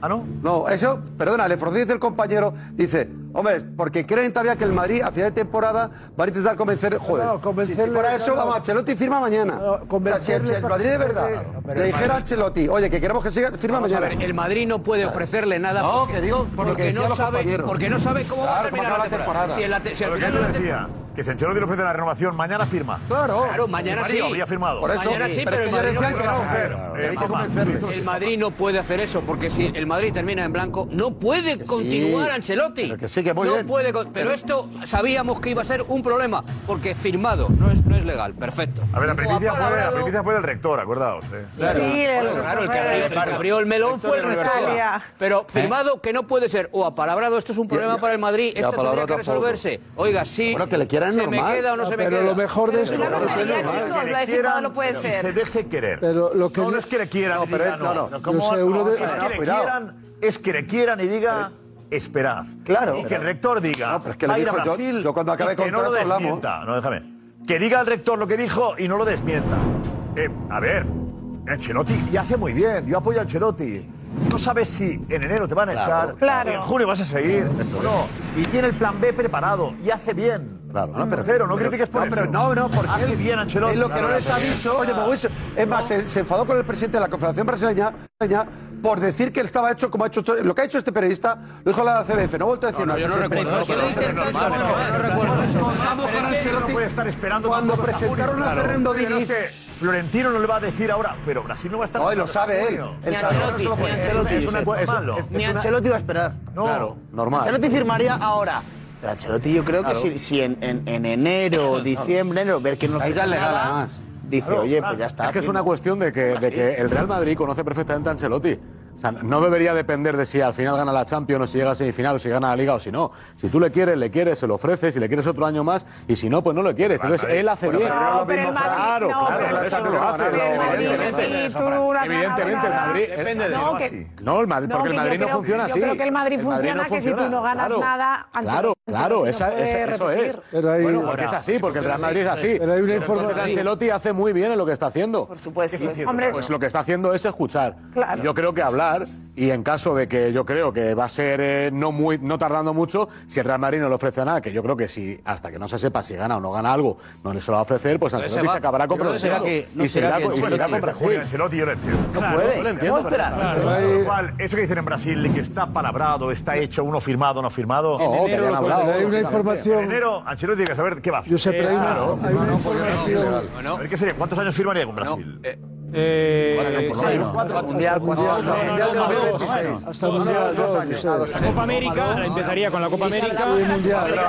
¿Ah, no?
No, eso, perdona, el esfuerzo dice el compañero, dice, hombre, porque creen todavía que el Madrid a final de temporada va a intentar convencer, joder, No, si, si fuera eso, vamos, Ancelotti firma mañana. O sea, si el, si el Madrid de verdad le dijera a Ancelotti, oye, que queremos que siga, firma
Vamos a
mañana.
ver, el Madrid no puede ofrecerle nada
No,
porque,
que digo, por lo que
porque
decían
no
los
sabe,
compañeros.
porque no sabe cómo va a
Claro, cómo
terminar la
acaba la
temporada.
temporada.
Si en la te- si al
Lo que
final
yo
de
te
la tem-
decía, que si Ancelotti le ofrece la renovación, mañana firma.
Claro. Claro, mañana
María
sí.
habría firmado.
Por eso, Mañana sí, pero el Madrid no puede hacer.
Eh, mamá,
El Madrid no puede hacer eso porque si el Madrid termina en blanco no puede continuar Ancelotti.
Pero que sí, que muy
no
bien.
puede con- pero,
Pero-
esto sabíamos que iba a ser un problema porque firmado no es, no es legal. Perfecto.
A ver, la primicia, fue, la
Apalabrado.
primicia fue del rector, acordaos. eh.
Claro, Bueno, claro, el que abrió- el que abrió el melón fue el rector. Pero firmado que no puede ser o apalabrado, esto es un problema para el Madrid,
y
esto tendría
apalabrado
que
tampoco.
resolverse. Oiga, sí,
Bueno, que le quieran
se
normal.
me queda o no se me
Pero
queda.
lo mejor de Pero eso- si no lo
Pero
quería,
es normal.
chicos, lo
Que le
he firmado,
quieran
no puede
y
ser.
se deje querer.
Pero lo que
no,
yo-
no es que le quieran
No,
y
pero
diga
es- no, no.
no. ¿Cómo
Yo sé,
no?
uno de-
Es que le
Cuidado.
quieran, es que le quieran y diga, esperad.
Claro.
Y que el rector diga,
No, pero es que le
va a ir a
dijo- yo-
Brasil
yo cuando acabé
y que no lo
contrato hablamos.
desmienta. No, déjame. Que diga el rector lo que dijo y no lo desmienta. Eh, a ver, Ancelotti, y hace muy bien, yo apoyo a Ancelotti. No sabes si en enero te van a
Claro.
echar,
Claro.
y en junio vas a seguir, o no. Y tiene el plan B preparado, y hace bien.
Claro,
no, pero, cero, no critiques por
no,
el
pero
cero.
no, no, porque
Hace
él-
bien Ancelotti.
él lo que no
Claro,
les ha
hace bien.
dicho, oye, pues, es- es más, se, se enfadó con el presidente de la Confederación Brasileña brasileña por decir que él estaba hecho como ha hecho lo que ha hecho este periodista, lo dijo la CBF, no ha vuelto a decir nada.
yo no
Pero-
recuerdo eso,
pero-
no,
pero- pero-
no, no, no,
pero-
no, no
pero-
recuerdo eso.
Vamos con Ancelotti. No puede estar esperando
Cuando
tampoco hasta
presentaron
junio.
a Fernando
Pero
Diniz-
es que Florentino no le va a decir ahora, pero Brasil no va a estar.
No, y lo sabe él. Él sabe. Ni
Ancelotti,
Ancelotti,
Es una
Josep.
es-
Malo.
es-
Ni
es una-
Ancelotti
va a esperar.
No.
Claro.
Normal.
Ancelotti firmaría ahora. Pero Ancelotti yo creo
Claro.
que si, si en, en- en enero, diciembre, enero, ver que no
Ahí ya le
firma
gana
nada,
más.
Dice,
Claro,
oye,
claro.
pues ya está. ¿Ah,
Es que es
firmo.
una cuestión de que, de que el Real Madrid conoce perfectamente a Ancelotti. O sea, no debería depender de si al final gana la Champions o si llega a semifinal o si gana la Liga o si no. Si tú le quieres, le quieres, se lo ofreces, si le quieres otro año más y si no, pues no lo quieres.
Vale,
Entonces
vale.
él hace
Bueno,
bien.
pero no es lo
Claro,
mismo,
claro,
no, pero
claro,
eso
eso
no
lo
lo
hace.
hace,
lo-
no,
Evidentemente.
sí, tú una
Evidentemente, el
ganadora.
Madrid.
Depende de
No,
eso,
que-
así.
No, el Madrid,
No,
porque el
que yo
Madrid no
creo-
funciona
yo
así.
creo que el Madrid
no
funciona, que si tú
funciona,
no ganas
claro.
nada,
Claro, claro, esa-
puede
esa- eso
repetir.
es.
Pero hay-
Bueno, porque es
Ahora,
así, porque el Real
pero
Madrid es
hay-
así.
pero hay una
entonces
información-
Ancelotti hace muy bien en lo que está haciendo. Por
supuesto.
Hombre, pues lo que está haciendo es escuchar.
Claro.
Y Yo creo que hablar, y en caso de que yo creo que va a ser eh, no muy no tardando mucho, si el Real Madrid no le ofrece nada, que yo creo que si hasta que no se sepa si gana o no gana algo, no le se lo va a ofrecer, pues
Pero
Ancelotti se,
va-
acabará
Pero no será
comprometiendo.
que- no
y se
será
irá
que
con- y se irá con
Ancelotti-
Brasil.
Ancelotti, yo lo entiendo.
Claro, puede. yo lo entiendo,
No, espera.
pero-
Claro.
Claro.
Con lo cual, Eso que dicen en Brasil, que está palabrado, está hecho, uno firmado, no firmado.
No, En que enero hayan lo hablado. puede- hay una información-
En enero, Ancelotti tiene que saber qué va a hacer.
Josep, pero hay una-
Claro.
hay una información-
A ver, ¿qué sería? ¿Cuántos años firmaría con Brasil?
Eh,
seis.
cuatro.
Mundial, cuatro.
No,
Hasta
no,
el Mundial
no,
del
no,
2026.
no, no, no,
Hasta el Mundial,
no,
dos
no,
años,
no,
a dos
La
años.
Copa América la empezaría con la Copa América.
Y el Mundial.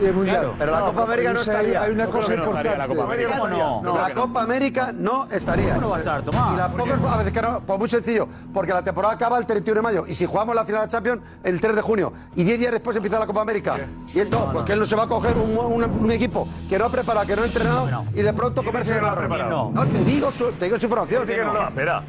Y el Mundial.
Claro.
Pero la Copa América no José, estaría. Hay una Yo cosa creo que no importante. estaría la Copa América. ¿Cómo No, no? La creo que no. Copa América no estaría. ¿Cómo no va a estar, Y la Copa- a veces que no, pues muy sencillo, porque la temporada acaba el 31 de mayo y si jugamos la final de Champions el 3 de junio y 10 días después empieza la Copa América. Y entonces, pues que él no se va a coger un, un- un equipo que no ha preparado, que no ha entrenado y de pronto comerse el marrón.
preparado?
No, te digo su, te digo su información. ¿eh? Uh.
Dice que no, no, espera.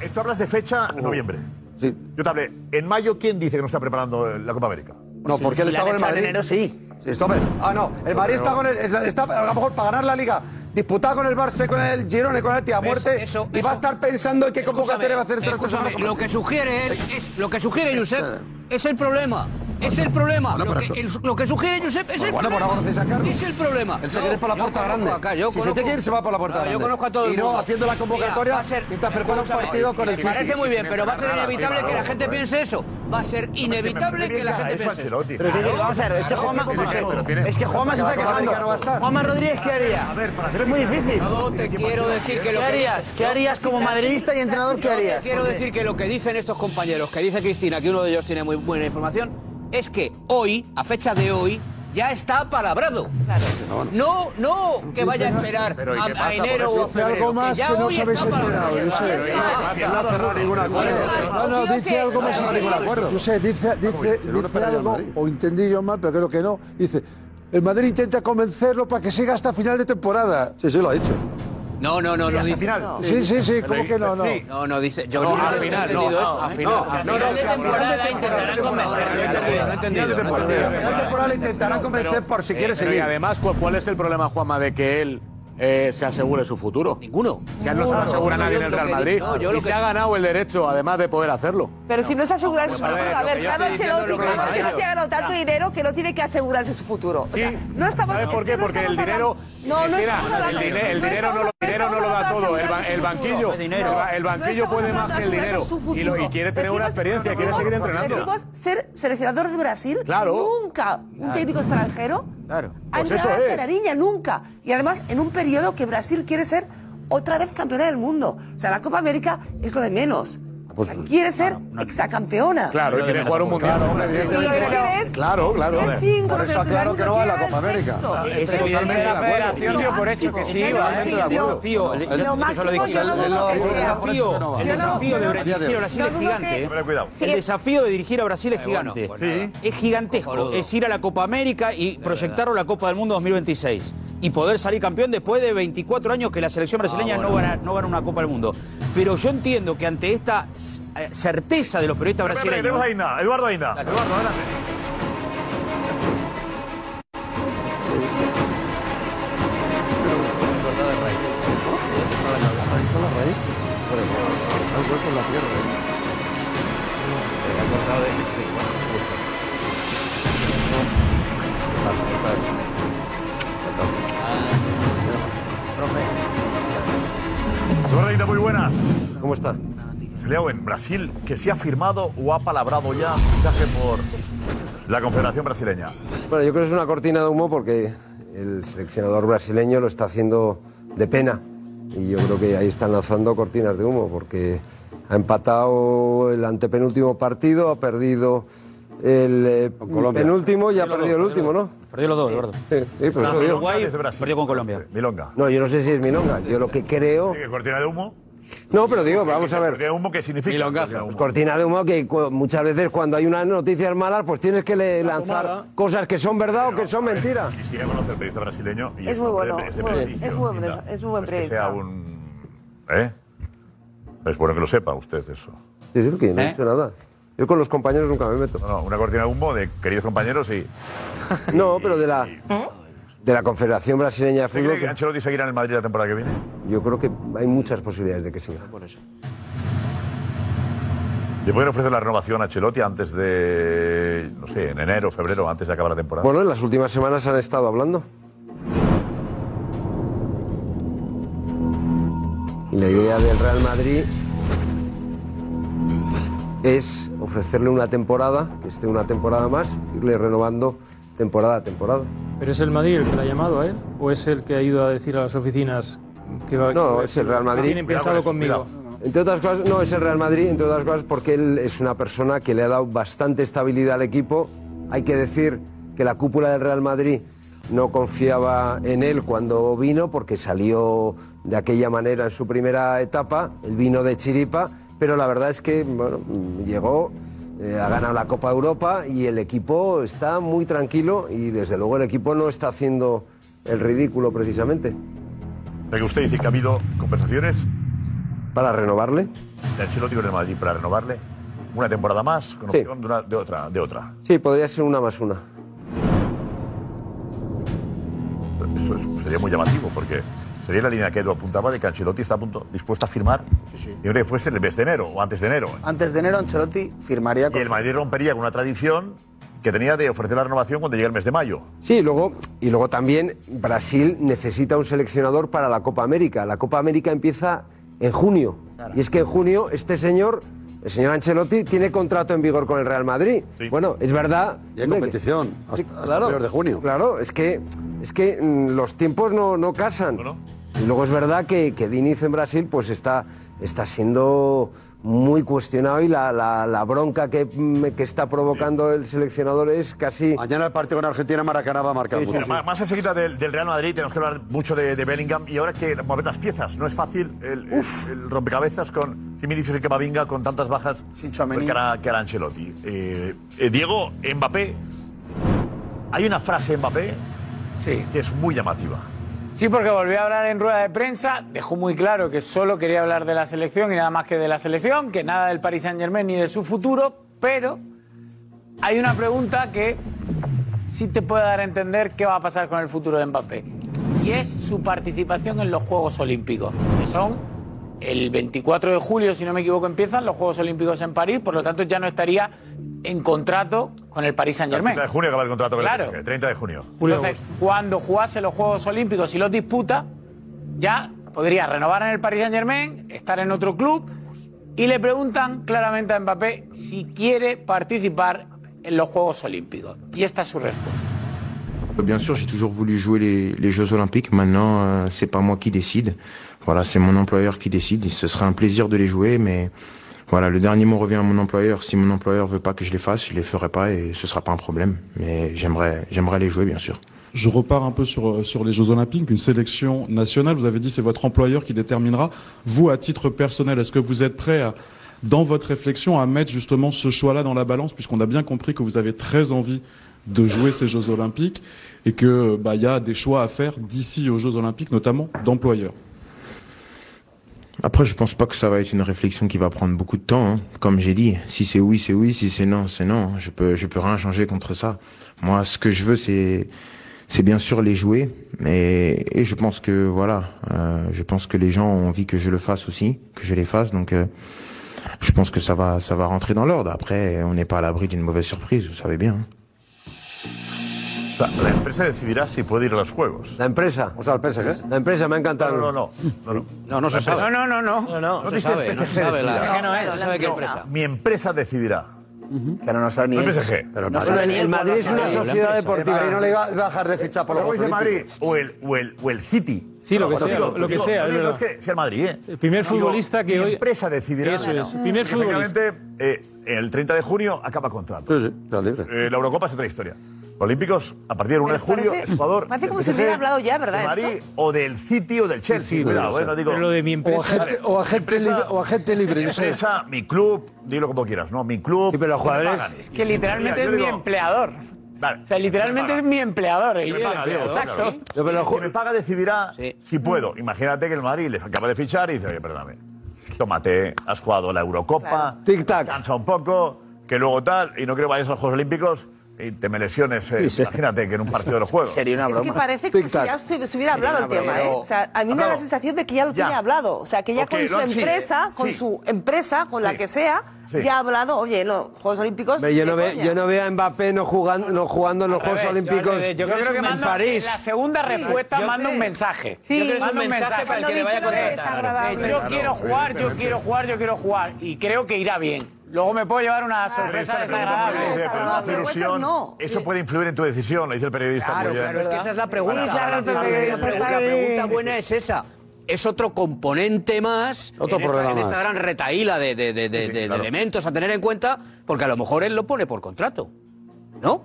Esto hablas de fecha noviembre. Yo te hablé. En mayo, ¿quién dice que no está preparando la Copa América?
No, porque él está con el Madrid. sí. está con- Ah, no. El Madrid está con el. está- está, a lo mejor para ganar la liga. Disputada con el Barça, con el Girona, y con el Tía a
Eso,
Muerte.
eso,
y va a estar pensando en qué convocatoria va a hacer el
Escúchame, lo que sugiere él es, lo que sugiere Josep es el problema. Es el problema.
Bueno,
Lo
pero
que,
esto-
el- lo que sugiere Josep es el
Bueno, bueno,
problema.
bueno, conoces a Carlos.
Es el problema.
Él se quiere ir por la
yo
puerta
conozco
grande.
acá,
Si
yo
se
conozco-
tiene que ir, se va por la puerta
No,
grande.
Yo conozco a todo el
Y no
mundo.
haciendo la convocatoria
Mira, va a ser-
mientras prepara un
escúchame,
partido con el
Me
City.
parece muy
Y
bien,
sin
pero va a ser
entrenar,
inevitable
sin
que la
nada,
gente
¿eh?
piense eso. Va a ser inevitable que la gente piense eso.
Pero tiene-
Claro.
vamos a ver, es que
Claro,
Juanma,
tiene que- pero tiene-
es que Juanma se está
Porque la Copa
quejando.
América no va a estar.
Juanma Rodríguez, ¿qué haría?
A ver, para hacer
es muy
pista,
difícil.
no te quiero decir que lo
¿Qué
que
harías? ¿Qué harías como madridista y entrenador? ¿Qué
Yo te
harías?
Quiero
Porque-
decir que lo que dicen estos compañeros, que dice Cristina, que uno de ellos tiene muy buena información, es que hoy, a fecha de hoy, ya está palabrado. No, no, que vaya a esperar
Pero, ¿y
a,
qué pasa
a
por
enero
eso?
o a
Dice algo
febrero.
más
ya
que no
hoy
os habéis
está palabrado.
enterado,
Ya
Josep.
está.
Dice algo- No ha cerrado ningún acuerdo.
No, no, dice algo más. Yo sé, dice, dice, dice algo, o entendí yo mal, pero creo que no. Dice, el Madrid intenta convencerlo para que siga hasta final de temporada. Sí, sí, lo ha dicho.
No, no, no, no dice.
Sí, sí, sí, ¿cómo que no? No.
Sí. No, no dice. Yo
No,
no,
al
he
final, no,
entendido eso. ¿eh?
al final, al
no,
final de temporada
intentarán
temporada intentará convencer por si quiere
Y
seguir.
además, ¿cuál, cuál es el problema, Juanma, de que él eh, se asegure su futuro?
Ninguno.
Si a él no se lo asegura nadie en el Real Madrid. y se ha ganado el derecho, además de poder hacerlo.
Pero si no se asegura su
Vamos a ver,
futuro, a
lo
ver,
que yo
Carlo
estoy diciendo
Ancelotti,
es lo que
¿cómo
dicen
se hace
ellos.
ganar tanto dinero que no tiene que asegurarse su futuro? O sea, no estamos
¿Sabe por qué?
no
Porque el
estamos
dinero,
hablando- No, no
Cristina,
estamos
el,
hablando-
dine- el
no
dinero no lo, el dinero no lo da todo. El, ba- el banquillo, el, ba- el banquillo puede más que el dinero. Y, lo- y quiere tener una experiencia, quiere seguir entrenando.
¿Decimos ser seleccionador de Brasil? Claro. Nunca. Un
Claro.
técnico extranjero.
Claro.
Ha
Pues
entrado
eso
a la
es.
niña nunca. Y además en un periodo que Brasil quiere ser otra vez campeona del mundo. O sea, la Copa América es lo de menos. O sea, quiere ser exacampeona.
Claro, y quiere jugar un mundial.
Claro, evidentemente.
Claro, claro.
Por eso aclaro que no va a la Copa América.
Es
evidente
de
la
acuerdo.
federación dio por hecho que sí, va. ¿eh?
El desafío, el- yo no solo digo, el desafío, el desafío de dirigir a Brasil es
¿eh?
gigante. ¿eh? El desafío de dirigir a Brasil es gigante. Es gigantesco. Es ir a la Copa América y proyectarlo a la Copa del Mundo 2026. Y poder salir campeón después de 24 años que la selección
Ah,
brasileña no, gana, no gana una Copa del Mundo. Pero yo entiendo que ante esta eh, certeza de los periodistas
Espera, espera, que
brasileños...
tenemos a Aina. Eduardo Aina. Eduardo, adelante. Eduardo Aina, muy buenas.
¿Cómo está?
Leo, en Brasil, que se ha firmado o ha palabrado ya fichaje por la Confederación Brasileña.
Bueno, yo creo que es una cortina de humo porque el seleccionador brasileño lo está haciendo de pena. Y yo creo que ahí están lanzando cortinas de humo porque ha empatado el antepenúltimo partido, ha perdido el eh,
Colombia.
penúltimo y ha perdido el último, ¿no?
Perdió los dos, Eduardo.
Sí,
pues
sí, por eso digo.
perdió con Colombia.
Milonga.
No, yo no sé si es Milonga. Yo lo que creo.
¿Qué, ¿Cortina de humo?
No, pero digo, vamos a ver.
¿Cortina de humo qué significa? Cortina de
Pues
humo.
cortina de humo que cu- muchas veces cuando hay unas noticias malas, pues tienes que le- lanzar
pomada.
cosas que son verdad o que son mentira.
Quisiera conocer el periodista brasileño. Y
Es
este
muy
hombre
bueno,
es de
muy
prestigio,
bueno, es muy bueno,
Linda.
es muy buen
No que
periodista.
sea un... ¿Eh? Es bueno que lo sepa usted eso.
Sí, sí, que no he dicho nada. Yo con los compañeros nunca me meto.
No, una cortina de humo de queridos compañeros y...
No, pero de la, de la Confederación Brasileña de
¿Usted ¿Eh? cree
Fútbol,
que
que-
Ancelotti seguirá en el Madrid la temporada que viene?
yo creo que hay muchas posibilidades de que siga.
¿Le pueden ofrecer la renovación a Ancelotti antes de... no sé, en enero, febrero, antes de acabar la temporada?
Bueno, en las últimas semanas han estado hablando. Y la idea del Real Madrid es ofrecerle una temporada, que esté una temporada más, irle renovando temporada a temporada.
¿Pero es el Madrid el que la ha llamado a él? ¿O es el que ha ido a decir a las oficinas, ¿Qué va- qué
No,
va-
es el Real
qué
Madrid. pues,
Tienen pensado conmigo.
Entre otras cosas, no, es el Real Madrid, entre otras cosas porque él es una persona que le ha dado bastante estabilidad al equipo. Hay que decir que la cúpula del Real Madrid no confiaba en él cuando vino porque salió de aquella manera en su primera etapa, el vino de Chiripa, pero la verdad es que bueno, llegó, eh, ha ganado la Copa Europa y el equipo está muy tranquilo y desde luego el equipo no está haciendo el ridículo precisamente.
que usted dice que ha habido conversaciones.
¿Para renovarle?
De Ancelotti con el Madrid, para renovarle. Una temporada más, con opción de, una- de otra, de otra.
Sí, podría ser una más una.
Eso es- sería muy llamativo, porque sería la línea que Edu apuntaba de que Ancelotti está a punto, dispuesto a firmar. Siempre que fuese el mes de enero o antes de enero.
Antes de enero Ancelotti firmaría
Y el Madrid rompería con una tradición que tenía de ofrecer la renovación cuando llega el mes de mayo.
Sí, luego, y luego también Brasil necesita un seleccionador para la Copa América. La Copa América empieza en junio. Y es que en junio este señor, el señor Ancelotti, tiene contrato en vigor con el Real Madrid. Bueno, es verdad.
Y hay
hombre,
competición hasta-
sí,
hasta primeros de junio.
Claro, es que, es que mm, los tiempos no, no casan. Y luego es verdad que, que Diniz en Brasil pues está, está siendo muy cuestionado y la, la- la bronca que, mm, que está provocando el seleccionador es casi...
Mañana el partido con Argentina Maracaná va a marcar mucho.
Bueno, Más, más enseguida del, del Real Madrid tenemos que hablar mucho de, de Bellingham y ahora hay que mover las piezas. No es fácil el, el- el rompecabezas con Similicio y Camavinga con tantas bajas pues que hará, que hará Ancelotti. Eh, eh, Diego, Mbappé. Hay una frase de Mbappé que es muy llamativa.
Sí, porque volvió a hablar en rueda de prensa, dejó muy claro que solo quería hablar de la selección y nada más que de la selección, que nada del Paris Saint Germain ni de su futuro, pero hay una pregunta que sí te puede dar a entender qué va a pasar con el futuro de Mbappé. Y es su participación en los Juegos Olímpicos, que son el 24 de julio, si no me equivoco, empiezan los Juegos Olímpicos en París, por lo tanto ya no estaría en contrato con el Paris Saint
El
Germain.
30 de junio acaba el contrato con
Claro.
el PSG, 30 de junio.
Entonces, cuando jugase los Juegos Olímpicos y los disputa, ya podría renovar en el Paris Saint Germain, estar en otro club. Y le preguntan claramente a Mbappé si quiere participar en los Juegos Olímpicos. Y esta es su respuesta.
Euh, Bien sûr, j'ai toujours voulu jouer les, les Jeux Olympiques. Maintenant, euh, c'est pas moi qui décide. Voilà, c'est mon employeur qui décide. Et ce sera un plaisir de les jouer, mais voilà, le dernier mot revient à mon employeur. Si mon employeur veut pas que je les fasse, je les ferai pas et ce sera pas un problème. Mais j'aimerais, j'aimerais les jouer, bien sûr.
Je repars un peu sur, euh, sur les Jeux Olympiques, une sélection nationale. Vous avez dit c'est votre employeur qui déterminera. Vous, à titre personnel, est-ce que vous êtes prêt à, dans votre réflexion à mettre justement ce choix-là dans la balance, puisqu'on a bien compris que vous avez très envie de jouer ces Jeux Olympiques et que bah il y a des choix à faire d'ici aux Jeux Olympiques, notamment d'employeurs.
Après, je pense pas que ça va être une réflexion qui va prendre beaucoup de temps. hein. Comme j'ai dit, si c'est oui, c'est oui, si c'est non, c'est non. Je peux, je peux rien changer contre ça. Moi, ce que je veux, c'est, c'est bien sûr les jouer. Et, et je pense que voilà, euh, je pense que les gens ont envie que je le fasse aussi, que je les fasse. Donc, euh, je pense que ça va, ça va rentrer dans l'ordre. Après, on n'est pas à l'abri d'une mauvaise surprise, vous savez bien. hein.
O sea, la empresa decidirá si puede ir a los Juegos.
La empresa.
O sea, el PSG.
La empresa, me ha encantado.
No, no, no. No, no,
No, no se
La empresa.
sabe.
No, no, no.
No,
no,
no
se
dice el
sabe, no se
PSG
sabe la-
decidirá.
Es que no es, no se sabe qué empresa.
Mi empresa decidirá.
Que no, no sabe ni
No el
él.
PSG.
Pero el No Madrid- sabe ni él, por la sociedad, la empresa.
El Madrid no le iba a bajar de ficha por los
Luego dice
Juegos
Madrid o el, o, el, o el City.
Sí,
No,
lo que
bueno,
sea,
digo-
lo- lo que
digo-
sea,
no
es
digo,
verdad.
es que sea el Madrid, ¿eh?
El primer
Digo,
futbolista que
mi
hoy-
empresa decidirá.
Eso es, el primer
Efectivamente, eh, el 30 de junio acaba contrato.
Sí, sí, está libre.
Eh, la Eurocopa es otra historia. Olímpicos, a partir del 1 de julio,
parece-
el jugador.
parece como
del
si
PSG,
hubiera hablado ya, ¿verdad,
de Madrid
esto?
o del City o del Chelsea.
sí,
cuidado,
puede ser.
eh, no digo.
Pero lo de mi empresa-
O agente,
o agente
empresa,
libre- o agente libre,
mi
yo sé.
empresa, mi club, dilo como quieras, ¿no? Mi club. pero los
Es que literalmente es mi empleador.
Vale.
O sea, literalmente es mi empleador.
Que me
y-
paga, Diego,
Exacto.
claro. Que me paga decidirá si puedo. Imagínate que el Madrid les acaba de fichar y dice, oye, perdóname, tómate, has jugado la Eurocopa, cansa un poco, que luego tal, y no creo que vayas a los Juegos Olímpicos y te me lesiones, eh, imagínate, que en un partido de los Juegos. Sería una
Es que parece que si ya se se hubiera hablado el
Sería una
tema, ¿eh?
broma.
O sea, a mí me da la sensación de que ya lo
Ya.
tiene hablado. O sea, que ya
Ok,
con su
lo- sí,
empresa,
eh,
con
sí.
su empresa, con la que sea,
Sí.
ya ha hablado, oye, los Juegos Olímpicos.
Hombre, Yo no,
¿qué
ve-
coña?
yo no veo a Mbappé no jugando, no jugando en los
Al
Juegos
revés, yo al
Olímpicos
revés. Yo creo que
en
manda-
París.
La segunda respuesta yo manda sé. un mensaje. Sí, Yo creo que es manda un mensaje para el que le vaya a contratar. Yo quiero jugar, yo quiero jugar, yo quiero jugar. Y creo que irá bien. Luego me puedo llevar una sorpresa desagradable.
Pero me hace ilusión. Eso puede influir en tu decisión, le dice el periodista.
Claro,
muy bien.
claro, es que esa es la
Para-
pregunta.
para-
La pregunta buena es esa. es otro componente más
Otro
en, esta-
problema
en esta,
más.
gran retaíla de, de- de- de- de elementos a tener en cuenta, porque a lo mejor él lo pone por contrato, ¿no?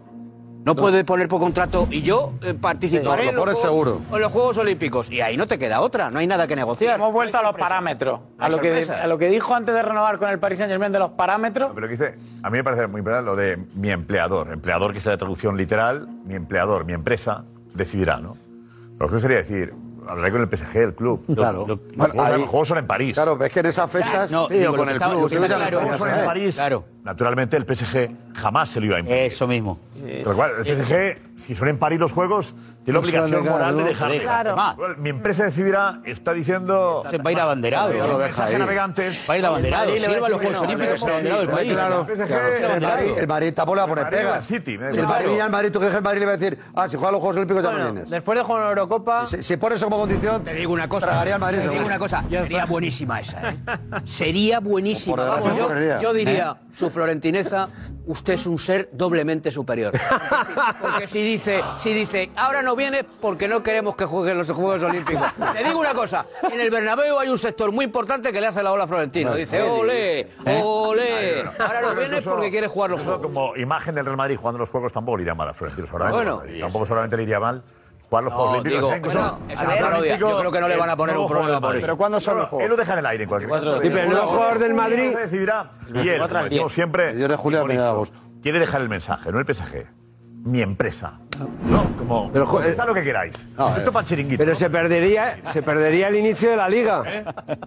No, puede poner por contrato y yo eh, participaré
No, lo
en,
pone
los juegos,
seguro.
en los Juegos Olímpicos. Y ahí no te queda otra, no hay nada que negociar. Hemos vuelto a los parámetros,
A lo, que, a lo que dijo antes de renovar con el Paris Saint Germain de los parámetros.
Pero que dice, a mí me parece muy importante lo de mi empleador. Empleador, que es la traducción literal, mi empleador, mi empresa, decidirá, ¿no? Lo que sería decir, hablaré con el PSG, el club.
Claro.
Los, los juegos,
ahí-
los juegos son en París.
Claro, es que en esas fechas.
No,
digo,
con
lo que
el
está-
club.
lo que
Los
está claro
juegos son
es-
en París. Naturalmente, el PSG jamás se lo iba a impedir. Eso
mismo.
Con lo cual, el PSG, si son en París los juegos, tiene
No
la
se lo han
obligación
negado,
moral de
¿no?
dejarlo.
Sí, claro.
Con lo cual, Mi empresa decidirá, está diciendo.
Se va a ir abanderado. ¿eh?
Yo lo deja ahí. navegantes.
Va a ir de abanderado.
Madrid le va a
Silva los
decir
Juegos
que no,
Olímpicos
le va a
con abanderado
decir,
del país.
claro, claro,
Claro, sí,
el
El
abanderado.
Madrid, el Madrid tampoco le va a poner
Madrid o el
pegas.
City, me da
si el
igual.
Madrid mira al Madrid, tú crees que el Madrid le va a decir, ah, si juega los Juegos Olímpicos ya me vienes.
Después de jugar la Eurocopa.
Si, si pones eso como condición,
Te digo una cosa.
tragaría al Madrid.
te digo
seguro.
una cosa. Sería buenísima esa,
<laughs>
¿eh? Sería buenísima.
Por desgracia,
Vamos, yo,
correría. ¿Eh?
yo diría, su florentineza, usted es un ser doblemente superior. Porque si- Porque si dice, si dice, ahora no viene porque no queremos que jueguen los Juegos Olímpicos. Te digo una cosa. En el Bernabéu hay un sector muy importante que le hace la ola a Florentino. Dice, ole,
¿Eh?
ole. Ahora no viene porque quiere jugar los
Juegos. Como imagen del Real Madrid jugando los Juegos tampoco le iría mal a Florentino. seguramente.
Ah, Bueno.
tampoco seguramente le iría mal jugar los
No,
Juegos Olímpicos.
digo,
¿saben que
bueno,
son?
es
A
una
ver,
parodia.
Olímpico,
Yo creo que no le van a poner
el
un
nuevo
problema
juego del
por
Madrid.
eso. ¿Pero cuándo son los juegos?
Él lo deja en el aire en cualquier caso.
Sí, pero el nuevo jugador del Madrid-
Se decidirá. Y él,
24
como
al
decimos
10.
siempre,
El 10 de julio a mediados de agosto.
quiere dejar el mensaje, no el PSG. Mi empresa. No, como.
Pero, jo-
Pensad lo que queráis. Esto para chiringuito.
Pero se perdería, se perdería el inicio de la liga.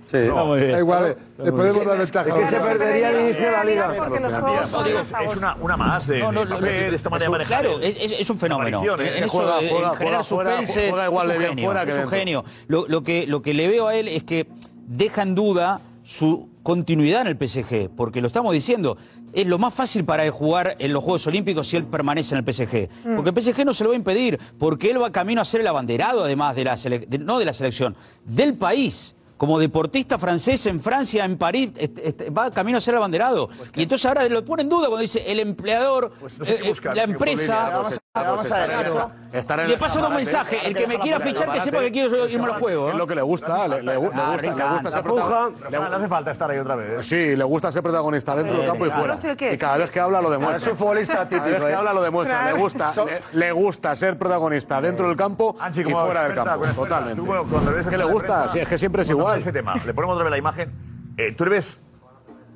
Sí, da igual, eh, le podemos dar ventaja.
Es que se perdería el inicio de la liga.
Es es una, una más de,
No, no,
de
no,
Mbappé,
no,
de esta
no,
manera
no,
de manejar.
claro, es- es- es un fenómeno.
apariciones,
En
eh,
eso,
juega-
en
juega-
generar
juega-
suspense,
juega igual
es
de
un
bien
genio,
fuera que
es un
dentro.
genio. Lo, lo que, lo que le veo a él es que deja en duda su continuidad en el PSG, porque lo estamos diciendo, es lo más fácil para él jugar en los Juegos Olímpicos si él permanece en el PSG,
Mm.
porque el PSG no se lo va a impedir, porque él va camino a ser el abanderado además de la selec- de- no de la selección, del país. Como deportista francés en Francia, en París, este- este, va camino a ser el abanderado.
Pues
y entonces ahora lo pone en duda cuando dice el empleador,
no sé qué
eh, eh,
buscar,
la
si
empresa.
Futbolini, Vamos a- vamos a ver, claro. estar en
Le
el
paso dos
escaparate.
mensajes. El que me
Deja la
quiera
pelota,
fichar, que
el
sepa que quiero yo irme a los
escaparate.
juegos.
Es lo que le gusta, le, le- le gusta,
Ah,
le
Ricardo,
gusta ser
la puja.
protagonista.
Le hace falta estar ahí otra vez.
Sí, le gusta ser protagonista dentro del campo y
Eh, claro.
fuera.
No sé qué.
Y cada vez que habla lo demuestra.
Claro, es un futbolista típico,
Cada vez que
¿eh?
habla lo demuestra.
Claro.
Le gusta,
So-
le, le gusta ser protagonista dentro del campo
Eh, Anchi,
y
como
fuera del
experta,
campo.
como experta,
Totalmente.
tú, bueno, cuando ves
¿Qué
en
le
la
gusta?
prensa,
Sí, es que siempre es
cuando
igual.
ves Ese tema. Le ponemos otra vez la imagen. Eh, tú le ves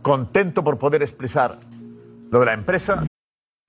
contento por poder expresar lo de la empresa.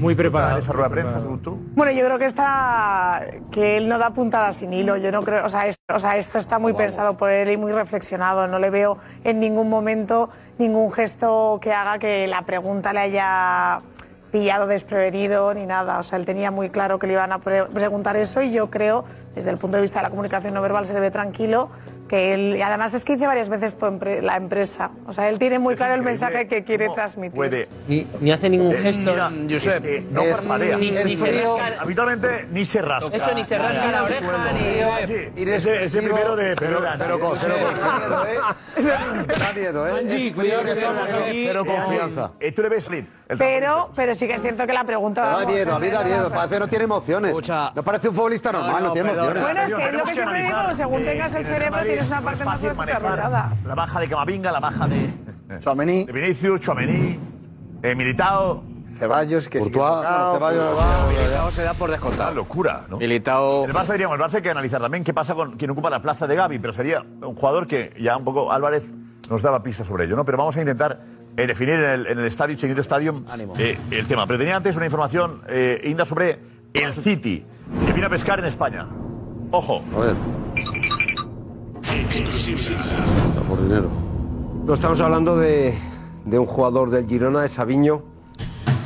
Muy preparado. Esa rueda de prensa, según tú.
Bueno, yo creo que está que él no da puntada sin hilo. Yo no creo, o sea, es- o sea, esto está muy pensado por él y muy reflexionado. No le veo en ningún momento ningún gesto que haga que la pregunta le haya pillado desprevenido ni nada. O sea, él tenía muy claro que le iban a pre- preguntar eso y yo creo, desde el punto de vista de la comunicación no verbal, se le ve tranquilo. Que él, y además es que dice varias veces tu empre- la empresa. O sea, él tiene muy claro el mensaje que quiere transmitir.
Puede.
Ni, ni hace ningún
Eh,
gesto.
mira, este es que no parpadea.
Ni, ni se rasca-
Habitualmente ni se rasca.
Eso, ni se rasca la oreja, ni-
ni. Ese ese primero de. Pero, pero,
Da miedo, ¿eh? Es frío,
cuidado que
es
estamos
frío,
aquí.
Cero confianza.
Eh, tú le ves, Lin.
Pero, pero sí que es cierto que la pregunta.
Da
vamos,
miedo, a mí da miedo. Parece que no tiene emociones. No parece un futbolista normal, no, tiene emociones.
Bueno, es que es lo que siempre digo, según tengas el cerebro, tienes una parte más desarrollada.
La baja de Camavinga, la baja <laughs> de. Chuamení. De Vinicius, Chuamení, eh, Militao.
Ceballos, que
Militao se da por descontado. Una locura, ¿no? Militao. El Barça diríamos, el Barça hay que analizar también qué pasa con quien ocupa la plaza de Gaby, pero sería un jugador que ya un poco Álvarez nos daba pistas sobre ello, ¿no? Pero vamos a intentar eh, definir en el, en el estadio, Chiquito Stadium, eh, el tema. Pero tenía antes una información, eh, Inda, sobre el City, que viene a pescar en España. Ojo.
A ver, está por dinero.
No estamos hablando de, de un jugador del Girona, de Sabiño,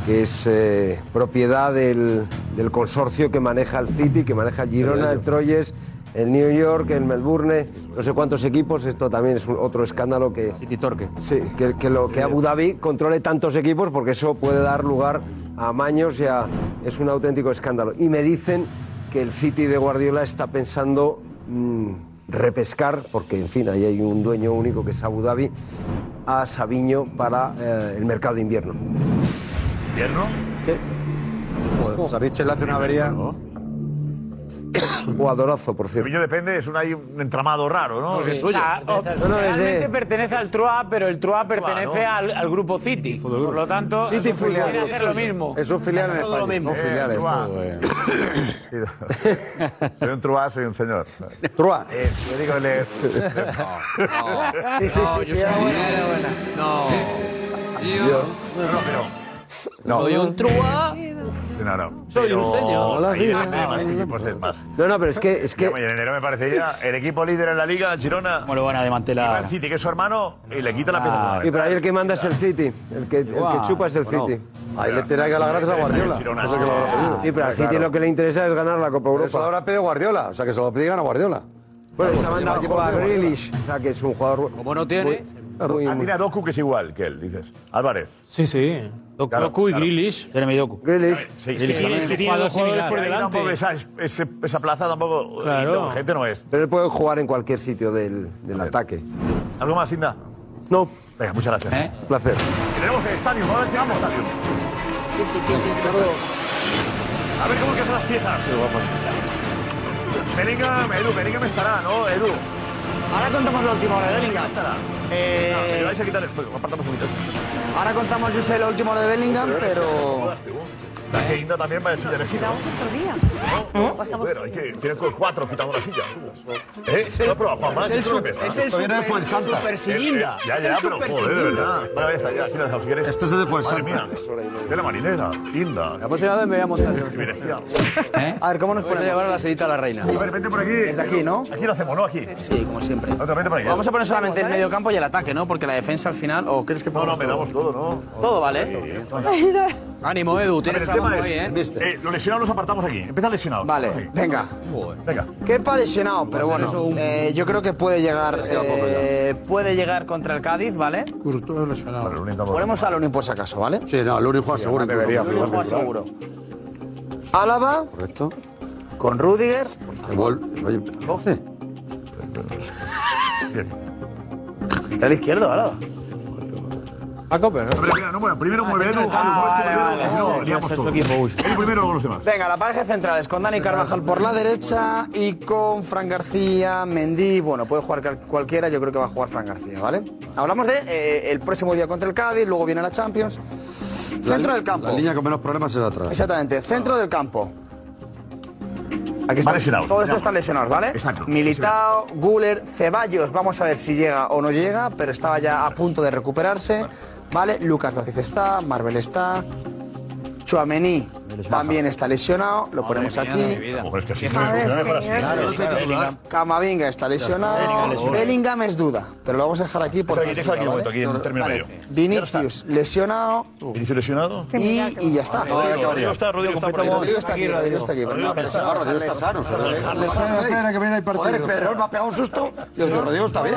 que es eh, propiedad del, del consorcio que maneja el City, que maneja el Girona, el Troyes el New York, el Melbourne, no sé cuántos equipos. Esto también es un- otro escándalo que. Sí, que, que lo, que Abu Dhabi controle tantos equipos porque eso puede dar lugar a maños y a- Es un auténtico escándalo. Y me dicen que el City de Guardiola está pensando. mm, repescar, porque en fin, ahí hay un dueño único que es Abu Dhabi, a Sabiño para eh, el mercado de invierno.
¿Invierno?
Sí.
Joder, pues a Mitchell le hace una avería. <coughs>
<coughs>
Jugadorazo, por cierto.
Sabiño depende, es un, hay un entramado raro, ¿no?
Sí. Ah, o- realmente pertenece al TROA, pero el TROA pertenece
¿no?
al, al grupo City. Por lo tanto,
City
viene
filial.
a hacer lo mismo.
Es un filial en España. No, filial es todo, eh.
Soy un truá, <laughs> soy un señor.
Truá.
Eh, yo
<laughs>
digo, le...
Sí, sí, sí, sí, era buena,
era buena. No.
Yo-
No, pero... No.
Soy un truá.
Sí, no, no.
Soy
Pero-
un señor.
Ahí
Hola, vida.
depende de más equipos, es más.
No, no, pero es que. Es que...
en enero me parecería el equipo líder en la liga, Girona. ¿Cómo
lo van a
desmantelar? el City, que es su hermano, y le quita la pieza.
Ah,
Ah,
Y pero ahí el que manda es el City, el que, el que
Guau.
chupa es el
Bueno,
City.
ahí le tendrá que dar las gracias a Guardiola.
Girona.
No sé qué lo habrá pedido.
Sí, pero al City
Claro.
lo que le interesa es ganar la Copa
Pero Eso lo
Europa.
habrá pedido Guardiola, o sea que se lo digan a Guardiola.
Bueno, esa
Pues,
banda
lleva-
juega a
lleva-
Grealish, o sea que es un jugador. Como no tiene.
Ah, tiene a Doku, que es igual que él, dices. Álvarez.
Sí, sí. Doku, y Grealish.
Jeremy Doku.
Grealish.
Sí,
Grealish también.
es que
Tiene dos jugadores por
Ahí
delante.
tampoco Esa, ese- esa plaza tampoco... Claro. gente no es.
Pero él puede jugar en cualquier sitio del, del ataque.
¿Algo más, Inda?
No.
Venga, muchas gracias.
Un placer.
Tenemos el estadio, ahora llegamos al estadio. A ver cómo que son las piezas. Bellingham, Edu, Bellingham estará, ¿no, Edu?
Ahora contamos la última hora de Bellingham.
Estará.
Eh,
No, me vais a quitar el fuego, apartamos un poquito.
ahora contamos, yo sé, la última hora de Bellingham, pero...
La que Inda también va a echar el Quitamos
otro día. ¿Eh?
No, pero hay que... Tiene cu- cuatro quitando la silla. ¿Eh? Se lo ha probado Juan
es el sup- es el Esto viene de super- Fuensanta. super Silinda.
Eh, Ya,
Es
ya,
el
pero
super
joder, de
Silinda.
verdad. Bueno, ya está, ya, aquí lo dejamos, si quieres.
Este es el de Fuensanta.
Madre mía, de la marinera, Inda.
Hemos llegado y me voy a montar yo.
Privilegiado.
¿Eh? A ver, ¿cómo
Vamos a
nos ponemos?
llevar a la
sedita a la reina.
A ver, vente por aquí.
Desde aquí, ¿no?
Aquí lo hacemos, ¿no? Aquí.
Sí, como siempre.
Otra, vente por aquí.
Vamos a poner solamente el medio campo y el ataque, ¿no? Porque la defensa al final, ¿o crees que
No, no,
podemos
me damos todo, ¿no?
Todo vale. <laughs> Ánimo, Edu, tienes
A ver, el tema
trabajo
es,
ahí, ¿eh?
eh, los lesionados los apartamos aquí. Empieza lesionado.
Vale, venga.
Venga.
Que es lesionado, pero
Pues
bueno, eh, yo creo que puede llegar, eh, puede llegar contra el Cádiz, ¿vale?
Courtois lesionado.
Ponemos a Lunin por si acaso, ¿vale?
Sí, no, Luni juega seguro.
Debería
Luni juega
seguro. Álava
Correcto.
con Rudiger.
El gol- Oye, 12.
Lateral izquierdo, Álava.
Paco, pero no. no, bueno, primero mueve
Ah,
Edu. No,
pues
liamos todo. El primero con los demás.
Venga, la pareja central es con Dani Carvajal por la derecha y con Fran García, Mendy. Bueno, puede jugar cal- cualquiera, yo creo que va a jugar Fran García, ¿vale? Hablamos de eh, el próximo día contra el Cádiz, luego viene la Champions. Centro
La-
del campo.
La línea con menos problemas es atrás.
Exactamente, centro del campo. Aquí está.
Va lesionado.
Todo esto
Vamos.
está lesionados, ¿vale?
Exacto.
Militao, Guller, Ceballos, vamos a ver si llega o no llega, pero estaba ya a punto de recuperarse, ¿vale? Lucas Vázquez está, Marvel está, Chuamení también está lesionado, lo ponemos
mía, de mi
aquí.
vida. Joder, es que si
Ah,
no es
es
mejor así.
que es-
Claro,
Bellingham.
titular.
Camavinga está
Bellingham
lesionado,
lesionado.
Bellingham es duda, pero lo vamos a dejar aquí porque...
Aquí, déjalo aquí un momento, aquí en el término medio.
Vinicius lesionado
¿Vinicius lesionado?
y, y ya está.
Rodrigo, Rodrigo está, Rodrigo está por ahí.
Rodrigo está aquí, Rodrigo está aquí.
Rodrigo está
Espera,
sano,
espera,
Rodrigo está sano.
espera, espera, espera, que viene el partido.
Joder, Pedro, me ha pegado un susto. Dios mío, Rodrigo está bien.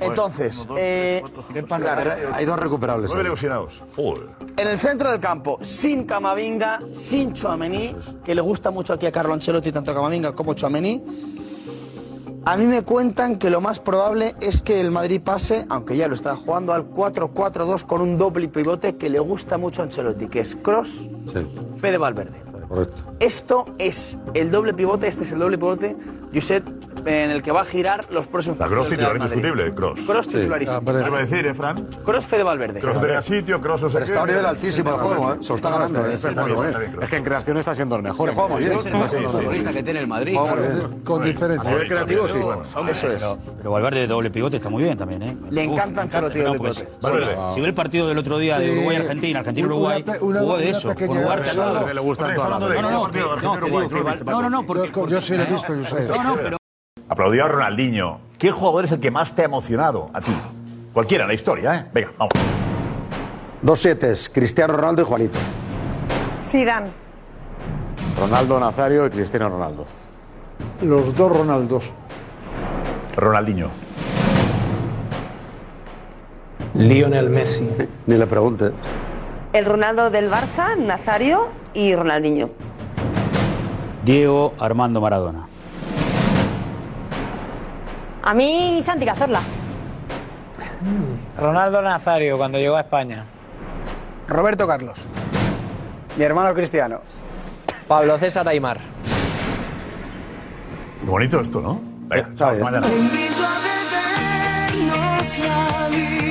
Entonces, eh, claro,
Hay dos recuperables.
Nueve lesionados. Joder.
en el centro del campo, sin Camavinga, sin Chuamení, que le gusta mucho aquí a Carlo Ancelotti, tanto Camavinga como Chuamení. A mí me cuentan que lo más probable es que el Madrid pase, aunque ya lo está jugando, al 4-4-2 con un doble pivote que le gusta mucho a Ancelotti, que es Cross, Fede Valverde.
Correcto.
Esto es el doble pivote, este es el doble pivote, Josep, en el que va a girar los próximos
La Cross
partidos del Real
titular
Madrid.
indiscutible, Cross.
Cross titularísimo.
¿Qué le va a decir, eh, Fran?
Cross Fede Valverde.
Cross tenía sitio, Cross no sé
Pero está a un
qué.
nivel altísimo el juego, ¿eh? Se lo está ganando.
Está
¿eh?
bien, está bien, Es que en creación está siendo el mejor. ¿eh?
Que jugamos ¿eh? bien.
que tiene el Madrid.
Con diferencia.
Eso es.
Pero, pero Valverde de doble pivote está muy bien también, ¿eh?
Le encanta Ancelotti doble
porque
pivote.
si- pues, Si, ve el partido del otro día de
Sí.
Uruguay-Argentina, Argentina-Uruguay,
Una pe- una-
jugó de
una
eso.
pequeña
Con Ugarte al lado.
que le gusta
Hombre,
en toda la
hablando de-
vida.
no, no, que- no, que digo que Val- no, no, no, porque...
Yo sí lo he visto, yo sé.
No, no, pero
Aplaudió a Ronaldinho. ¿Qué jugador es el que más te ha emocionado a ti? Cualquiera, en la historia, ¿eh? Venga, vamos.
Dos sietes, Cristiano Ronaldo y Juanito.
Zidane.
Ronaldo Nazario y Cristiano Ronaldo.
Los dos Ronaldos.
Ronaldinho.
Lionel Messi.
Ni le pregunte.
El Ronaldo del Barça, Nazario y Ronaldinho.
Diego Armando Maradona.
A mí, Santi Cazorla.
Ronaldo Nazario cuando llegó a España.
Roberto Carlos. Mi hermano Cristiano.
Pablo César Aymar.
Bonito esto, ¿no? Venga, hasta mañana.
Te invito a bebernos la vida.